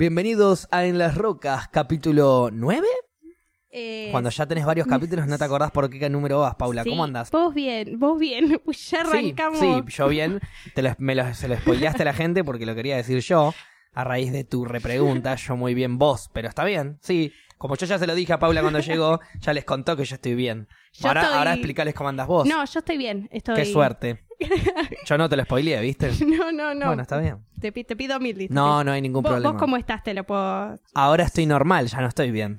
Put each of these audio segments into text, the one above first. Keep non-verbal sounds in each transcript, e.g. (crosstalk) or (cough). Bienvenidos a En las Rocas, capítulo 9. Eh, Cuando ya tenés varios capítulos, no te acordás por qué número vas, Paula. sí, ¿Cómo andas? Vos bien, vos bien. (laughs) Uy, ya Sí, arrancamos. sí, yo bien. Te lo- me lo, se lo spoileaste a la gente porque lo quería decir yo. A raíz de tu repregunta, yo muy bien vos, pero está bien, sí. Como yo ya se lo dije a Paula (laughs) cuando llegó, ya les contó que yo estoy bien. Yo ahora, estoy- ahora explicarles cómo andas vos. No, yo estoy bien. Estoy... Qué suerte. Yo no te lo spoileé, ¿viste? (laughs) No, no, no. Bueno, está bien. Te, pi- te pido mil disculpas. No, no hay ningún Vos- problema. Vos cómo estás, te lo puedo... Ahora estoy normal, ya no estoy (laughs) bien.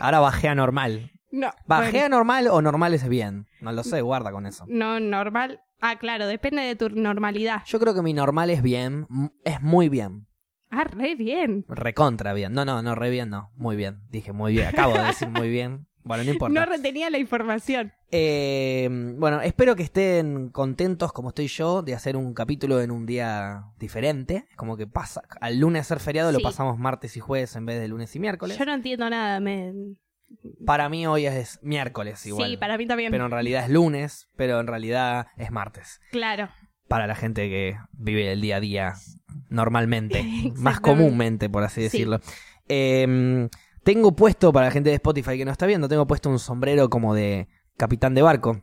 Ahora bajé a normal. No, ¿Bajé bueno, a normal o normal es bien? No lo sé, guarda con eso. no normal. Ah, claro, depende de tu normalidad. Yo creo que mi normal es bien, m- es muy bien, Ah, re bien. recontra bien. No, no, no, re bien, no, muy bien. Dije muy bien, acabo de decir muy bien. Bueno, (laughs) no importa. No retenía la información. Eh, bueno, espero que estén contentos como estoy yo de hacer un capítulo en un día diferente. Es Como que pasa, al lunes ser feriado lo Sí. pasamos martes y jueves en vez de lunes y miércoles. Yo no entiendo nada. Me... Para mí hoy es miércoles igual. Sí, para mí también. Pero en realidad es lunes, pero en realidad es martes. Claro. para la gente que vive el día a día (laughs) normalmente, más Exactamente. comúnmente, por así Sí. decirlo. Eh, tengo puesto, para la gente de Spotify que no está viendo, tengo puesto un sombrero como de capitán de barco,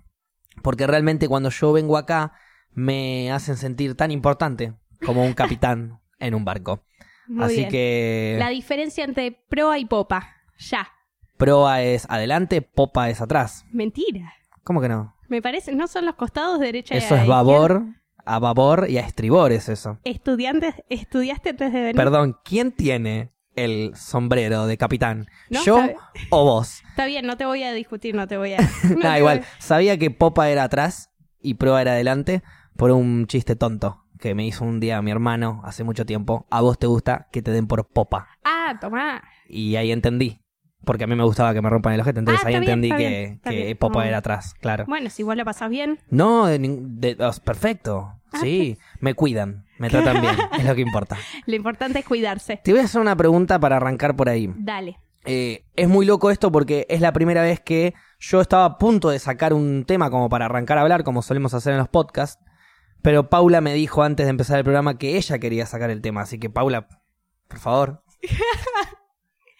porque realmente cuando yo vengo acá me hacen sentir tan importante como un (laughs) capitán en un barco. Muy así bien. que eh, La diferencia entre proa y popa. Ya. proa es adelante, popa es atrás. Mentira. ¿Cómo que no? Me parece, no son los costados derecha Eso es e izquierda. babor, a babor y a estribor es eso. Estudiantes, estudiaste antes de venir. Perdón, ¿quién tiene el sombrero de capitán? No, ¿Yo sabe- o vos? Está bien, no te voy a discutir, no (laughs) te voy a. (laughs) no Nada, te Ah, igual. voy a- Sabía que Popa era atrás y Proa era adelante por un chiste tonto que me hizo un día mi hermano hace mucho tiempo. A vos te gusta que te den por Popa. Ah, tomá. Y ahí entendí. Porque a mí me gustaba que me rompan el ojete, entonces Ah, ahí está bien, entendí está que, bien, está que bien. Popa No. era atrás, claro. Bueno, si vos lo pasás bien. No, de nin- de- oh, perfecto. Ah, Sí, me cuidan, me tratan (laughs) bien, es lo que importa. Lo importante es cuidarse. Te voy a hacer una pregunta para arrancar por ahí. Dale. Eh, es muy loco esto porque es la primera vez que yo estaba a punto de sacar un tema como para arrancar a hablar, como solemos hacer en los podcasts. Pero Paula me dijo antes de empezar el programa que ella quería sacar el tema. Así que, Paula, por (laughs) favor.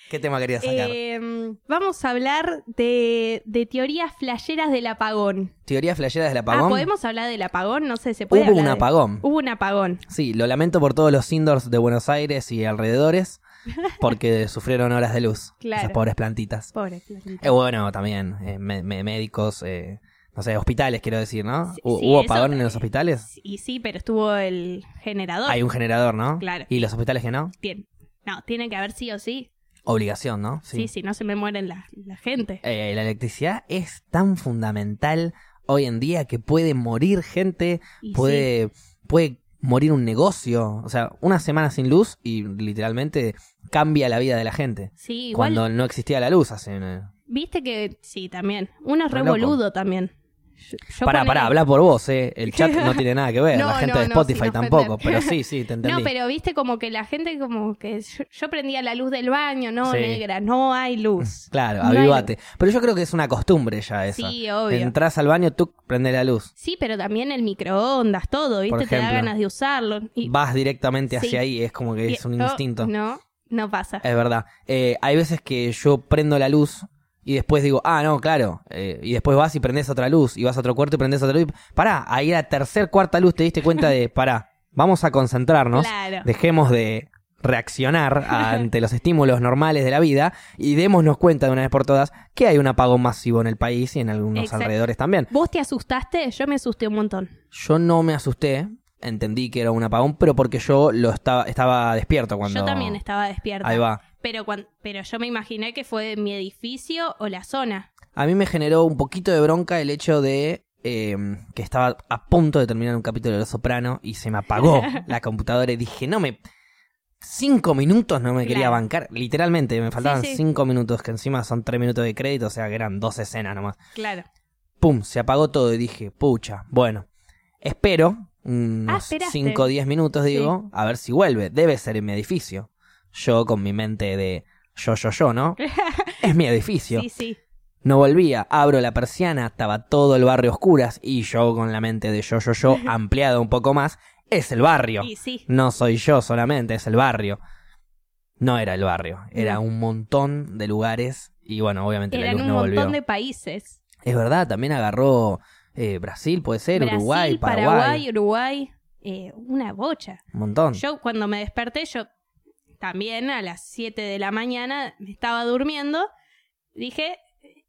¿Qué tema querías sacar? Eh, vamos a hablar de, de teorías flasheras del apagón. Teoría flashera del apagón. Ah, ¿podemos hablar del apagón? No sé, ¿se puede Hubo un hablar Uh. de- apagón. Hubo un apagón. Sí, lo lamento por todos los indoors de Buenos Aires y (laughs) alrededores porque sufrieron horas de luz. Claro. Esas pobres plantitas. Pobre. Clarita. Eh, bueno, también eh, me- me- médicos, eh, no sé, hospitales, quiero decir, ¿no? Sí, Hu- sí, ¿Hubo eso- apagón en los hospitales? Y sí, pero estuvo el generador. Hay un generador, ¿no? Claro. ¿Y los hospitales que no? Tien- No, tiene que haber sí o sí. Obligación, ¿no? Sí, si no se me mueren la, la gente. Eh, la electricidad es tan fundamental hoy en día que puede morir gente, Y sí. puede, puede morir un negocio. O sea, una semana sin luz y literalmente cambia la vida de la gente. Sí, igual Cuando no existía la luz hace... eh, Viste que sí, también. Uno es Re re loco. boludo también. Yo- yo Pará, ponele- pará, habla por vos, ¿eh? (laughs) El chat no tiene nada que ver, No, la gente no, de no, Spotify sin ofender. tampoco, pero sí, sí, te entendí. (laughs) No, pero viste como que la gente como que yo, yo prendía la luz del baño, no, Sí. negra, no hay (laughs) luz. Claro, No hay avivate. Pero yo creo que es una costumbre ya esa. Sí, obvio. Entrás al baño, tú prendes la luz. Sí, pero también el microondas, todo, Por viste, te da ejemplo. ganas de usarlo. Y, Vas directamente hacia Sí. ahí, es como que y- es un oh, instinto. No, no pasa. Es verdad. Eh, hay veces que yo prendo la luz y después digo, ah, no, claro. Eh, y después vas y prendes otra luz, y vas a otro cuarto y prendes otra luz. Pará, ahí a la tercer, cuarta luz te diste cuenta (laughs) de, pará, vamos a concentrarnos. Claro. dejemos de (laughs) reaccionar ante los estímulos normales de la vida y démonos cuenta de una vez por todas que hay un apagón masivo en el país y en algunos Exacto. alrededores también. ¿Vos te asustaste? Yo me asusté un montón. Yo no me asusté, entendí que era un apagón, pero porque yo lo estaba, estaba despierto cuando... Yo también estaba despierta. Ahí va. Pero, cuan- pero yo me imaginé que fue mi edificio o la zona. A mí me generó un poquito de bronca el hecho de eh, que estaba a punto de terminar un capítulo de Los Soprano y se me (laughs) apagó la computadora y dije, no me... Cinco minutos no me quería Claro. bancar. Literalmente, me faltaban sí. cinco minutos, que encima son tres minutos de crédito, o sea que eran dos escenas nomás. Claro. Pum, se apagó todo y dije, pucha, bueno, espero unos Ah, esperaste. cinco o diez minutos, digo, a ver si vuelve. Debe ser en mi edificio. Yo con mi mente de yo, yo, yo, (laughs) ¿no? es mi edificio. Sí, sí. No volvía, abro la persiana, estaba todo el barrio a oscuras y yo con la mente de yo, yo, (laughs) yo ampliada un poco más, es el barrio. Y sí. No soy yo solamente, es el barrio. No era el barrio, era un montón de lugares y bueno, obviamente la Eran luz un no montón volvió. de países. Es verdad, también agarró eh, Brasil, puede ser, Brasil, Uruguay, Paraguay, Mm. Paraguay, Uruguay. eh, una bocha. un montón. Yo cuando me desperté, yo también a las 7 de la mañana me estaba durmiendo. Dije,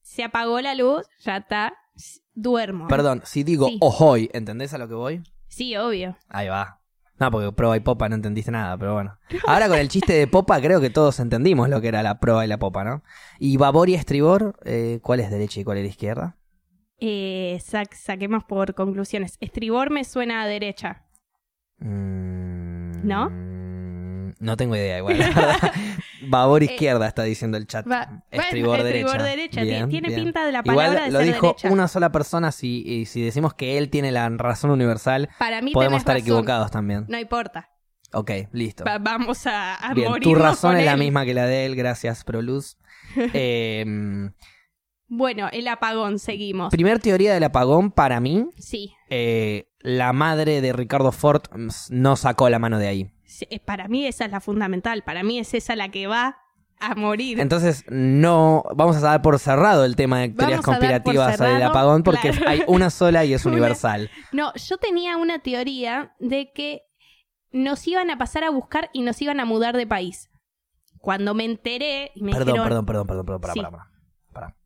se apagó la luz, ya está, s- duermo. Perdón, si digo Sí. ojoy, ¿entendés a lo que voy? Sí, obvio. Ahí va. No, porque proba y popa no entendiste nada, pero bueno. Ahora con el chiste de popa creo que todos entendimos lo que era la proa y la popa, ¿no? Y babor y estribor, eh, ¿cuál es derecha y cuál es izquierda? Eh, sa- saquemos por conclusiones. Estribor me suena a derecha. Mm, ¿No? No tengo idea, igual. la (laughs) verdad. babor Eh, izquierda está diciendo el chat. va- estribor bueno, derecha. estribor derecha. Ti- Bien, Tiene bien. pinta de la palabra Igual de lo ser dijo derecha. una sola persona, si, y si decimos que él tiene la razón universal, Para mí podemos tenés estar razón. equivocados también. No importa. Ok, listo. Va- vamos a, a Bien, tu morirnos razón con es la él. misma que la de él, gracias, (laughs) Proluz. Eh, Bueno, el apagón, seguimos. primer teoría del apagón, para mí, Sí, eh, la madre de Ricardo Ford mm, no sacó la mano de ahí. Sí, eh, para mí esa es la fundamental, para mí es esa la que va a morir. Entonces, no vamos a dar por cerrado el tema de Vamos teorías a dar por conspirativas cerrado, del apagón porque claro. hay una sola y es (laughs) Una. universal. No, yo tenía una teoría de que nos iban a pasar a buscar y nos iban a mudar de país. Cuando me enteré, y me Perdón, dijeron, perdón, perdón, perdón, perdón, pará, Sí. pará, pará, pará.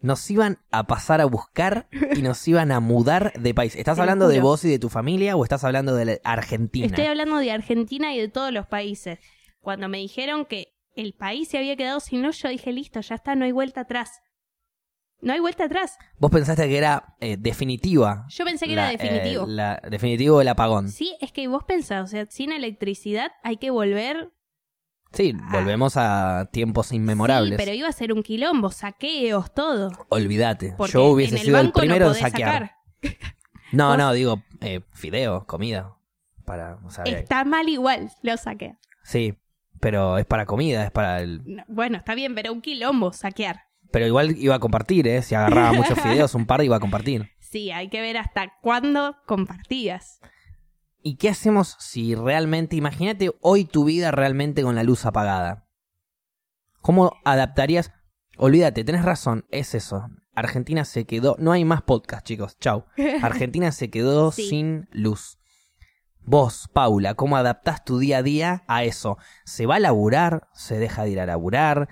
Nos iban a pasar a buscar y (laughs) nos iban a mudar de país. ¿Estás Te lo hablando de juro. vos y de tu familia o estás hablando de la Argentina? estoy hablando de Argentina y de todos los países. Cuando me dijeron que el país se había quedado sin luz, yo dije, listo, ya está, no hay vuelta atrás. No hay vuelta atrás. Vos pensaste que era eh, definitiva. Yo pensé que la, era definitivo. eh, la- definitivo el apagón. Sí, Sí, es que vos pensás, o sea, sin electricidad hay que volver volvemos a tiempos inmemorables. Sí, pero iba a ser un quilombo, saqueos, todo. Olvídate. Porque Yo hubiese en el sido el banco no primero en podés saquear. sacar. No, Vos- no, digo, eh, fideos, comida. Para, o sea, eh, Está mal igual, lo saqué. sí, pero es para comida, es para el... No, bueno, está bien, pero un quilombo saquear. Pero igual iba a compartir, ¿eh? Si agarraba muchos fideos, un par iba a compartir. Sí, hay que ver hasta cuándo compartías. ¿Y qué hacemos si realmente, imagínate hoy tu vida realmente con la luz apagada? ¿Cómo adaptarías? Olvídate, tenés razón, es eso. Argentina se quedó, no hay más podcast, chicos, (laughs) chau. Argentina se quedó Sí. sin luz. Vos, Paula, ¿cómo adaptás tu día a día a eso? ¿Se va a laburar? ¿Se deja de ir a laburar?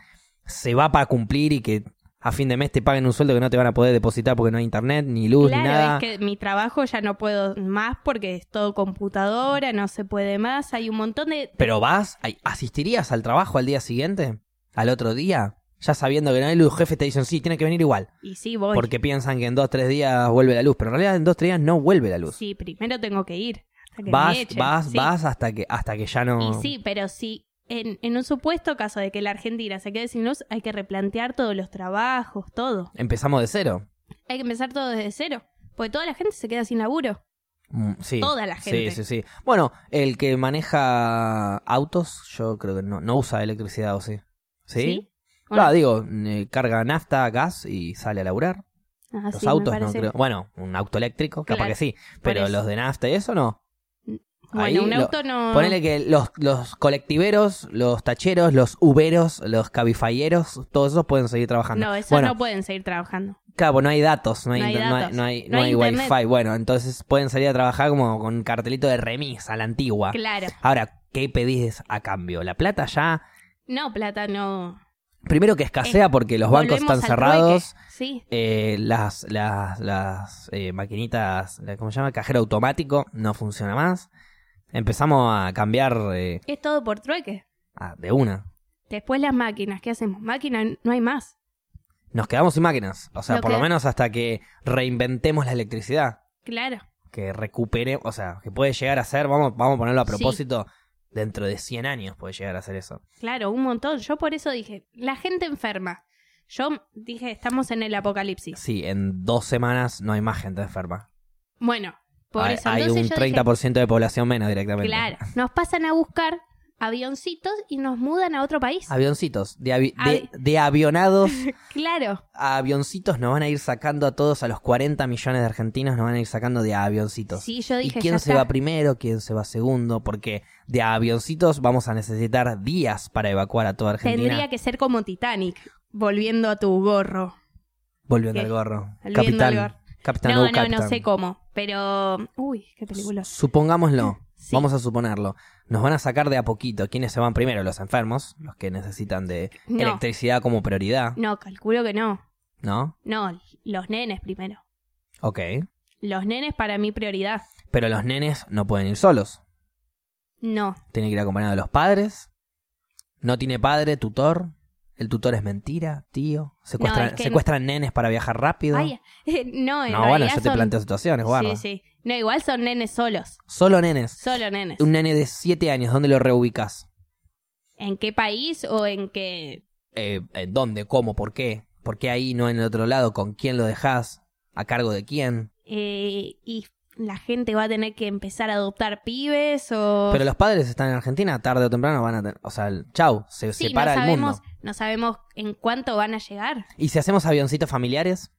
¿Se va para cumplir y que a fin de mes te paguen un sueldo que no te van a poder depositar porque no hay internet, ni luz, ni nada? claro, es que mi trabajo ya no puedo más porque es todo computadora, no se puede más, hay un montón de... Pero vas, ay, ¿asistirías al trabajo al día siguiente? ¿Al otro día? Ya sabiendo que no hay luz, jefe te dicen, sí, tiene que venir igual. Y sí, voy. Porque piensan que en dos, tres días vuelve la luz. Pero en realidad en dos, tres días no vuelve la luz. Sí, primero tengo que ir. hasta que vas, me echen. vas, Sí. vas hasta que, hasta que ya no... Y sí, pero si en, en un supuesto caso de que la Argentina se quede sin luz, hay que replantear todos los trabajos, todo. Empezamos de cero. Hay que empezar todo desde cero. Porque toda la gente se queda sin laburo. Mm, sí. Toda la gente. Sí, sí, sí. Bueno, el que maneja autos, yo creo que no, no usa electricidad, ¿o sí? ¿Sí? ¿O Ah, no? digo, eh, carga nafta, gas y sale a laburar. Ah, Los sí, me autos no parece. creo. Bueno, un auto eléctrico, capaz Claro, que sí. Pero eso. los de nafta y eso no. Bueno, Ahí un lo- auto no. Ponele que los, los colectiveros, los tacheros, los uberos, los cabifayeros, todos esos pueden seguir trabajando. No, esos bueno, no pueden seguir trabajando. claro, pues no hay datos, no hay, No hay inter- no hay- datos, no hay- no no hay hay internet. wifi. Bueno, entonces pueden salir a trabajar como con un cartelito de remis a la antigua. Claro. Ahora, ¿qué pedís a cambio? La plata ya, No, plata no. primero que escasea porque los bancos Volvemos están al cerrados. trueque. Sí. eh, las las, las eh, maquinitas, la- ¿cómo se llama? Cajero automático, no funciona más. Empezamos a cambiar eh, Es todo por trueque. a- de una. Después las máquinas. ¿Qué hacemos? Máquinas no hay más. Nos quedamos sin máquinas. O sea, No por lo queda- menos hasta que reinventemos la electricidad. Claro. Que recupere, o sea, que puede llegar a ser, vamos, vamos a ponerlo a propósito, dentro de 100 años puede llegar a ser eso. Claro, un montón. Yo por eso dije, la gente enferma. Yo dije, estamos en el apocalipsis. Sí, en dos semanas no hay más gente enferma. Bueno, por hay eso hay entonces un yo dije, 30% de población menos directamente. Claro, nos pasan a buscar avioncitos y nos mudan a otro país. Avioncitos. De, avi- Avi- de, de avionados Claro. a avioncitos nos van a ir sacando a todos, a los 40 millones de argentinos nos van a ir sacando de a avioncitos. Sí, yo ¿Y dije, quién ya se está. va primero? ¿Quién se va segundo? Porque de a avioncitos vamos a necesitar días para evacuar a toda Argentina. Tendría que ser como Titanic, volviendo a tu gorro. Volviendo ¿Qué? al gorro. Volviendo Capitán. al gorro. Capitán no, Low no, Captain. no sé cómo, pero... Uy, qué película. Supongámoslo. (laughs) Sí. Vamos a suponerlo. Nos van a sacar de a poquito. ¿Quiénes se van primero? Los enfermos, los que necesitan de No. electricidad como prioridad, No, calculo que no. ¿no? No, los nenes primero. Ok. Los nenes para mi prioridad. Pero los nenes no pueden ir solos. No, Tienen que ir acompañados de los padres. No tiene padre, tutor. El tutor es mentira, tío. Secuestran, es que secuestran nenes para viajar rápido. Ay, (laughs) no, en no, bueno, realidad yo te son- planteo situaciones, guarda. Sí, sí. No, igual son nenes solos. Solo nenes. Solo nenes. Un nene de 7 años, ¿dónde lo reubicas? ¿En qué país o en qué...? eh, eh, dónde, cómo, por qué, por qué ahí, no en el otro lado, con quién lo dejás, a cargo de quién. eh, y la gente va a tener que empezar a adoptar pibes o... Pero los padres están en Argentina, tarde o temprano van a tener, o sea, el- chau, se Sí, separa no el sabemos, mundo. no sabemos en cuánto van a llegar. ¿Y si hacemos avioncitos familiares?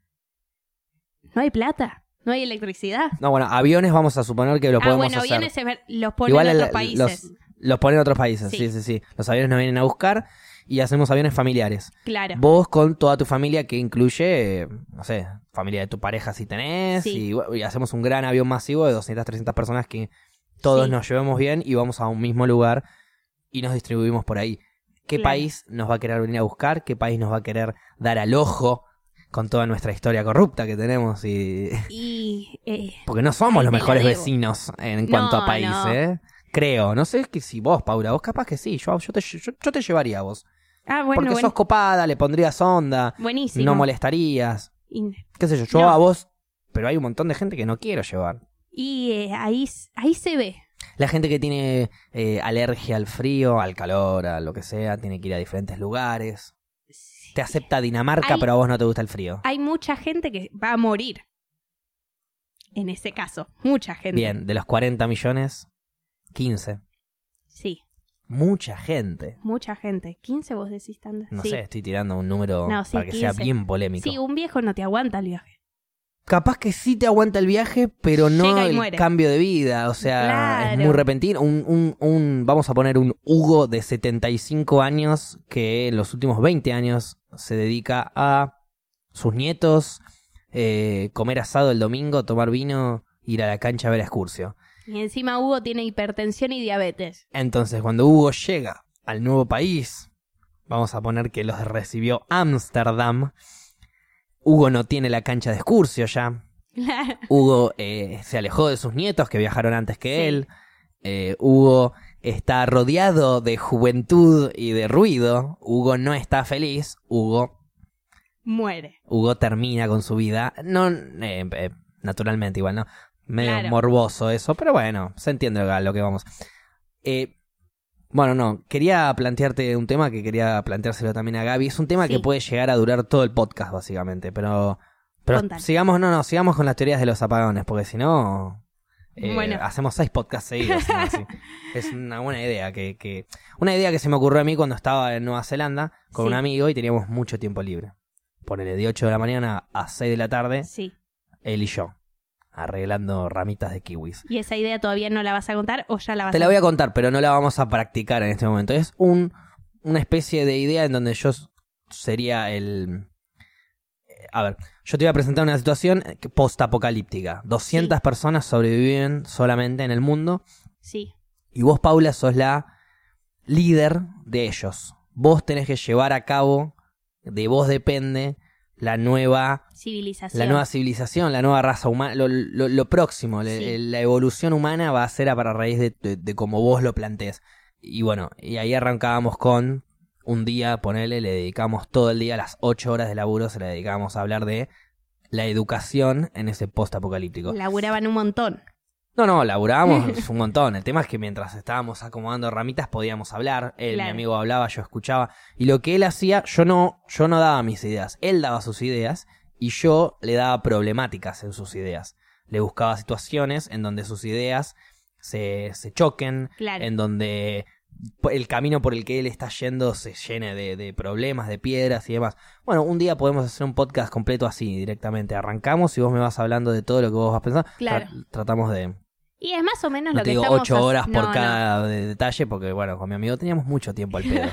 No hay plata, no hay electricidad. No, bueno, aviones vamos a suponer que lo ah, podemos bueno, hacer. aviones se ver- los ponen Igual en el- otros países. los, los ponen en otros países, sí. Sí. sí, sí, Los aviones nos vienen a buscar y hacemos aviones familiares. Claro. Vos con toda tu familia que incluye, eh, no sé, familia de tu pareja si tenés, Sí. y, bueno, y hacemos un gran avión masivo de 200, 300 personas que todos Sí. nos llevemos bien y vamos a un mismo lugar y nos distribuimos por ahí. ¿Qué Claro. país nos va a querer venir a buscar? ¿Qué país nos va a querer dar al ojo con toda nuestra historia corrupta que tenemos? y Y eh, Porque no somos Ahí los te la mejores debo. vecinos en cuanto No, a país, no. ¿eh? Creo, no sé que si vos, Paula, vos capaz que sí, yo, yo, te, yo- yo te llevaría a vos. ah, bueno, Porque bueno, sos copada, le pondrías onda, buenísimo. no molestarías. Y- Qué sé yo, yo No. a vos, pero hay un montón de gente que no quiero llevar. Y eh, ahí, ahí se ve. La gente que tiene eh, alergia al frío, al calor, a lo que sea, tiene que ir a diferentes lugares. Te acepta Dinamarca, Hay- pero a vos no te gusta el frío. Hay mucha gente que va a morir. En ese caso, mucha gente. Bien, de los 40 millones, 15. Sí, Mucha gente. mucha gente. 15 vos decís tanda. No sí. sé, estoy tirando un número No, sí, para que sea 15. bien polémico. Sí, un viejo no te aguanta el viaje. Capaz que sí te aguanta el viaje, pero no Llega y el muere. cambio de vida. O sea, es Claro. muy repentino. Un, un, un- vamos a poner un Hugo de 75 años que en los últimos 20 años se dedica a sus nietos, eh, comer asado el domingo, tomar vino, ir a la cancha a ver a Excursio. Y encima Hugo tiene hipertensión y diabetes. (laughs) Entonces, cuando Hugo llega al nuevo país, vamos a poner que los recibió Ámsterdam. Hugo no tiene la cancha de Excursio ya. Claro. Hugo eh, se alejó de sus nietos que viajaron antes que Sí. él. Eh, Hugo está rodeado de juventud y de ruido. Hugo no está feliz. Hugo, Muere. Hugo termina con su vida. No, eh, eh, naturalmente igual, ¿no? Medio Claro. morboso eso, pero bueno, se entiende a lo que vamos. Eh, bueno, no, quería plantearte un tema que quería planteárselo también a Gaby. Es un tema Sí. que puede llegar a durar todo el podcast, básicamente, pero... Pero Contale. sigamos, no, no, sigamos con las teorías de los apagones, porque si no... eh, Bueno. Hacemos seis podcasts seguidos. ¿no? (laughs) Así. Es una buena idea que, que... Una idea que se me ocurrió a mí cuando estaba en Nueva Zelanda con Sí. un amigo y teníamos mucho tiempo libre. Ponele de 8 de la mañana a 6 de la tarde, Sí. él y yo, arreglando ramitas de kiwis. ¿Y esa idea todavía no la vas a contar o ya la vas Te a la voy a contar, pero no la vamos a practicar en este momento. Es un, una especie de idea en donde yo s- sería el... eh, A ver, yo te voy a presentar una situación eh, que- post-apocalíptica. 200 personas sobreviven solamente en el mundo Sí. y vos, Paula, sos la líder de ellos. Vos tenés que llevar a cabo, de vos depende, la nueva Civilización. la nueva civilización, la nueva raza humana, lo, lo- lo próximo, le- Sí. la evolución humana va a ser a para raíz de, de- de como vos lo plantees. Y bueno, y ahí arrancábamos con un día, ponele, le dedicamos todo el día, las ocho horas de laburo, se le dedicamos a hablar de la educación en ese post apocalíptico. Laburaban un montón. No, no, (laughs) laburábamos un montón. El tema es que mientras estábamos acomodando ramitas podíamos hablar. Él, Claro. mi amigo, hablaba, yo escuchaba. Y lo que él hacía, yo no, yo no daba mis ideas. Él daba sus ideas y yo le daba problemáticas en sus ideas. Le buscaba situaciones en donde sus ideas se, se choquen, Claro. en donde el camino por el que él está yendo se llene de, de problemas, de piedras y demás. Bueno, un día podemos hacer un podcast completo así, directamente. Arrancamos y vos me vas hablando de todo lo que vos vas pensando. Claro. Tra- tratamos de, Y es más o menos no lo te que digo estamos ocho horas hac- por no, no. cada de- detalle, porque bueno, con mi amigo teníamos mucho tiempo al (laughs) pedo.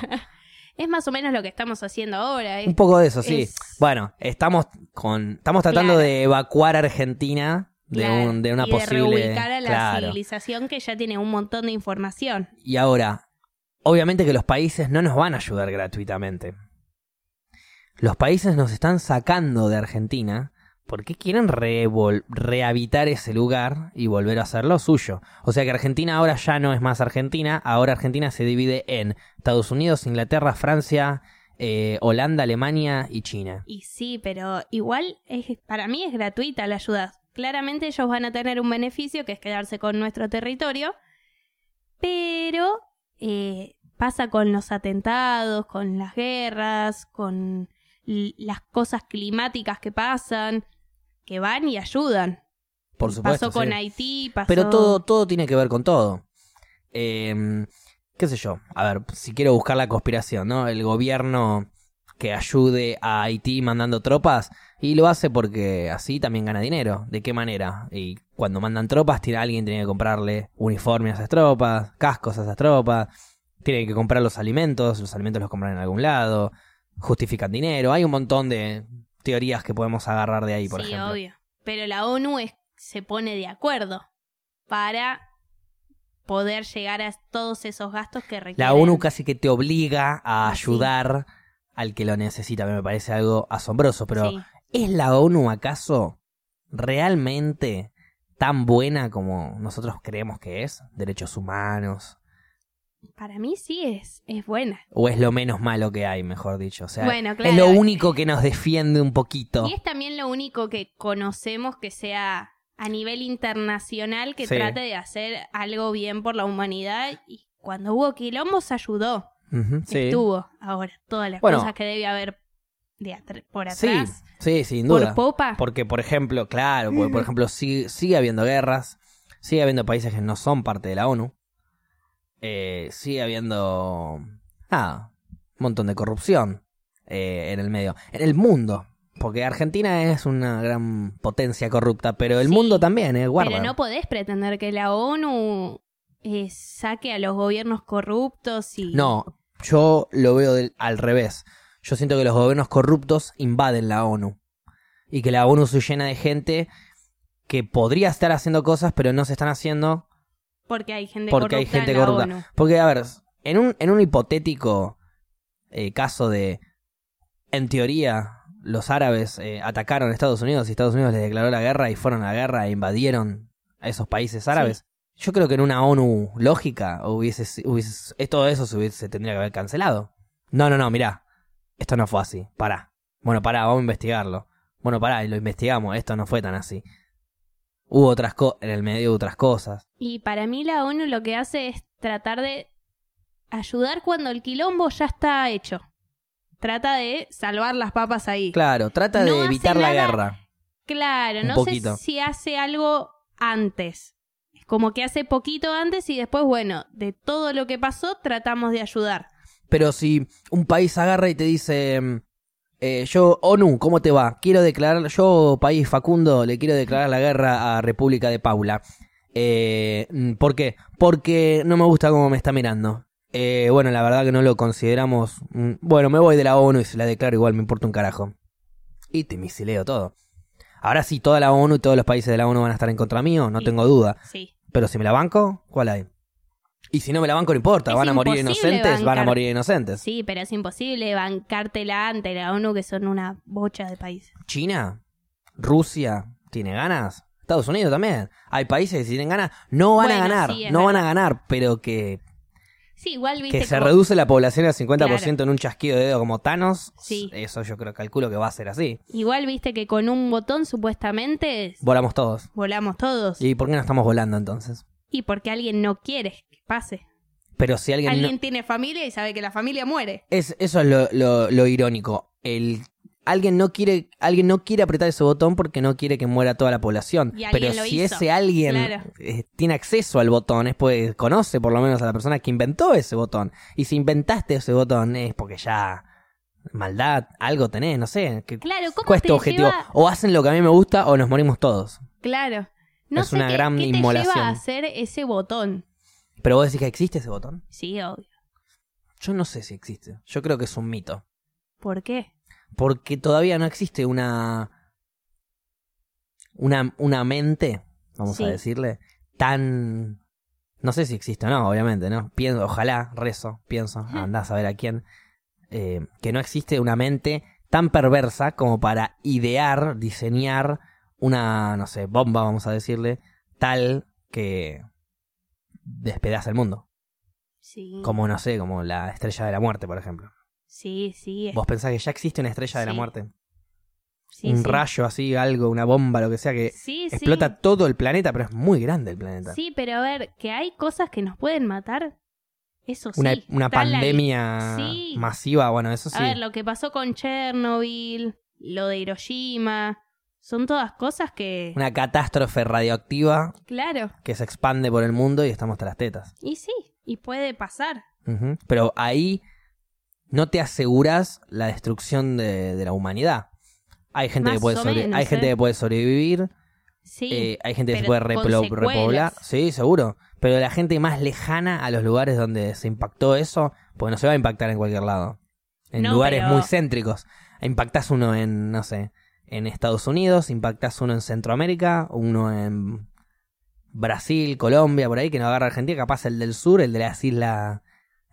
Es más o menos lo que estamos haciendo ahora. es- un poco de eso, sí. es- Bueno, estamos con, estamos tratando Claro. de evacuar a Argentina de, claro, un, de una y posible. reubicar a la claro. civilización que ya tiene un montón de información. Y ahora, obviamente que los países no nos van a ayudar gratuitamente. Los países nos están sacando de Argentina porque quieren revol- rehabitar ese lugar y volver a hacerlo suyo. O sea que Argentina ahora ya no es más Argentina, ahora Argentina se divide en Estados Unidos, Inglaterra, Francia, eh, Holanda, Alemania y China. Y sí, pero igual es, para mí es gratuita la ayuda. Claramente ellos van a tener un beneficio que es quedarse con nuestro territorio, pero eh, pasa con los atentados, con las guerras, con l- las cosas climáticas que pasan, que van y ayudan. Por supuesto. pasó con sí. Haití, pasó... Pero todo, todo tiene que ver con todo. Eh, ¿Qué sé yo? A ver, si quiero buscar la conspiración, ¿no? El gobierno que ayude a Haití mandando tropas y lo hace porque así también gana dinero. ¿De qué manera? Y cuando mandan tropas, tiene, alguien tiene que comprarle uniformes a esas tropas, cascos a esas tropas, tienen que comprar los alimentos, los alimentos los compran en algún lado, justifican dinero. Hay un montón de teorías que podemos agarrar de ahí, por sí, ejemplo. obvio. Pero la ONU es- se pone de acuerdo para poder llegar a todos esos gastos que requieren. La ONU casi que te obliga a Ah, Sí. ayudar al que lo necesita, me parece algo asombroso, pero Sí. ¿es la ONU acaso realmente tan buena como nosotros creemos que es? Derechos humanos, Para mí sí es, es buena. o es lo menos malo que hay, mejor dicho, o sea, Bueno, es lo claro. único que nos defiende un poquito. Y es también lo único que conocemos que sea a nivel internacional que Sí. trate de hacer algo bien por la humanidad. Y cuando hubo quilombo se ayudó. Ujú, sí. Estuvo. Ahora, todas las Bueno. cosas que debe haber de atr- por Sí, atrás. sí, sin duda. por popa. Porque, por ejemplo, claro, porque, por ejemplo, sigue, sigue habiendo guerras, sigue habiendo países que no son parte de la ONU, eh, sigue habiendo. Nada, un montón de corrupción eh, en el medio, en el mundo. Porque Argentina es una gran potencia corrupta, pero el Sí, mundo también, ¿eh? Guarda. Pero no podés pretender que la ONU eh, saque a los gobiernos corruptos y... No, yo lo veo del- al revés. Yo siento que los gobiernos corruptos invaden la ONU. Y que la ONU se llena de gente que podría estar haciendo cosas, pero no se están haciendo Porque hay gente porque hay corrupta en gente la corrupta. ONU. Porque, a ver, en un, en un hipotético eh, caso de, en teoría, los árabes eh, atacaron a Estados Unidos y Estados Unidos les declaró la guerra y fueron a la guerra e invadieron a esos países árabes. Yo creo que en una ONU lógica hubiese, si- hubiese eh, todo eso se hubiese tendría que haber cancelado. No, no, no, mirá, esto no fue así, pará. Bueno, pará, vamos a investigarlo. Bueno, pará, y lo investigamos, esto no fue tan así. Hubo otras cosas, en el medio hubo otras cosas. Y para mí la ONU lo que hace es tratar de ayudar cuando el quilombo ya está hecho. Trata de salvar las papas ahí. Claro, trata No de hace evitar la nada. guerra. Claro, Un no poquito. sé si hace algo antes. Es como que hace poquito antes y después, bueno, de todo lo que pasó tratamos de ayudar. Pero si un país agarra y te dice, mm, eh, yo, ONU, ¿cómo te va? Quiero declarar, yo, país Facundo, le quiero declarar la guerra a República de Paula. Eh, mm, ¿Por qué? Porque no me gusta cómo me está mirando. Eh, bueno, la verdad que no lo consideramos. mm, Bueno, me voy de la ONU y se la declaro igual, me importa un carajo. Y te misileo todo. Ahora sí, toda la ONU y todos los países de la ONU van a estar en contra mío, no Sí. tengo duda. Sí. Pero si me la banco, ¿cuál hay? Y si no me la banco, no importa. Es Van a morir imposible inocentes, van a bancar. morir inocentes. Sí, pero es imposible bancártela ante la ONU que son una bocha de países. China, Rusia, ¿tiene ganas? Estados Unidos también. Hay países que si tienen ganas no van a Bueno, ganar. sí, es no van a ganar, pero que, Sí, igual viste que se como- reduce la población al 50% Claro. en un chasquido de dedo como Thanos. Sí. Eso yo creo, calculo que va a ser así. igual viste que con un botón supuestamente Volamos todos. volamos todos. ¿Y por qué no estamos volando entonces? Y porque alguien no quiere que pase. Pero si alguien... no- Alguien tiene familia y sabe que la familia muere. Es, eso es lo, lo- lo irónico. El, alguien no quiere, alguien no quiere apretar ese botón porque no quiere que muera toda la población. Y alguien Pero lo si hizo, ese alguien claro. eh, tiene acceso al botón, es pues, conoce por lo menos a la persona que inventó ese botón. Y si inventaste ese botón es porque ya maldad, algo tenés, no sé, que Claro, ¿cómo cuesta te objetivo. lleva- O hacen lo que a mí me gusta o nos morimos todos. Claro. No Es sé una qué, gran qué te inmolación. lleva a hacer ese botón. Pero vos decís que existe ese botón. Sí, obvio. Yo no sé si existe. Yo creo que es un mito. ¿Por qué? Porque todavía no existe una. Una, una mente, vamos Sí. a decirle, tan. No sé si existe o no, obviamente, ¿no? Pienso, ojalá, rezo, pienso, Ujú. andás a saber a quién. eh, que no existe una mente tan perversa como para idear, diseñar una, no sé, bomba, vamos a decirle, tal que despedaza el mundo. Sí. Como, no sé, como la estrella de la muerte, por ejemplo. Sí, sí. es- ¿Vos pensás que ya existe una estrella de la Sí. muerte? sí, un sí. rayo así, algo, una bomba, lo que sea, que Sí, sí. explota todo el planeta, pero es muy grande el planeta. Sí, pero a ver, que hay cosas que nos pueden matar. Eso sí. una una está en la lista. pandemia Sí. masiva, bueno, eso sí. A ver, lo que pasó con Chernobyl, lo de Hiroshima, son todas cosas que... Una catástrofe radioactiva Claro, que se expande por el mundo y estamos tras las tetas. y sí, y puede pasar. Ujú. Pero ahí no te aseguras la destrucción de, de la humanidad. Hay gente, que Más puede, o sobre- menos, hay ¿eh? gente que puede sobrevivir, Sí, eh, hay gente que se puede pero replo- con repoblar. secuelas. Sí, seguro. Pero la gente más lejana a los lugares donde se impactó eso, pues no se va a impactar en cualquier lado. En No, lugares pero- muy céntricos. Impactás uno en, no sé, en Estados Unidos, impactás uno en Centroamérica, uno en Brasil, Colombia, por ahí, que no agarra Argentina, capaz el del sur, el de las islas,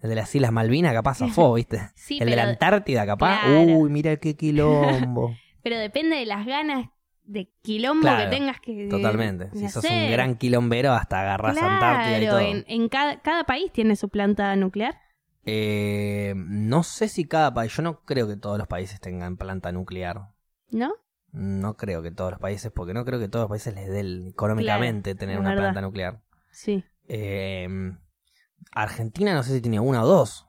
el de las Islas Malvinas, capaz (laughs) afó, ¿viste? sí, el de la pero, Antártida, capaz. Claro. Uy, mira qué quilombo. pero depende de las ganas de quilombo Claro, que tengas que... Totalmente. de Si sos hacer. un gran quilombero, hasta agarrás Antártida y Claro, todo. en, en cada, cada país tiene su planta nuclear. Eh, no sé si cada país, yo no creo que todos los países tengan planta nuclear. ¿No? No creo que todos los países, porque no creo que todos los países les dé el- económicamente tener es una verdad. planta nuclear. Sí. Eh, Argentina no sé si tiene una o dos.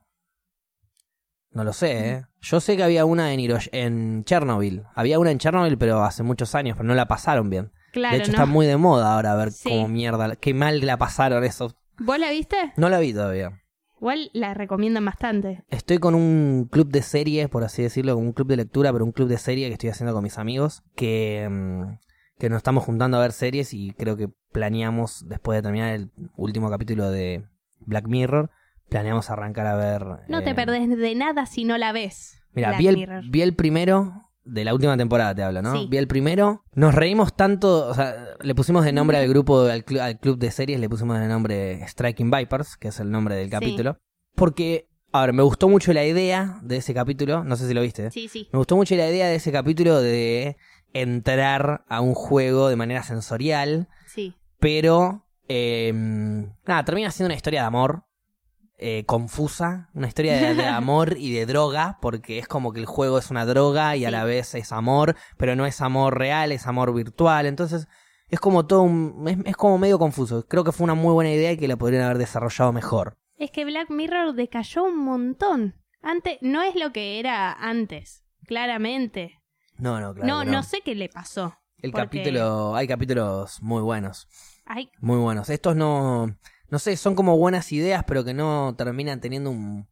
No lo sé, ¿eh? Yo sé que había una en, Hiro- en Chernobyl. Había una en Chernobyl, pero hace muchos años, pero no la pasaron bien. Claro, de hecho, ¿no? está muy de moda ahora ver Sí. cómo mierda, la- qué mal la pasaron eso. ¿Vos la viste? No la vi todavía. Igual la recomiendan bastante. Estoy con un club de series, por así decirlo, con un club de lectura, pero un club de serie que estoy haciendo con mis amigos, que, mm, que nos estamos juntando a ver series y creo que planeamos, después de terminar el último capítulo de Black Mirror, planeamos arrancar a ver... No te eh, perdés de nada si no la ves. Mira, Black vi Mirror. el, vi el primero de la última temporada, te hablo, ¿no? Sí. Vi el primero. Nos reímos tanto, o sea, le pusimos de Mm. nombre al grupo, al, clu- al club de series, le pusimos de nombre Striking Vipers, que es el nombre del Sí. capítulo. Porque, a ver, me gustó mucho la idea de ese capítulo, no sé si lo viste. Sí, sí. Me gustó mucho la idea de ese capítulo de entrar a un juego de manera sensorial Sí. pero eh, nada, termina siendo una historia de amor eh, confusa, una historia de, (laughs) de amor y de droga, porque es como que el juego es una droga y a Sí. la vez es amor, pero no es amor real, es amor virtual, entonces es como todo un, es, es como medio confuso. Creo que fue una muy buena idea y que la podrían haber desarrollado mejor. Es que Black Mirror decayó un montón. Antes no es lo que era antes, claramente. No, no, claro. no, que no, no. sé qué le pasó. El porque- capítulo, hay capítulos muy buenos, Ay, muy buenos. Estos no, no sé, son como buenas ideas, pero que no terminan teniendo un,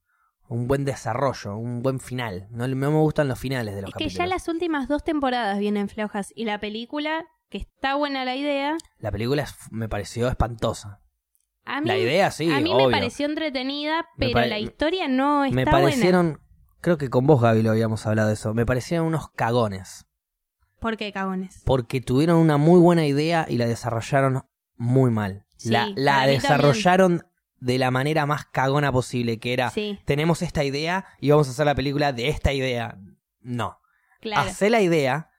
un buen desarrollo, un buen final. No, no me gustan los finales de los es que capítulos. ya las últimas dos temporadas vienen flojas y la película, que está buena la idea, La película es- me pareció espantosa. a mí, la idea sí, a mí obvio. me pareció entretenida, Me pero pare- la historia no está Me buena. parecieron, creo que con vos Gaby lo habíamos hablado de eso, me parecieron unos cagones, ¿Por qué, cagones? porque tuvieron una muy buena idea y la desarrollaron muy mal. Sí, la la para mí desarrollaron de la manera más cagona posible, que era Sí, tenemos esta idea y vamos a hacer la película de esta idea. No. claro. Hacé la idea,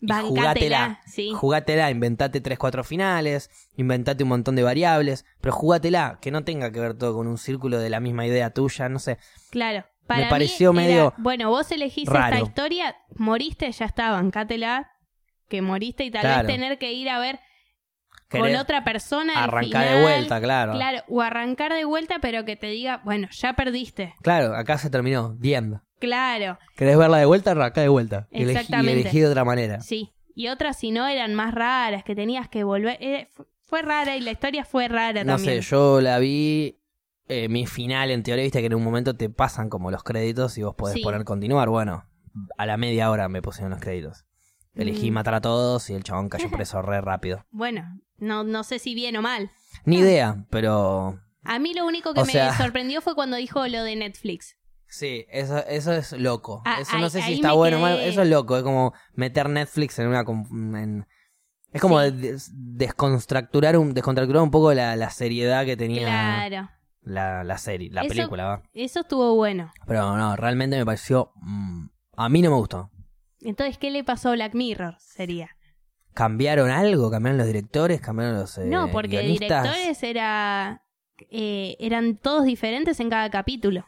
Bancátela, jugátela. sí. jugátela, inventate 3, 4 finales, inventate un montón de variables, pero jugátela, que no tenga que ver todo con un círculo de la misma idea tuya, no sé. Claro. Para mí pareció era, medio Bueno, vos elegís raro. esta historia, moriste, ya está, bancátela, que moriste y tal Claro. vez tener que ir a ver con Querés otra persona. el arrancar de final, vuelta, claro. claro. Claro, o arrancar de vuelta, pero que te diga, bueno, ya perdiste. acá se terminó, the end. Claro, ¿Querés verla de vuelta? Acá de vuelta. Y elegí- Exactamente. Y elegí de otra manera. sí. Y otras, si no, eran más raras, que tenías que volver. eh, fu- fue rara y la historia fue rara No también. sé, yo la vi. eh, mi final, en teoría, viste que en un momento te pasan como los créditos y vos podés Sí. poner continuar. Bueno, a la media hora me pusieron los créditos. Elegí Mm. matar a todos y el chabón (laughs) cayó preso re rápido. Bueno, no, no sé si bien o mal. Ni idea, pero. A mí lo único que O me sea- sorprendió fue cuando dijo lo de Netflix. Sí, eso, eso es loco. Ah, eso no ahí- sé si ahí está me bueno o malo. quedé. Eso es loco. Es como meter Netflix en una. com- en- es como Sí. des- desconstructurar un, descontracturar un poco la, la seriedad que tenía Claro. la, la serie, la Eso- película, va. Eso estuvo bueno. Pero no, realmente me pareció. mm, a mí no me gustó. Entonces, ¿qué le pasó a Black Mirror? Sería. ¿Cambiaron algo? ¿Cambiaron los directores? ¿Cambiaron los.? eh, no, porque guionistas? directores era, eh, eran todos diferentes en cada capítulo.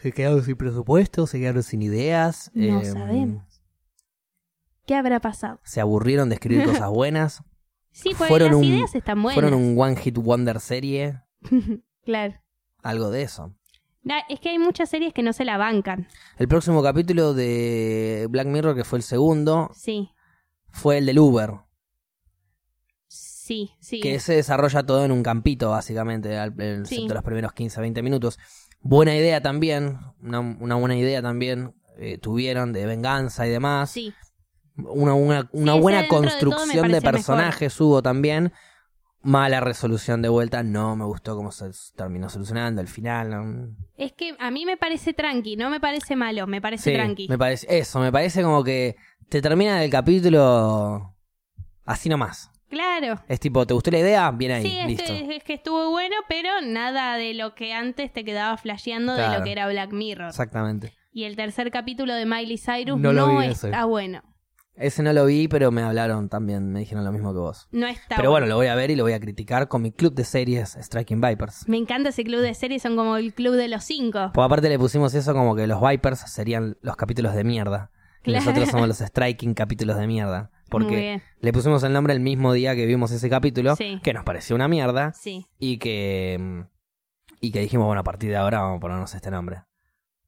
Se quedaron sin presupuesto, se quedaron sin ideas. No eh, sabemos. ¿Qué habrá pasado? Se aburrieron de (laughs) escribir cosas buenas. Sí, porque Fueron las un- ideas están buenas. Fueron un One Hit Wonder serie. Claro. Algo de eso. Na- Es que hay muchas series que no se la bancan. El próximo capítulo de Black Mirror, que fue el segundo, Sí, fue el del Uber. sí, sí. Que se desarrolla todo en un campito, básicamente, al- el- Sí. excepto los primeros 15, 20 minutos. Buena idea también, una, una buena idea también eh, tuvieron de venganza y demás. Sí, Una, una, una ese buena dentro de todo me construcción de, parece personajes hubo también. Mala resolución de vuelta, no me gustó cómo se terminó solucionando el final. no. es que a mí me parece tranqui, no me parece malo, me parece Sí, tranqui. me parece, eso, me parece como que te termina el capítulo así nomás. Claro. Es tipo, ¿te gustó la idea? Bien ahí, sí, es listo. que, es que estuvo bueno, pero nada de lo que antes te quedaba flasheando de Claro. lo que era Black Mirror. Exactamente. Y el tercer capítulo de Miley Cyrus No no, lo vi ese. está bueno. Ese no lo vi, pero me hablaron también, me dijeron lo mismo que vos. No está pero bueno, lo voy a ver y lo voy a criticar con mi club de series Striking Vipers. Me encanta ese club de series, son como el club de los cinco. Por aparte le pusimos eso como que los Vipers serían los capítulos de mierda. Y Claro. nosotros (laughs) somos los Striking capítulos de mierda. Muy Porque bien. le pusimos el nombre el mismo día que vimos ese capítulo, Sí. que nos pareció una mierda Sí. y que, mm, y que dijimos, bueno, a partir de ahora vamos a ponernos este nombre. A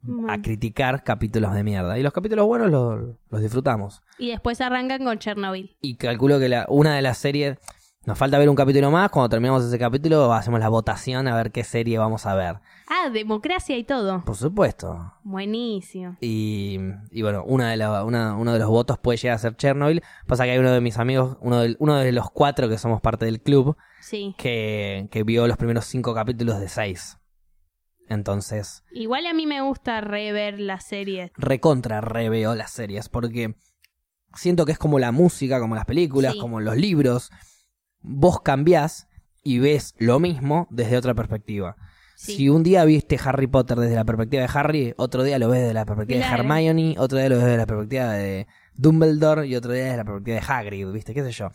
Bueno. criticar capítulos de mierda. Y los capítulos buenos los, los disfrutamos. Y después arrancan con Chernobyl. y calculo que la, una de las series nos falta ver un capítulo más cuando terminamos ese capítulo hacemos la votación a ver qué serie vamos a ver Ah, democracia y todo. por supuesto Buenísimo. y, y bueno una de la- una- uno de los votos puede llegar a ser Chernobyl pasa que hay uno de mis amigos uno del- uno de los cuatro que somos parte del club Sí. que, que vio los primeros cinco capítulos de seis entonces Igual a mí me gusta rever las series. recontra reveo las series porque siento que es como la música, como las películas, Sí. como los libros. Vos cambiás y ves lo mismo desde otra perspectiva. Sí. Si un día viste Harry Potter desde la perspectiva de Harry, otro día lo ves desde la perspectiva Claro. de Hermione, otro día lo ves desde la perspectiva de Dumbledore y otro día desde la perspectiva de Hagrid, ¿viste? ¿Qué sé yo?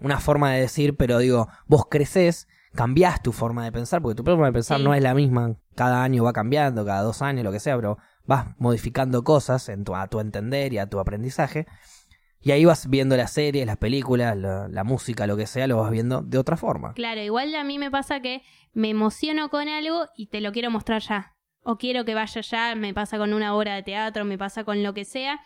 Una forma de decir, pero digo, vos creces, cambiás tu forma de pensar, porque tu forma de pensar Sí. no es la misma. Cada año va cambiando, cada dos años, lo que sea, pero vas modificando cosas en tu, a tu entender y a tu aprendizaje. Y ahí vas viendo las series, las películas, la, la música, lo que sea, lo vas viendo de otra forma. Claro, igual a mí me pasa que me emociono con algo y te lo quiero mostrar ya. O quiero que vaya ya, me pasa con una obra de teatro, me pasa con lo que sea.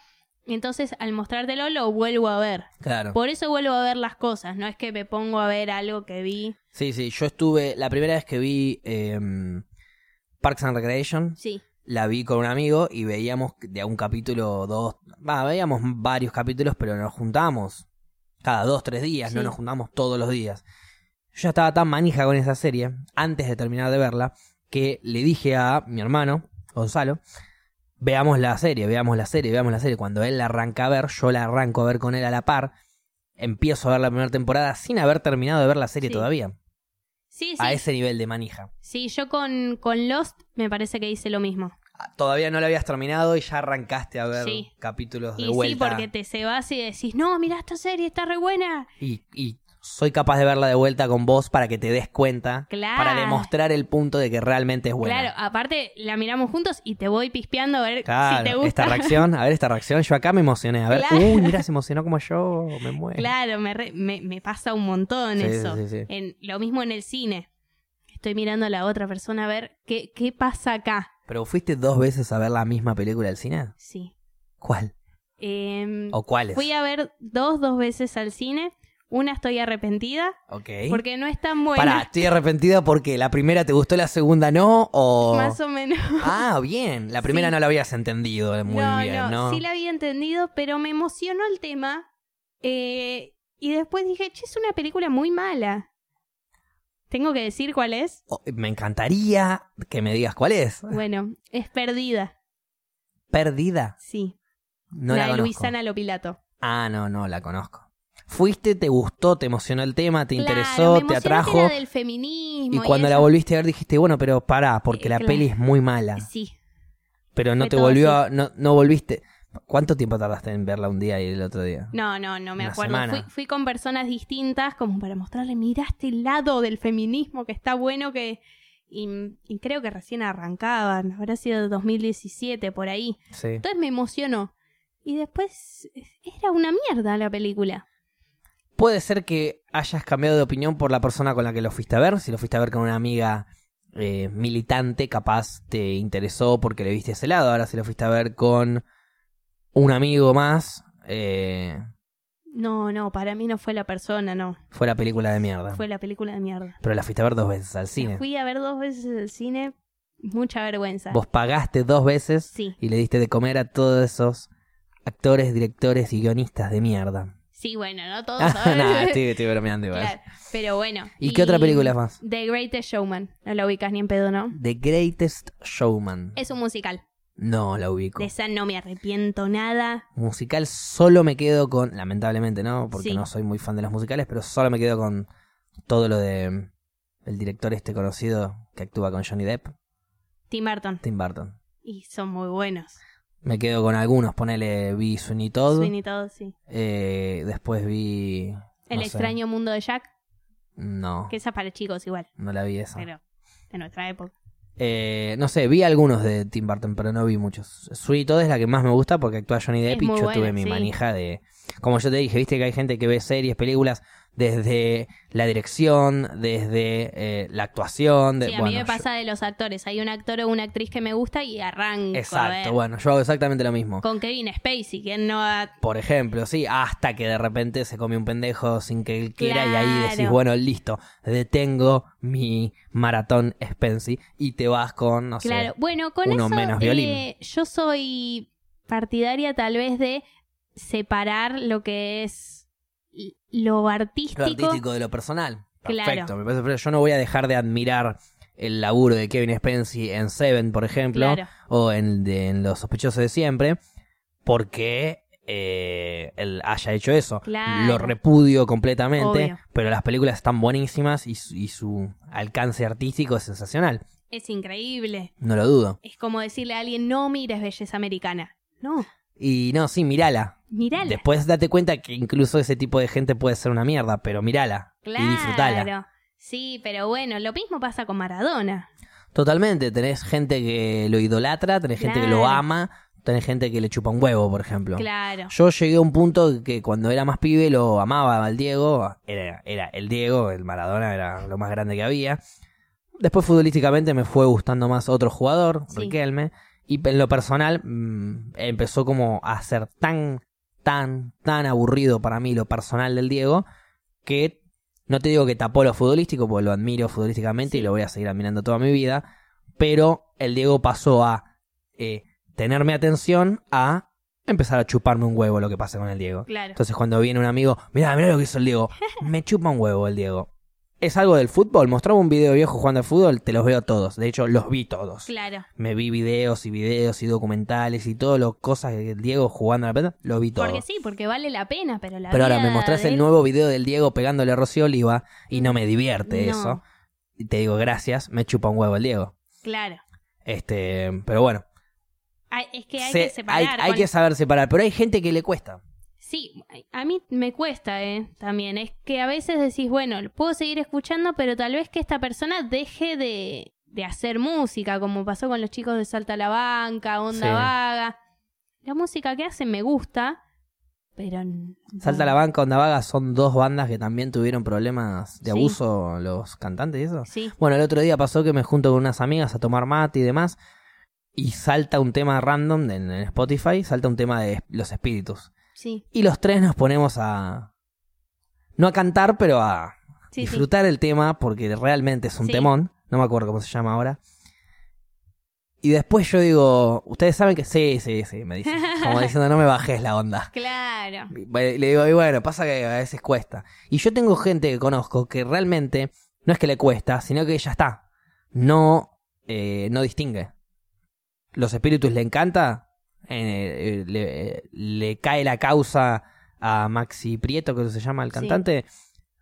Entonces, al mostrártelo, lo vuelvo a ver. Claro. Por eso vuelvo a ver las cosas, no es que me pongo a ver algo que vi. Sí, sí, yo estuve, la primera vez que vi em, Parks and Recreation, Sí, la vi con un amigo y veíamos de un capítulo, dos, va, veíamos varios capítulos, pero nos juntamos cada dos, tres días, no Sí. nos juntamos todos los días. Yo ya estaba tan manija con esa serie, antes de terminar de verla, que le dije a mi hermano, Gonzalo, veamos la serie, veamos la serie, veamos la serie. Cuando él la arranca a ver, yo la arranco a ver con él a la par, empiezo a ver la primera temporada sin haber terminado de ver la serie Sí. todavía sí, sí. a ese nivel de manija. Sí, yo con, con Lost me parece que hice lo mismo. Ah, Todavía no lo habías terminado y ya arrancaste a ver Sí. capítulos de Y sí, vuelta. porque te cebas y decís, no, mirá esta serie, está re buena. y, y soy capaz de verla de vuelta con vos para que te des cuenta, Claro. para demostrar el punto de que realmente es buena. Claro, aparte la miramos juntos y te voy pispeando a ver Claro, si te gusta. esta reacción, a ver esta reacción, yo acá me emocioné, a ver, Claro. uy, mira, se emocionó como yo, me muero. (laughs) Claro, me, re- me, me pasa un montón Sí, eso. sí, sí. En, lo mismo en el cine. Estoy mirando a la otra persona a ver qué, qué pasa acá. ¿Pero fuiste dos veces a ver la misma película al cine? Sí. ¿Cuál? Em, ¿O cuáles? fui a ver dos, dos veces al cine. Una estoy arrepentida Ok. porque no es tan buena. Pará, (laughs) estoy arrepentida porque la primera te gustó, la segunda no, o... Más o menos. Ah, bien. La primera Sí. no la habías entendido muy no, bien, no, ¿no? sí la había entendido, pero me emocionó el tema. eh, y después dije, che, es una película muy mala. ¿Tengo que decir cuál es? Oh, Me encantaría que me digas cuál es. Bueno, es Perdida, Perdida. sí. No la la, de conozco. Luisana Lopilato. Ah, no, no la conozco. Fuiste, te gustó, te emocionó el tema, te Claro, interesó, me te emocionó que atrajo. era del feminismo. Y cuando la eso. volviste a ver dijiste, bueno, pero pará, porque Eh, la claro. peli es muy mala. Sí, Pero no Fue te todo volvió, a- no, no volviste. ¿Cuánto tiempo tardaste en verla un día y el otro día? no, no, no me Una acuerdo. semana. Fui, fui con personas distintas como para mostrarle, mirá este lado del feminismo que está bueno que... Y, y creo que recién arrancaban, habrá sido 2017 por ahí. Sí. Entonces me emocionó. Y después eh, era una mierda la película. Puede ser que hayas cambiado de opinión por la persona con la que lo fuiste a ver. Si lo fuiste a ver con una amiga eh, militante, capaz te interesó porque le viste ese lado. Ahora si lo fuiste a ver con un amigo más, eh, No, no, para mí no fue la persona, no. fue la película de mierda. Fue la película de mierda. Pero la fuiste a ver dos veces al cine. Fui a ver dos veces el cine, mucha vergüenza. Vos pagaste dos veces Sí, y le diste de comer a todos esos actores, directores y guionistas de mierda. sí, bueno, (laughs) no todos. Nah, Ah, estoy, estoy bromeando igual. Claro, Pero bueno. ¿Y qué otra película más? The Greatest Showman. No la ubicas ni en pedo, ¿no? The Greatest Showman. Es un musical. No la ubico. De esa no me arrepiento nada. Musical solo me quedo con, lamentablemente no, porque Sí. no soy muy fan de los musicales, pero solo me quedo con todo lo de mm, el director este conocido que actúa con Johnny Depp, Tim Burton. Tim Burton. Y son muy buenos. Me quedo con algunos, ponele, vi Sweeney Todd, Sweeney Todd, sí. eh, después vi... El no sé. extraño mundo de Jack, No, que esa es para chicos igual, no la vi esa. pero de nuestra época. Eh, no sé, vi algunos de Tim Burton, pero no vi muchos. Sweeney Todd es la que más me gusta porque actúa Johnny Depp y yo muy buena, tuve mi sí. manija de... Como yo te dije, viste que hay gente que ve series, películas desde la dirección, desde eh, la actuación. De, Sí, a bueno, mí me yo- pasa de los actores. Hay un actor o una actriz que me gusta y arranco. a ver. exacto, bueno, yo hago exactamente lo mismo. Con Kevin Spacey, quien no ha... Por ejemplo, sí, hasta que de repente se come un pendejo sin que él quiera y ahí decís, Claro. bueno, listo, detengo mi maratón Spency y te vas con, no Claro. sé, Bueno, con uno eso menos violín. eh, yo soy partidaria tal vez de separar lo que es l- lo artístico. lo artístico de lo personal. Claro. Perfecto, me parece perfecto. Yo no voy a dejar de admirar el laburo de Kevin Spacey en Seven, por ejemplo, Claro. o en, de- en Los Sospechosos de Siempre, porque eh, él haya hecho eso. Claro. Lo repudio completamente, Obvio. pero las películas están buenísimas y, su- y su alcance artístico es sensacional, Es increíble. no lo dudo. Es como decirle a alguien, no mires belleza americana. No, Y no, sí, mirala. mirala. Después date cuenta que incluso ese tipo de gente puede ser una mierda, pero mirala y disfrutala. claro. Sí, pero bueno, lo mismo pasa con Maradona. Totalmente, tenés gente que lo idolatra, tenés gente que lo Claro. ama, tenés gente que le chupa un huevo, por ejemplo. Claro. Yo llegué a un punto que cuando era más pibe lo amaba al Diego, era, era el Diego, el Maradona era lo más grande que había. Después futbolísticamente me fue gustando más otro jugador, Sí. Riquelme, y en lo personal mm, empezó como a ser tan, tan, tan aburrido para mí lo personal del Diego, que no te digo que tapó lo futbolístico, porque lo admiro futbolísticamente y Sí. lo voy a seguir admirando toda mi vida, pero el Diego pasó a eh, tenerme atención a empezar a chuparme un huevo lo que pasa con el Diego. Claro. Entonces cuando viene un amigo, mirá, mirá lo que hizo el (laughs) Diego, me chupa un huevo el Diego. Es algo del fútbol, mostraba un video viejo jugando al fútbol, te los veo todos, de hecho los vi todos. Claro. Me vi videos y videos y documentales y todo lo cosas que el Diego jugando a la pelota, lo vi todo. Porque sí, porque vale la pena, pero la Pero ahora me vida mostrás de el él- nuevo video del Diego pegándole a Rocío Oliva y no me divierte No. eso. Y te digo, gracias, me chupa un huevo el Diego. Claro. Este, pero bueno, Hay- es que hay se- que separar. hay con- que saber separar, pero hay gente que le cuesta. Sí, a mí me cuesta, ¿eh? También. Es que a veces decís, bueno, lo puedo seguir escuchando, pero tal vez que esta persona deje de, de hacer música, como pasó con los chicos de Salta a la Banca, Onda Sí. Vaga. La música que hacen me gusta, pero. n- no. Salta la banca, Onda Vaga son dos bandas que también tuvieron problemas de Sí. abuso los cantantes y eso. Sí, Bueno, el otro día pasó que me junto con unas amigas a tomar mate y demás. y salta un tema random en, en Spotify, salta un tema de los espíritus. Sí, Y los tres nos ponemos a. No a cantar, pero a sí, sí. disfrutar el tema porque realmente es un Sí. temón. No me acuerdo cómo se llama ahora. Y después yo digo, ustedes saben que sí, sí, sí, me dice. Como diciendo, no me bajes la onda. Claro. Y Le digo, y bueno, pasa que a veces cuesta. Y yo tengo gente que conozco que realmente no es que le cuesta, sino que ya está. No, eh, no distingue. Los espíritus le encanta, eh, eh, le, le cae la causa a Maxi Prieto, que se llama el Sí. cantante.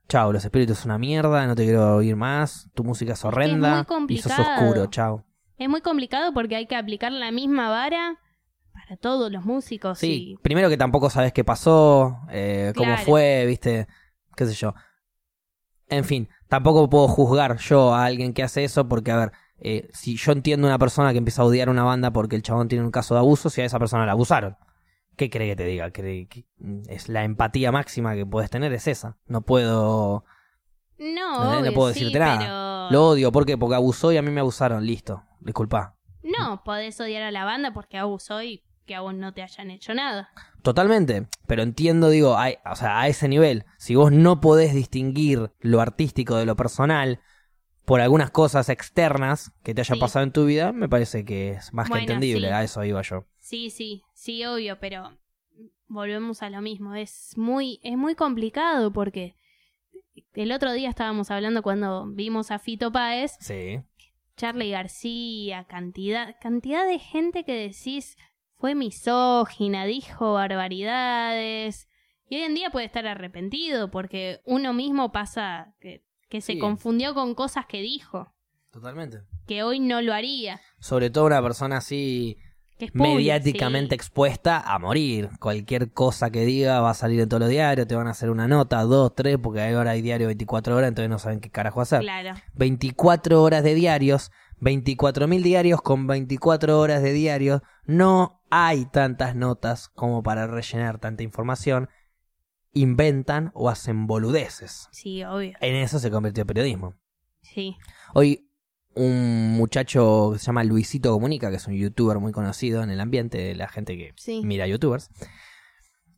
Chao, los espíritus es una mierda, no te quiero oír más, tu música es horrenda y sos complicado. oscuro, chao. Es muy complicado porque hay que aplicar la misma vara para todos los músicos. Sí, y- primero que tampoco sabes qué pasó, eh, cómo Claro. fue, viste, qué sé yo. En fin, tampoco puedo juzgar yo a alguien que hace eso porque, a ver, eh, si yo entiendo a una persona que empieza a odiar una banda porque el chabón tiene un caso de abuso, si a esa persona la abusaron, ¿qué cree que te diga? Cree que- es la empatía máxima que puedes tener, es esa. No puedo... No, No, no obvio, puedo sí, decirte nada. pero- Lo odio, ¿por qué? Porque abusó y a mí me abusaron, listo, disculpa. No, podés odiar a la banda porque abusó y que aún no te hayan hecho nada. Totalmente, pero entiendo, digo, hay, o sea, a ese nivel, si vos no podés distinguir lo artístico de lo personal por algunas cosas externas que te hayan Sí. pasado en tu vida, me parece que es más Bueno, que entendible, sí. a eso iba yo. Sí, sí, sí, obvio, pero volvemos a lo mismo. Es muy, es muy complicado porque el otro día estábamos hablando cuando vimos a Fito Páez, Sí. Charlie García, cantidad, cantidad de gente que decís fue misógina, dijo barbaridades. Y hoy en día puede estar arrepentido porque uno mismo pasa que, que se Sí. confundió con cosas que dijo, Totalmente. que hoy no lo haría. Sobre todo una persona así Que es público, mediáticamente sí. expuesta a morir. Cualquier cosa que diga va a salir en todos los diarios, te van a hacer una nota, dos, tres, porque ahora hay diario 24 horas, entonces no saben qué carajo hacer. Claro. 24 horas de diarios, 24.000 diarios con 24 horas de diarios, no hay tantas notas como para rellenar tanta información. Inventan o hacen boludeces. Sí, obvio. En eso se convirtió el periodismo. Sí. Hoy un muchacho que se llama Luisito Comunica, que es un youtuber muy conocido en el ambiente de la gente que Sí. mira youtubers,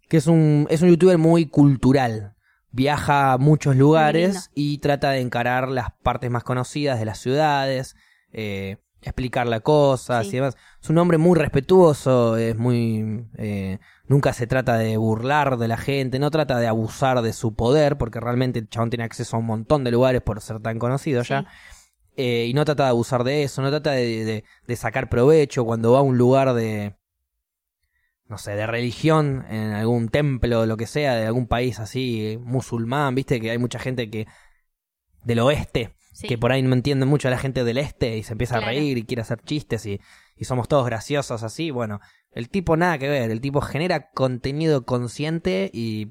que es un, es un youtuber muy cultural. Viaja a muchos lugares y trata de encarar las partes más conocidas de las ciudades, eh, explicar la cosa Sí. y demás. Es un hombre muy respetuoso, es muy... eh, nunca se trata de burlar de la gente, no trata de abusar de su poder, porque realmente el chabón tiene acceso a un montón de lugares por ser tan conocido ya. Sí. Eh, y no trata de abusar de eso, no trata de, de- de sacar provecho cuando va a un lugar de, no sé, de religión, en algún templo, lo que sea, de algún país así, musulmán, viste que hay mucha gente que del oeste, Sí. que por ahí no entiende mucho a la gente del este y se empieza a Claro. reír y quiere hacer chistes y, y somos todos graciosos así, bueno, el tipo nada que ver, el tipo genera contenido consciente y,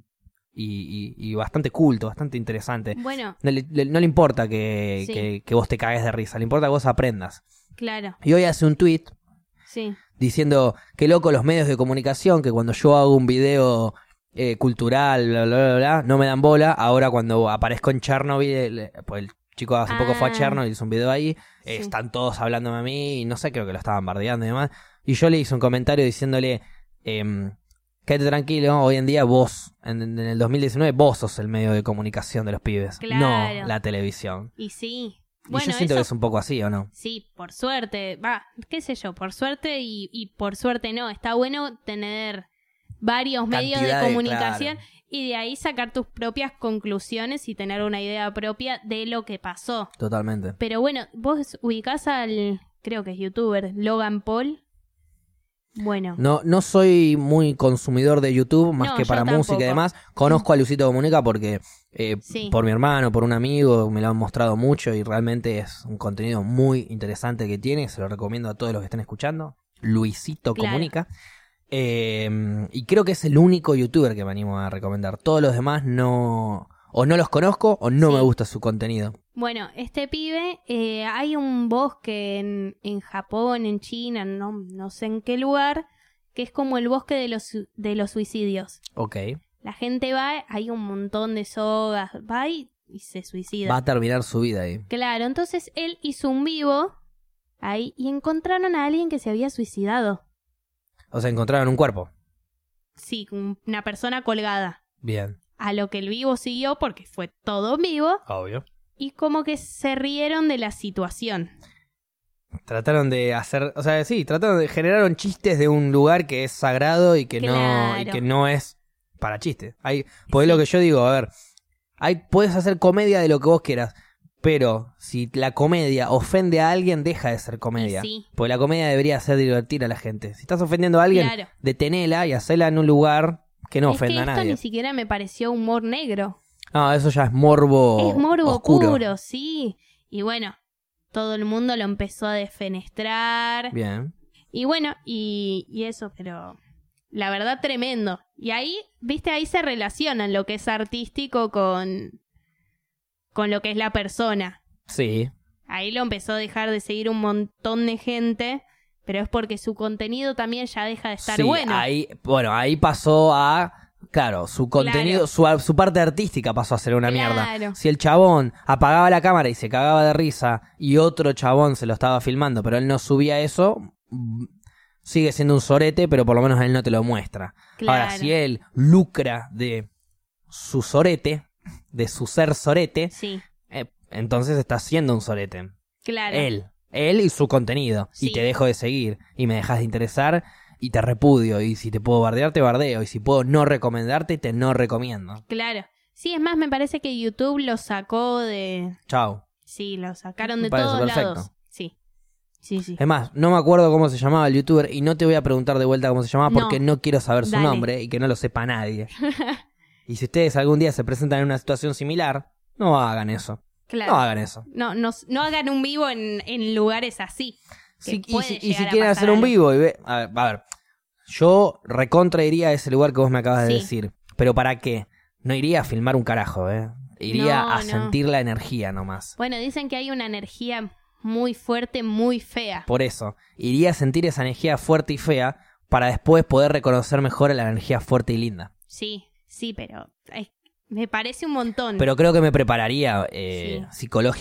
y- y- y bastante culto, bastante interesante. Bueno, No le, le- no le importa que, Sí. que- que vos te cagues de risa, le importa que vos aprendas. claro. Y hoy hace un tweet Sí. diciendo que loco los medios de comunicación, que cuando yo hago un video eh, cultural, bla, bla, bla, bla, no me dan bola. Ahora cuando aparezco en Chernobyl, el, pues el chico hace poco fue a Ah. Chernobyl, hizo un video ahí, eh, Sí. están todos hablándome a mí, y no sé, creo que lo estaban bardeando y demás. Y yo le hice un comentario diciéndole, em, quédate tranquilo, hoy en día vos, en, en el 2019, vos sos el medio de comunicación de los pibes, no Claro. la televisión. Y sí. y Bueno, yo siento eso que es un poco así, ¿o no? Sí, por suerte, va, qué sé yo, por suerte y, y por suerte no. Está bueno tener varios medios Cantidad de de- comunicación claro. y de ahí sacar tus propias conclusiones y tener una idea propia de lo que pasó. Totalmente. Pero bueno, vos ubicás al, creo que es youtuber, Logan Paul. Bueno, No, no soy muy consumidor de YouTube, más No, que yo para música y tampoco. demás. Conozco a Lucito Comunica porque eh, Sí. por mi hermano, por un amigo, me lo han mostrado mucho y realmente es un contenido muy interesante que tiene. Se lo recomiendo a todos los que estén escuchando. Luisito Claro. Comunica. Eh, y creo que es el único youtuber que me animo a recomendar. Todos los demás no. O no los conozco o no Sí. me gusta su contenido. bueno, este pibe, eh, hay un bosque en, en Japón, en China, no, no sé en qué lugar, que es como el bosque de los, su- de los suicidios. Ok. La gente va, hay un montón de sogas, va y, y se suicida. Va a terminar su vida ahí. Claro, entonces él hizo un vivo ahí y encontraron a alguien que se había suicidado. O sea, encontraron un cuerpo. Sí, un- una persona colgada. Bien, A lo que el vivo siguió porque fue todo en vivo obvio. y como que se rieron de la situación. Trataron de hacer, o sea, sí, trataron de generaron chistes de un lugar que es sagrado y que no y Claro. que no es para chistes. Hay, pues es lo que yo digo, a ver, hay puedes hacer comedia de lo que vos quieras, pero si la comedia ofende a alguien deja de ser comedia. sí. Porque la comedia debería hacer divertir a la gente. Si estás ofendiendo a alguien, Claro. detenela y hacela en un lugar que no es que ofenda esto a nadie. ni siquiera me pareció humor negro. No, eso ya es morbo. es morbo Oh, oscuro. oscuro, sí. Y bueno, todo el mundo lo empezó a desfenestrar. Bien. Y bueno, y, y eso, pero la verdad tremendo. Y ahí, viste, ahí se relacionan lo que es artístico con, con lo que es la persona. Sí. Ahí lo empezó a dejar de seguir un montón de gente, pero es porque su contenido también ya deja de estar sí, bueno. Ahí, bueno, ahí pasó a. Claro, su contenido, su, su parte artística pasó a ser una mierda. Claro. Si el chabón apagaba la cámara y se cagaba de risa y otro chabón se lo estaba filmando, pero él no subía eso, mm, sigue siendo un sorete, pero por lo menos él no te lo muestra. Claro. Ahora, si él lucra de su sorete, de su ser sorete, Sí, eh, entonces está siendo un sorete. claro. Él. Él y su contenido. Sí. Y te dejo de seguir. Y me dejas de interesar. Y te repudio. Y si te puedo bardear, te bardeo. Y si puedo no recomendarte, te no recomiendo. Claro. Sí, es más, me parece que YouTube lo sacó de. Chao. Sí, lo sacaron Me de parece todos perfecto. Eh, lados. Sí. Sí, sí. Es más, no me acuerdo cómo se llamaba el youtuber. Y no te voy a preguntar de vuelta cómo se llamaba No. porque no quiero saber su Dale. nombre y que no lo sepa (laughs) nadie. y si ustedes algún día se presentan en una situación similar, no hagan eso. Claro. No hagan eso. No, no, no hagan un vivo en, en lugares así. que Sí, y, puede si, y llegar si a quieren pasar hacer un algo. vivo y ve- a ver, a ver, yo recontra iría a ese lugar que vos me acabas de Sí. decir, pero ¿para qué? No iría a filmar un carajo, ¿eh? Iría No, a no. sentir la energía nomás. Bueno, dicen que hay una energía muy fuerte, muy fea. Por eso, iría a sentir esa energía fuerte y fea para después poder reconocer mejor la energía fuerte y linda. Sí, sí, pero ay, me parece un montón. Pero creo que me prepararía eh,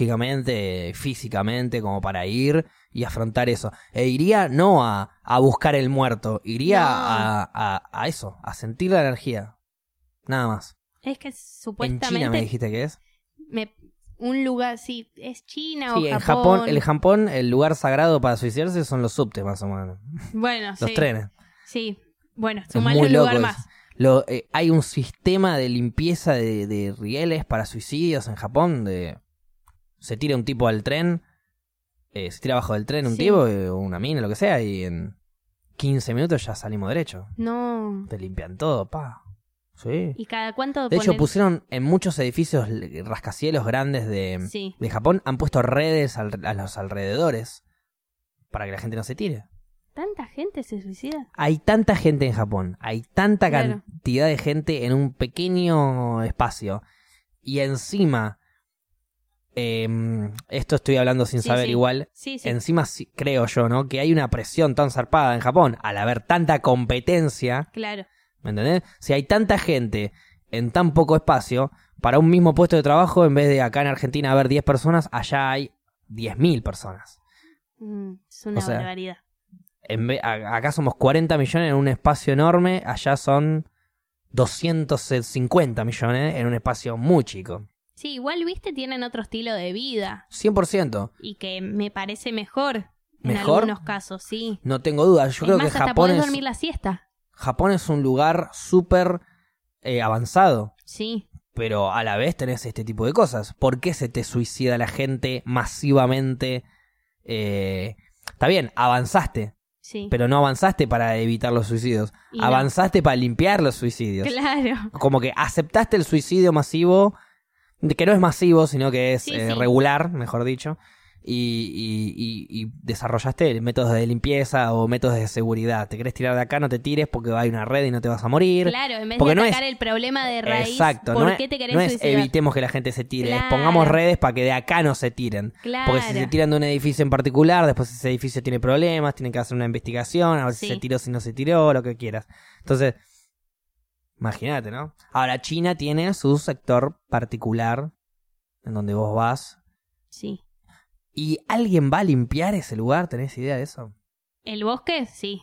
psicológicamente, físicamente, como para ir y afrontar eso. E iría no a, a buscar el muerto, iría No. a, a- a eso, a sentir la energía. Nada más. es que En China me supuestamente dijiste que es. me- un lugar, sí, es China Sí, o en Japón. Japón, el Japón, el lugar sagrado para suicidarse son los subtes, más o menos. Bueno, Los sí. trenes. Sí. Bueno, Es sumale muy un loco. lugar eso. más. Lo- eh, hay un sistema de limpieza de, de rieles para suicidios en Japón. De, se tira un tipo al tren, eh, se tira abajo del tren un Sí. tipo, eh, o una mina, lo que sea, y en 15 minutos ya salimos derecho. No. Te limpian todo, pa. Sí. ¿Y cada cuánto De hecho, ponen- pusieron en muchos edificios l- rascacielos grandes de, Sí. de Japón, han puesto redes al- a los alrededores para que la gente no se tire. ¿Tanta gente se suicida? Hay tanta gente en Japón, hay tanta Claro. cantidad de gente en un pequeño espacio. Y encima, em, esto estoy hablando sin Sí, saber sí. igual, Sí, sí. encima sí- creo yo, ¿no? Que hay una presión tan zarpada en Japón al haber tanta competencia, Claro. ¿me entendés? Si hay tanta gente en tan poco espacio, para un mismo puesto de trabajo, en vez de acá en Argentina haber 10 personas, allá hay 10.000 personas. Mm, es una O sea, barbaridad. En ve- a- acá somos 40 millones en un espacio enorme, allá son 250 millones en un espacio muy chico. Sí, igual, viste, tienen otro estilo de vida 100%. y que me parece mejor. ¿Mejor? En algunos casos, sí. No tengo duda. Yo es creo más, que hasta Japón podés es, dormir la siesta. Japón es un lugar súper eh, avanzado, Sí, pero a la vez tenés este tipo de cosas. ¿Por qué se te suicida la gente masivamente? Eh, está bien, avanzaste, sí. pero no avanzaste para evitar los suicidios. Y no. (laughs) avanzaste para limpiar los suicidios. Claro. como que aceptaste el suicidio masivo, de que no es masivo, sino que es Sí, eh, sí. regular, mejor dicho, y, y- y- y desarrollaste métodos de limpieza o métodos de seguridad. Te querés tirar de acá, no te tires porque hay una red y no te vas a morir. Claro, en vez Porque de no atacar el problema de raíz, Exacto, ¿por no, qué es, te querés no es suicidar? evitemos que la gente se tire, es Claro. pongamos redes para que de acá no se tiren. Claro. Porque si se tiran de un edificio en particular, después ese edificio tiene problemas, tienen que hacer una investigación, a ver si Sí. se tiró, si no se tiró, lo que quieras. Entonces, imagínate, ¿no? Ahora China tiene su sector particular en donde vos vas Sí. ¿Y alguien va a limpiar ese lugar? ¿Tenés idea de eso? ¿El bosque? Sí.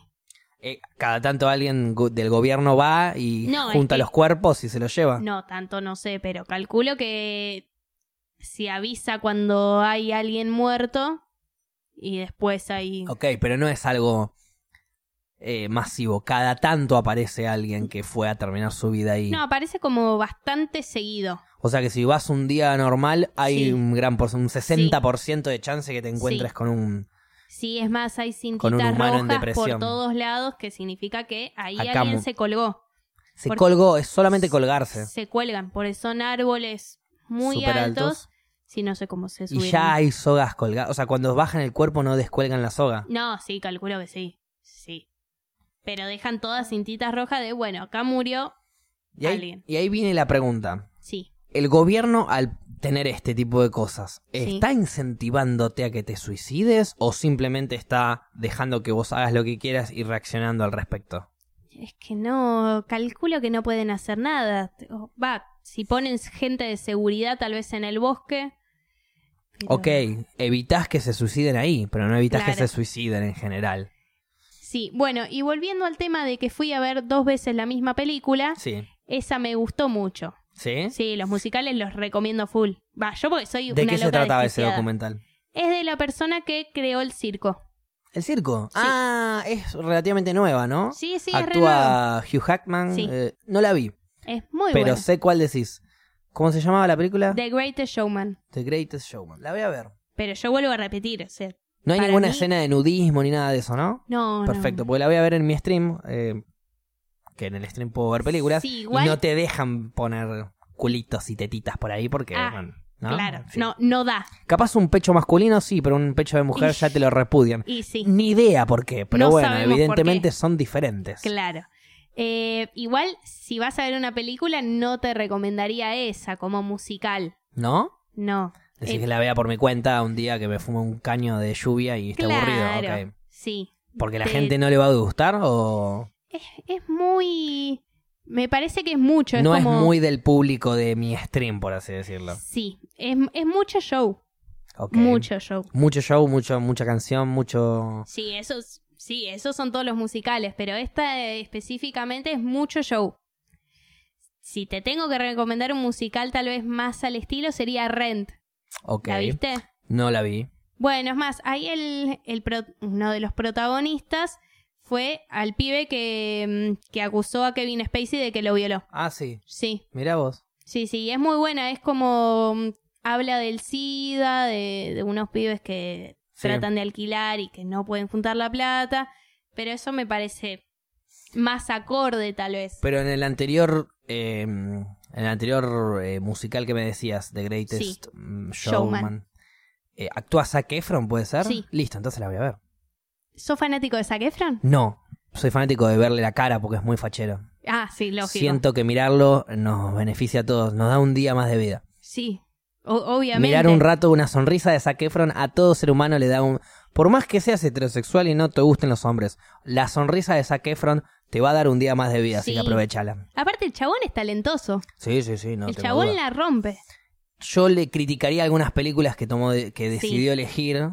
Eh, cada tanto alguien go- del gobierno va y No, es junta que- los cuerpos y se los lleva. (laughs) No, tanto no sé, pero calculo que si avisa cuando hay alguien muerto y después hay... Ok, pero no es algo eh, masivo. Cada tanto aparece alguien que fue a terminar su vida ahí. No, aparece como bastante seguido. O sea que si vas un día normal, hay Sí. un gran porcentaje, un 60% de chance que te encuentres Sí. con un... Sí, es más, hay Con un cintitas humano en rojas por depresión. todos lados, que significa que ahí Acá alguien mu- se colgó. Se Porque- colgó, es solamente colgarse. Se cuelgan, porque son árboles muy Súper altos. Sí, no sé cómo se subieron. Y ya hay sogas colgadas. O sea, cuando bajan el cuerpo no descuelgan la soga. No, sí, calculo que sí. Sí. Pero dejan todas cintitas rojas de, bueno, acá murió. Y ahí, Alguien. y ahí viene la pregunta. Sí. El gobierno al tener este tipo de cosas, Sí. ¿está incentivándote a que te suicides o simplemente está dejando que vos hagas lo que quieras y reaccionando al respecto? Es que no, calculo que no pueden hacer nada. O- Va, si ponen gente de seguridad tal vez en el bosque. pero- Ok, evitás que se suiciden ahí, pero no evitás que Claro. se suiciden en general. Sí, bueno, y volviendo al tema de que fui a ver dos veces la misma película, Sí. esa me gustó mucho. ¿Sí? Sí, los musicales los recomiendo full. Va, yo porque soy ¿Eh? ¿De una qué se loca trataba ese desquiciada. documental? Es de la persona que creó el circo. El circo. Sí. Ah, es relativamente nueva, ¿no? Sí, sí, es re nuevo. Actúa Hugh Hackman. Sí. eh, no la vi, Es muy pero bueno. sé cuál decís. ¿Cómo se llamaba la película? The Greatest Showman. The Greatest Showman. La voy a ver. Pero yo vuelvo a repetir, o sea, No hay Para ninguna mí- escena de nudismo ni nada de eso, ¿no? no, no. Perfecto, porque la voy a ver en mi stream, eh, que en el stream puedo ver películas, Sí, y igual- no te dejan poner culitos y tetitas por ahí porque... Ah, bueno, ¿no? Claro, Sí. no, no da. Capaz un pecho masculino sí, pero un pecho de mujer ya te lo repudian. Y sí, Ni idea por qué, pero No bueno, sabemos por qué. evidentemente son diferentes. claro. Eh, igual, si vas a ver una película, no te recomendaría esa como musical. ¿No? No. Decís Eh, que la vea por mi cuenta un día que me fumo un caño de lluvia y está claro, aburrido. ok. sí. Porque la Te- gente no le va a gustar o Es, es muy... Me parece que es mucho. Es no como... es muy del público de mi stream, por así decirlo. Sí, es, es mucho show. Ok. Mucho show. Mucho show, mucho, mucha canción, mucho... Sí, esos, sí, esos son todos los musicales, pero esta eh, específicamente es mucho show. Si te tengo que recomendar un musical tal vez más al estilo sería Rent. Ok. ¿La viste? No la vi. Bueno, es más, ahí el, el pro- uno de los protagonistas fue al pibe que, mm, que acusó a Kevin Spacey de que lo violó. Ah, sí. Sí, Mirá vos. sí, sí, es muy buena, es como mm, habla del SIDA, de, de unos pibes que Sí. tratan de alquilar y que no pueden juntar la plata, pero eso me parece más acorde tal vez. Pero en el anterior, eh, en el anterior eh, musical que me decías, The Greatest mm, Showman, Showman. eh, ¿actúa Zac Efron, puede ser? Sí. Listo, entonces la voy a ver. ¿Sos fanático de Zac Efron? No, soy fanático de verle la cara porque es muy fachero. Ah, sí, lógico. Siento que mirarlo nos beneficia a todos, nos da un día más de vida. Sí, o- obviamente. Mirar un rato una sonrisa de Zac Efron a todo ser humano le da un... Por más que seas heterosexual y no te gusten los hombres, la sonrisa de Zac Efron te va a dar un día más de vida, así Sí. que aprovechala. Aparte, el chabón es talentoso. Sí, sí, sí, no el tengo chabón duda. la rompe. yo le criticaría algunas películas que tomó de- que decidió elegir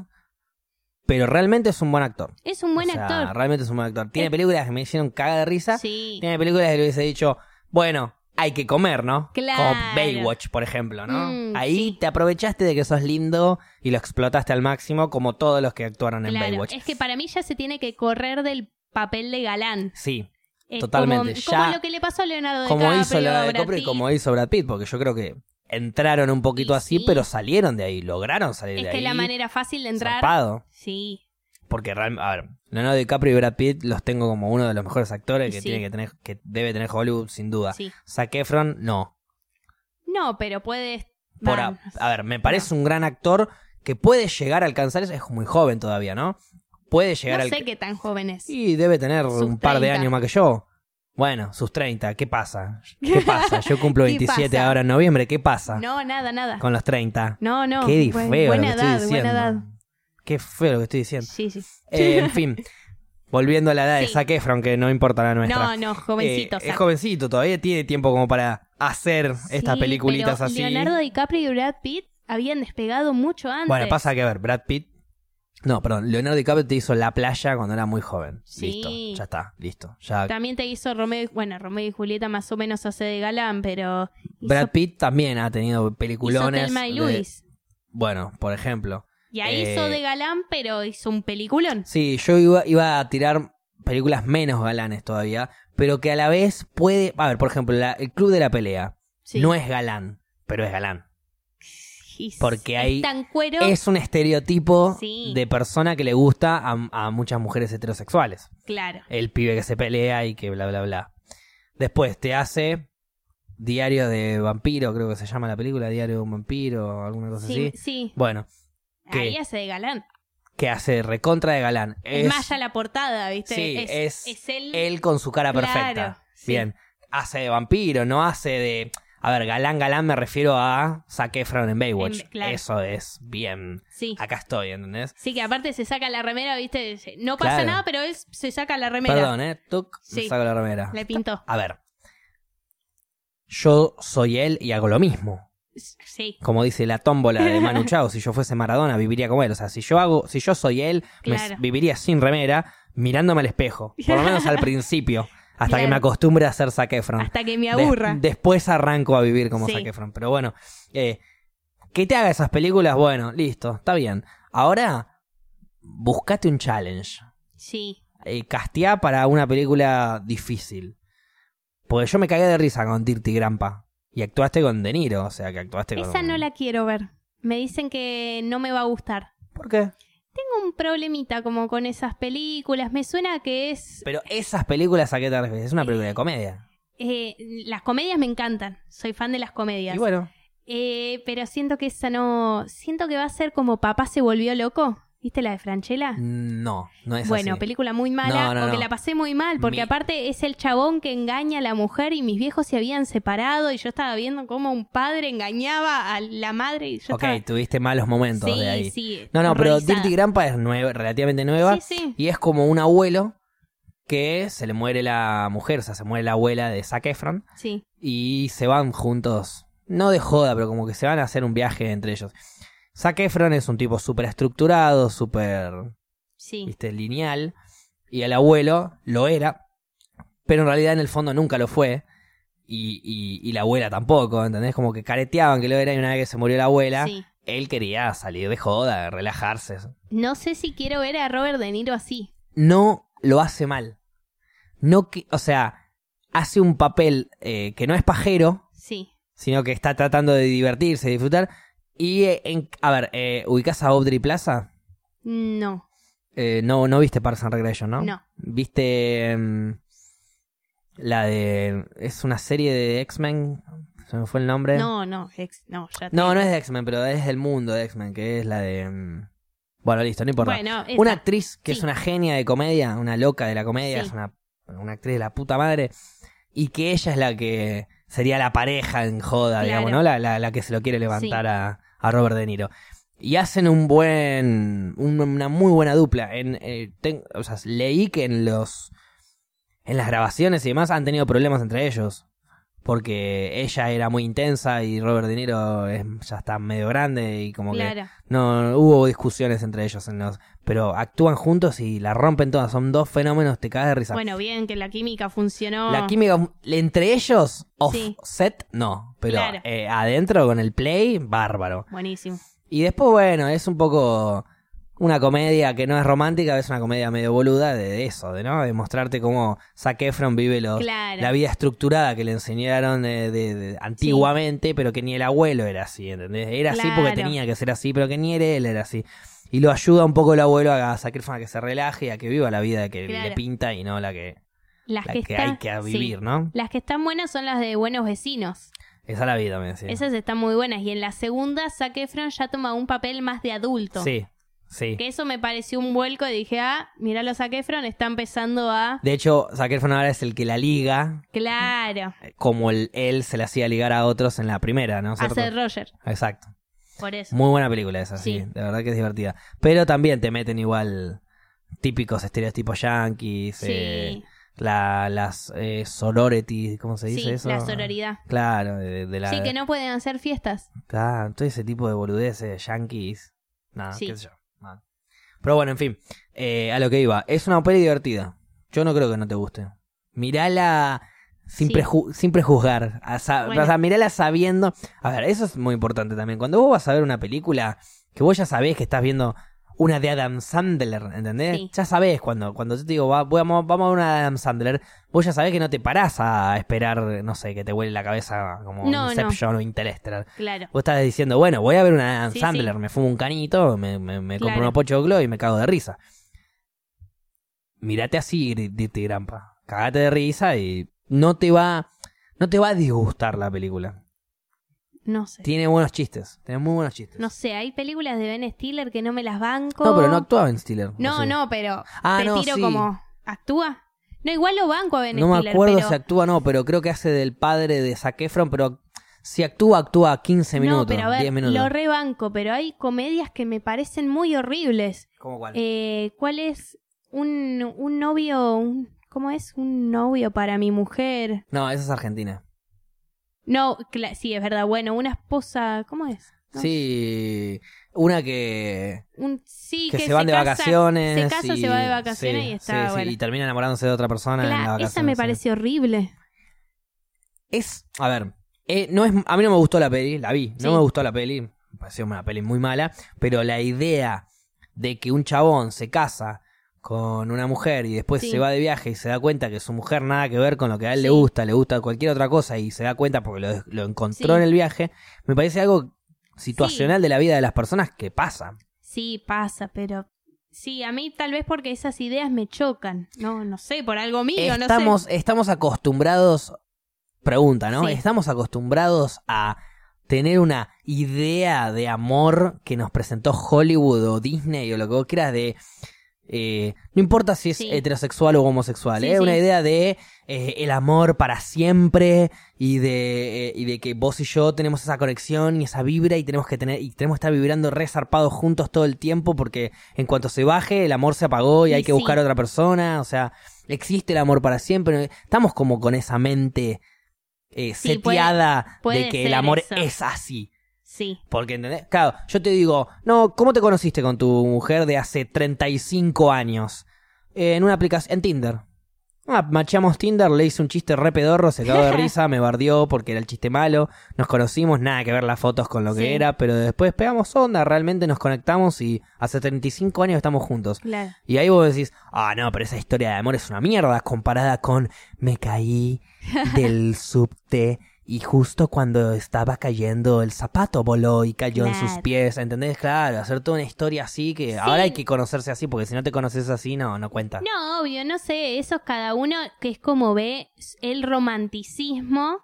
pero realmente es un buen actor Es un buen O sea, actor. realmente es un buen actor tiene Eh. películas que me hicieron cagar de risa Sí. tiene películas que le hubiese dicho bueno hay que comer no Claro. como Baywatch por ejemplo no Mm, ahí te aprovechaste de que sos lindo y lo explotaste al máximo como todos los que actuaron en Claro. Baywatch Es que para mí ya se tiene que correr del papel de galán. sí Eh, Totalmente, Como, ya- como lo que le pasó a Leonardo como DiCaprio. hizo la a de Brad Copre y Pitt. como hizo Brad Pitt porque yo creo que entraron un poquito Y así sí. pero salieron de ahí lograron salir Es de que ahí la manera fácil de entrar. zarpado. Sí. Porque realmente, a ver, Leonardo DiCaprio y Brad Pitt los tengo como uno de los mejores actores que Sí. tiene que tener, que debe tener Hollywood, sin duda. Sí. Zac Efron, no. No, pero puedes. Por Va, a, a ver, me parece un gran actor que puede llegar a alcanzar eso. Es muy joven todavía, ¿no? Puede llegar no al. sé qué tan joven es. Y debe tener Sus un par de 30. años más que yo. Bueno, sus 30, ¿qué pasa? (laughs) ¿Qué pasa? Yo cumplo ¿Qué 27 pasa? ahora en noviembre, ¿qué pasa No, nada, nada. con los 30? No, no. Qué di- feo buen- lo que buena estoy edad, diciendo. buena edad. Qué feo lo que estoy diciendo. Sí, sí. Eh, en fin, volviendo a la edad de Sí. Zac Efron, que no importa la nuestra. (laughs) No, no, jovencito. Eh, es Zac. jovencito, todavía tiene tiempo como para hacer estas Sí, peliculitas pero así. Leonardo DiCaprio y Brad Pitt habían despegado mucho antes. Bueno, pasa que, a ver, Brad Pitt. No, perdón, Leonardo DiCaprio te hizo La Playa cuando era muy joven. Sí. Listo, ya está, listo. Ya También te hizo Romeo y, bueno, Romeo y Julieta más o menos hace de galán, pero hizo, Brad Pitt también ha tenido hizo peliculones. Thelma y de- Luis. bueno, por ejemplo. Y ahí eh, hizo de galán, pero hizo un peliculón. Sí, yo iba, iba a tirar películas menos galanes todavía, pero que a la vez puede. A ver, por ejemplo, la- El Club de la Pelea. Sí. No es galán, pero es galán. Y porque es ahí tan cuero. es un estereotipo Sí. de persona que le gusta a, a muchas mujeres heterosexuales. Claro. El pibe que se pelea y que bla, bla, bla. Después te hace Diario de Vampiro, creo que se llama la película, Diario de un Vampiro, alguna cosa Sí, así. sí. Bueno, ¿Qué? Ahí hace de galán. que hace recontra de galán. Es, Es más ya la portada, ¿viste? Sí, es- él. él con su cara Claro, perfecta. sí. Bien, hace de vampiro, no hace de... A ver, galán, galán me refiero a Zac Efron en Baywatch. En- claro. Eso es bien. Sí. Acá estoy, ¿entendés? Sí, que aparte se saca la remera, ¿viste? No pasa Claro. nada, pero él se saca la remera. Perdón, ¿eh? Tuc, me Sí. saco la remera. Le pintó. A ver. Yo soy él y hago lo mismo. Sí. Como dice la tómbola de (laughs) Manu Chao, si yo fuese Maradona viviría como él. O sea, si yo hago, si yo soy él, me s- Claro. viviría sin remera, mirándome al espejo. Por lo menos al (laughs) principio. Hasta que Claro. me acostumbre a ser Zac Efron. Hasta que me Des- aburra. después arranco a vivir como Sí. Zac Efron. Pero bueno, eh, que te haga esas películas, bueno, listo, está bien. Ahora, buscate un challenge. Sí. Eh, casteá para una película difícil. Porque yo me cagué de risa con Dirty Grampa. Y actuaste con De Niro, o sea que actuaste con. Esa no la quiero ver. Me dicen que no me va a gustar. ¿Por qué? Tengo un problemita como con esas películas. Me suena que es... Pero esas películas, ¿a qué te refieres? Es una película de comedia. eh, las comedias me encantan. Soy fan de las comedias. Y bueno, Eh, pero siento que esa no... Siento que va a ser como Papá se volvió loco. ¿Viste la de Franchella? no, no es Bueno, así. película muy mala, No, no, porque no. la pasé muy mal, porque Mi- aparte es el chabón que engaña a la mujer y mis viejos se habían separado y yo estaba viendo cómo un padre engañaba a la madre y yo Ok, estaba... tuviste malos momentos sí, de ahí. sí. No, no, pero horrorizada. Dirty Grandpa es nueva, relativamente nueva. Sí, sí. Y es como un abuelo que se le muere la mujer, o sea, se muere la abuela de Zac Efron Sí, y se van juntos. No de joda, pero como que se van a hacer un viaje entre ellos. Zac Efron es un tipo súper estructurado, súper, sí. viste, lineal. Y el abuelo lo era, pero en realidad en el fondo nunca lo fue. Y, y- y la abuela tampoco, ¿entendés? Como que careteaban que lo era y una vez que se murió la abuela, sí. él quería salir de joda, relajarse. No sé si quiero ver a Robert De Niro así. no lo hace mal. No que, o sea, hace un papel eh, que no es pajero, Sí. sino que está tratando de divertirse, de disfrutar. Y, eh, en- a ver, eh, ubicás a Audrey Plaza. No. Eh, no, no viste Parks and Recreation, ¿no? No. Viste mm, la de... Es una serie de X-Men. Se me fue el nombre. No, no. ex- no, ya te- Eh. no, no es de X-Men, pero es del mundo de X-Men, que es la de... mm, Bueno, listo, no importa. Bueno, esa. Una actriz que Sí. es una genia de comedia, una loca de la comedia, Sí. es una, una actriz de la puta madre, y que ella es la que sería la pareja en joda, Claro. digamos, ¿no? La, la- la que se lo quiere levantar a, a Robert De Niro. Y hacen un buen, un- una muy buena dupla. En, eh, ten- o sea, leí que en los, en las grabaciones y demás han tenido problemas entre ellos. Porque ella era muy intensa y Robert De Niro es- ya está medio grande y como que Claro. no, hubo discusiones entre ellos en los. Pero actúan juntos y la rompen todas. Son dos fenómenos, te cagas de risa. Bueno, bien, que la química funcionó. la química entre ellos, off Sí. set, no. Pero Claro. eh, adentro con el play, bárbaro. Buenísimo. Y después, bueno, es un poco una comedia que no es romántica, es una comedia medio boluda de, de eso, de no, de mostrarte cómo Zac Efron vive los, Claro. la vida estructurada que le enseñaron de, de- de antiguamente, pero que ni el abuelo era así, ¿entendés? Era así porque Claro. tenía que ser así, pero que ni era él era así. Y lo ayuda un poco el abuelo a Zac Efron a que se relaje y a que viva la vida que Claro. le pinta y no la que, Las la que, que, está- hay que sí. vivir, ¿no? Las que están buenas son las de buenos vecinos. Esa es la vida, me decía. Esas están muy buenas. Y en la segunda, Zac Efron ya toma un papel más de adulto. Sí, sí. Que eso me pareció un vuelco y dije, ah, mirá los Zac Efron, está empezando a... De hecho, Zac Efron ahora es el que la liga eh, Claro, como el- él se le hacía ligar a otros en la primera, ¿no? a ¿Cierto? ser Roger. Exacto. Por eso. Muy buena película esa, sí. Sí. De verdad que es divertida. Pero también te meten igual típicos estereotipos yanquis, Sí. eh, la, las eh, sorority, ¿cómo se dice sí, eso? la sororidad. Claro, de, de la... Sí, que no pueden hacer fiestas. Claro, todo ese tipo de boludeces, yankees, nada, Sí. qué sé yo. nada. Pero bueno, en fin, eh, a lo que iba. Es una peli divertida. Yo no creo que no te guste. Mirala sin, Sí. preju- sin prejuzgar. a sa- Bueno. O sea, mirala sabiendo... A ver, eso es muy importante también. Cuando vos vas a ver una película, que vos ya sabés que estás viendo una de Adam Sandler, ¿entendés? Sí. Ya sabés cuando, cuando yo te digo, va- voy a mo- vamos a ver una de Adam Sandler, vos ya sabés que no te parás a esperar, no sé, que te huele la cabeza como No, no. Inception o Interstellar. Clalam. Claro. Vos estás diciendo, bueno, voy a ver una Adam Sí, Sandler, me fumo un canito, me, me, me compro Claro. unos pochoclos y me cago de risa. Mirate así, gri- Dirty Grampa. Cagate de risa y no te va no te va a disgustar la película. No sé. Tiene buenos chistes, tiene muy buenos chistes. No sé, hay películas de Ben Stiller que no me las banco. No, pero no actuaba en Stiller. No, sé. no, pero Ah, te no, tiro sí. como actúa. No, igual lo banco a Ben No me Stiller, acuerdo pero si actúa no, pero creo que hace del padre de Zac Efron, pero si actúa, actúa 15 minutos, no, pero a ver, 10 minutos. lo rebanco, pero hay comedias que me parecen muy horribles. ¿Cómo cuál? Eh, ¿Cuál es un, un novio, un- cómo es un novio para mi mujer? No, esa es Argentina. No, cla- sí, es verdad. Bueno, una esposa, ¿cómo es? No, Sí, una que un- sí, que, que se van de casa- vacaciones. Se casa, y- se va de vacaciones sí, y está sí, sí, bueno. y termina enamorándose de otra persona en la Cla- vacación. esa me sí. parece horrible. Es, a ver, eh, no es, a mí no me gustó la peli, la vi, no Sí. me gustó la peli, me pareció una peli muy mala, pero la idea de que un chabón se casa con una mujer y después Sí. se va de viaje y se da cuenta que su mujer nada que ver con lo que a él le Sí. gusta, le gusta cualquier otra cosa y se da cuenta porque lo, lo encontró Sí. en el viaje, me parece algo situacional de la vida de las personas que pasa. Sí, pasa, pero sí, a mí tal vez porque esas ideas me chocan. No, no sé, por algo mío, estamos, estamos acostumbrados, pregunta, ¿no? Sí. Estamos acostumbrados a tener una idea de amor que nos presentó Hollywood o Disney o lo que vos quieras de... eh, no importa si es Sí. heterosexual o homosexual, Sí, es sí. una idea de eh, el amor para siempre y de, eh, y de que vos y yo tenemos esa conexión y esa vibra y tenemos que tener y tenemos que estar vibrando resarpados juntos todo el tiempo porque en cuanto se baje el amor se apagó y Y hay que sí. buscar a otra persona, o sea, existe el amor para siempre. Estamos como con esa mente eh, Sí, puede- seteada puede de que ser el amor eso. es así. no sé. Sí, Porque, ¿entendés? Claro, yo te digo, no, ¿cómo te conociste con tu mujer de hace 35 años? Eh, en una aplicación, en Tinder. Ah, macheamos Tinder, le hice un chiste re pedorro, se (laughs) cagó de risa, me bardió porque era el chiste malo, nos conocimos, nada que ver las fotos con lo que Sí. era, pero después pegamos onda, realmente nos conectamos y hace 35 años estamos juntos. claro. Y ahí vos decís, ah, no, pero esa historia de amor es una mierda comparada con me (laughs) caí del subte y justo cuando estaba cayendo el zapato voló y cayó en sus Claro. pies, ¿entendés? Claro, hacer toda una historia así que Sí. ahora hay que conocerse así porque si no te conoces así no, no cuenta. No, obvio, no sé, eso es cada uno que es como ve el romanticismo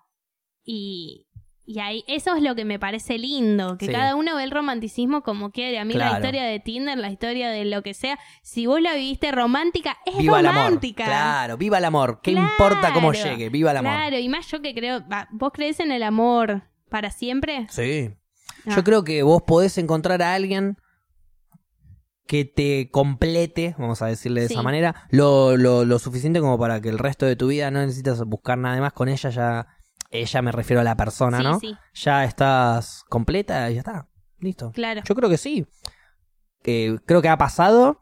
y, y ahí, eso es lo que me parece lindo, que Sí. cada uno ve el romanticismo como quiere. A mí Claro. la historia de Tinder, la historia de lo que sea, si vos la viviste romántica, es Viva el amor. romántica. Claro, viva el amor. ¿Qué Claro. importa cómo llegue? Viva el amor. Claro, y más yo que creo, va, vos crees en el amor para siempre. Sí. Ah. Yo creo que vos podés encontrar a alguien que te complete, vamos a decirle de Sí. esa manera, lo, lo, lo suficiente como para que el resto de tu vida no necesitas buscar nada más con ella, ya ella me refiero a la persona, sí, ¿no? sí, Ya estás completa y ya está, listo. claro. Yo creo que sí. Eh, creo que ha pasado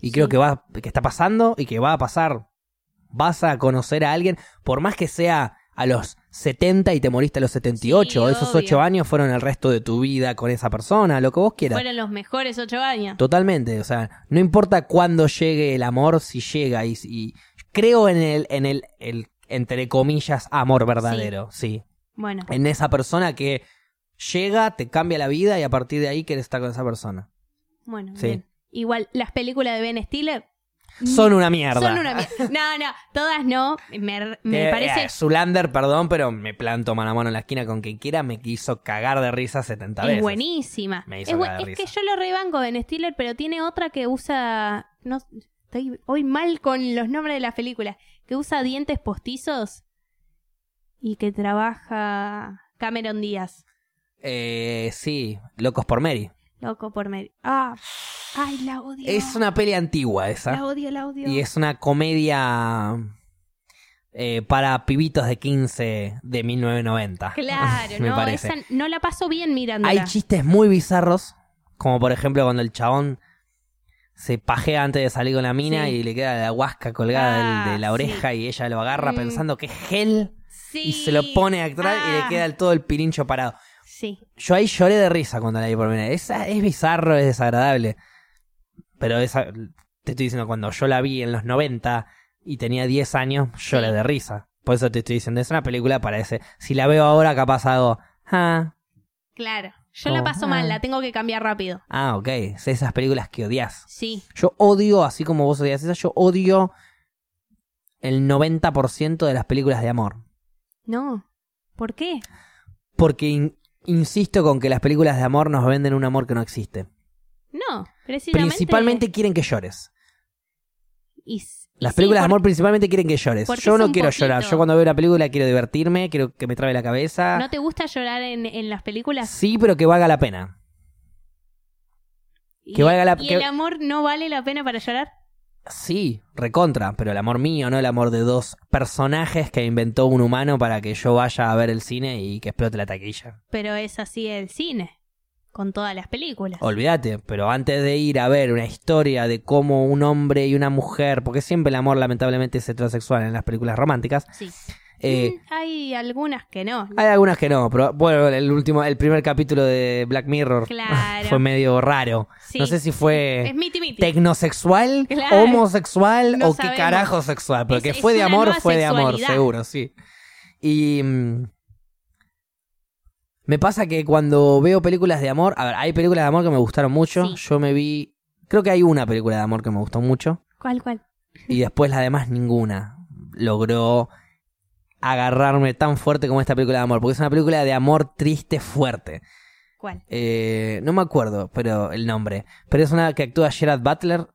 y creo Sí. que va que está pasando y que va a pasar. Vas a conocer a alguien, por más que sea a los 70 y te moriste a los 78, Sí, esos obvio. 8 años fueron el resto de tu vida con esa persona, lo que vos quieras. Fueron los mejores ocho años. Totalmente, o sea, no importa cuándo llegue el amor, si llega y, y creo en el en el, el entre comillas amor verdadero, sí. Bueno, En esa persona que llega, te cambia la vida y a partir de ahí querés estar con esa persona. bueno, Sí. bien. Igual, las películas de Ben Stiller Mm, Son una mierda. son una mierda. No, no, todas no. Me, me Eh, parece. eh, Zulander, perdón, pero me planto mano a mano en la esquina con quien quiera, me quiso cagar de risa 70 es veces. buenísima. Me hizo es bu- cagar de es risa. que yo lo rebanco Ben Stiller, pero tiene otra que usa. No, estoy hoy mal con los nombres de las películas. Que usa dientes postizos y que trabaja Cameron Díaz. Eh, sí, Locos por Mary. Loco por medio. Ah, ay, la odio. Es una peli antigua esa. La odio, la odio. Y es una comedia eh, para pibitos de 15 de 1990. Claro, (laughs) me no, parece. esa no la paso bien mirándola. Hay chistes muy bizarros, como por ejemplo cuando el chabón se pajea antes de salir con la mina Sí. y le queda la huasca colgada Ah, del- de la sí. oreja y ella lo agarra Mm. pensando que es gel Sí. y se lo pone atrás y le Ah, queda el- todo el pirincho parado. Sí. Yo ahí lloré de risa cuando la vi por primera vez. Es, es bizarro, es desagradable. Pero esa, te estoy diciendo, cuando yo la vi en los 90 y tenía 10 años, lloré Sí. de risa. Por eso te estoy diciendo, es una película para ese. Si la veo ahora, capaz hago. Ah, Claro. Yo Oh, la paso ah. mal, la tengo que cambiar rápido. ah, ok. Es esas películas que odias. Sí. Yo odio, así como vos odias esas, yo odio el 90% de las películas de amor. No. ¿Por qué? Porque in- insisto con que las películas de amor nos venden un amor que no existe. No. Precisamente. Principalmente quieren que llores. y s- Las sí, películas de por- amor principalmente quieren que llores. porque Yo es no un quiero poquito. llorar. Yo cuando veo una película quiero divertirme, quiero que me trabe la cabeza. ¿No te gusta llorar en, en las películas? Sí, pero que valga la pena. Y- que valga la- ¿Y que- el amor no vale la pena para llorar? Sí, recontra, pero el amor mío, no el amor de dos personajes que inventó un humano para que yo vaya a ver el cine y que explote la taquilla. Pero es así el cine. Con todas las películas. Olvídate, pero antes de ir a ver una historia de cómo un hombre y una mujer, porque siempre el amor lamentablemente es heterosexual en las películas románticas, Sí. eh, Mm, Hay algunas (laughs) que no. hay algunas que no, pero bueno, el último, el primer capítulo de Black Mirror Claro. fue medio raro. Sí. No sé si fue Es miti miti. tecnosexual, Claro. homosexual No o qué sabemos. carajo sexual, pero Es- que es fue de una amor, nueva fue de amor, sexualidad. seguro, sí. Y mm, me pasa que cuando veo películas de amor, a ver, hay películas de amor que me gustaron mucho, Sí. yo me vi, creo que hay una película de amor que me gustó mucho, ¿Cuál, cuál? y después las demás ninguna logró agarrarme tan fuerte como esta película de amor, porque es una película de amor triste fuerte. ¿Cuál? Eh, no me acuerdo pero el nombre. Pero es una que actúa Gerard Butler,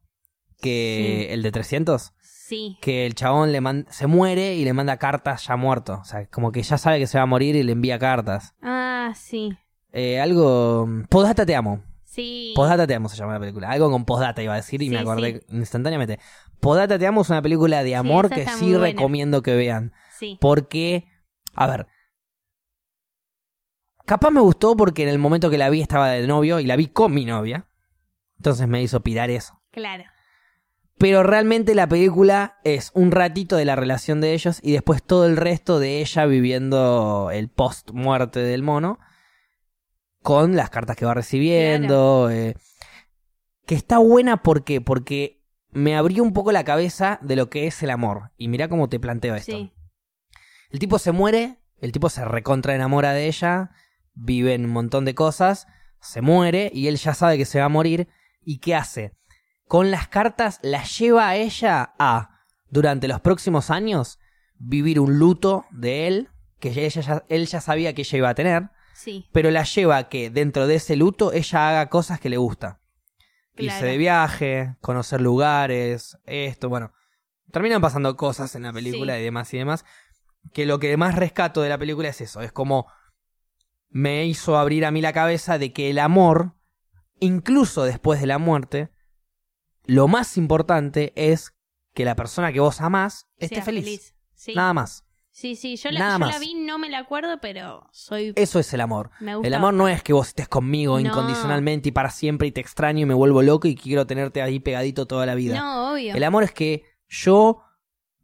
que el de 300, Sí. que el chabón le man- se muere y le manda cartas ya muerto. O sea, como que ya sabe que se va a morir y le envía cartas. Ah, sí. Eh, algo... Postdata te amo. Sí. Postdata te amo se llama la película. Algo con postdata iba a decir y Sí, me acordé instantáneamente. Postdata te amo es una película de amor esa que está sí muy buena. recomiendo que vean. Sí. Porque, a ver. Capaz me gustó porque en el momento que la vi estaba de novio y la vi con mi novia. Entonces me hizo pirar eso. Claro. Pero realmente la película es un ratito de la relación de ellos y después todo el resto de ella viviendo el post muerte del mono con las cartas que va recibiendo. eh, que está buena porque, porque me abrió un poco la cabeza de lo que es el amor. Y mirá cómo te planteo esto. Sí. El tipo se muere, el tipo se recontra enamora de ella, vive en un montón de cosas, se muere y él ya sabe que se va a morir. ¿Y qué hace? Con las cartas la lleva a ella a, durante los próximos años, vivir un luto de él, que ella ya- él ya sabía que ella iba a tener, Sí. pero la lleva a que dentro de ese luto ella haga cosas que le gusta. Irse Claro. de viaje, conocer lugares, esto, bueno. Terminan pasando cosas en la película Sí. y demás y demás. Que lo que más rescato de la película es eso, es como me hizo abrir a mí la cabeza de que el amor, incluso después de la muerte, lo más importante es que la persona que vos amás esté Sea feliz. Sí. Nada más. sí, sí. Yo, la, nada yo más. la vi, no me la acuerdo, pero soy. Eso es el amor. me gusta. El amor no es que vos estés conmigo No. incondicionalmente y para siempre y te extraño y me vuelvo loco y quiero tenerte ahí pegadito toda la vida. No, obvio. El amor es que yo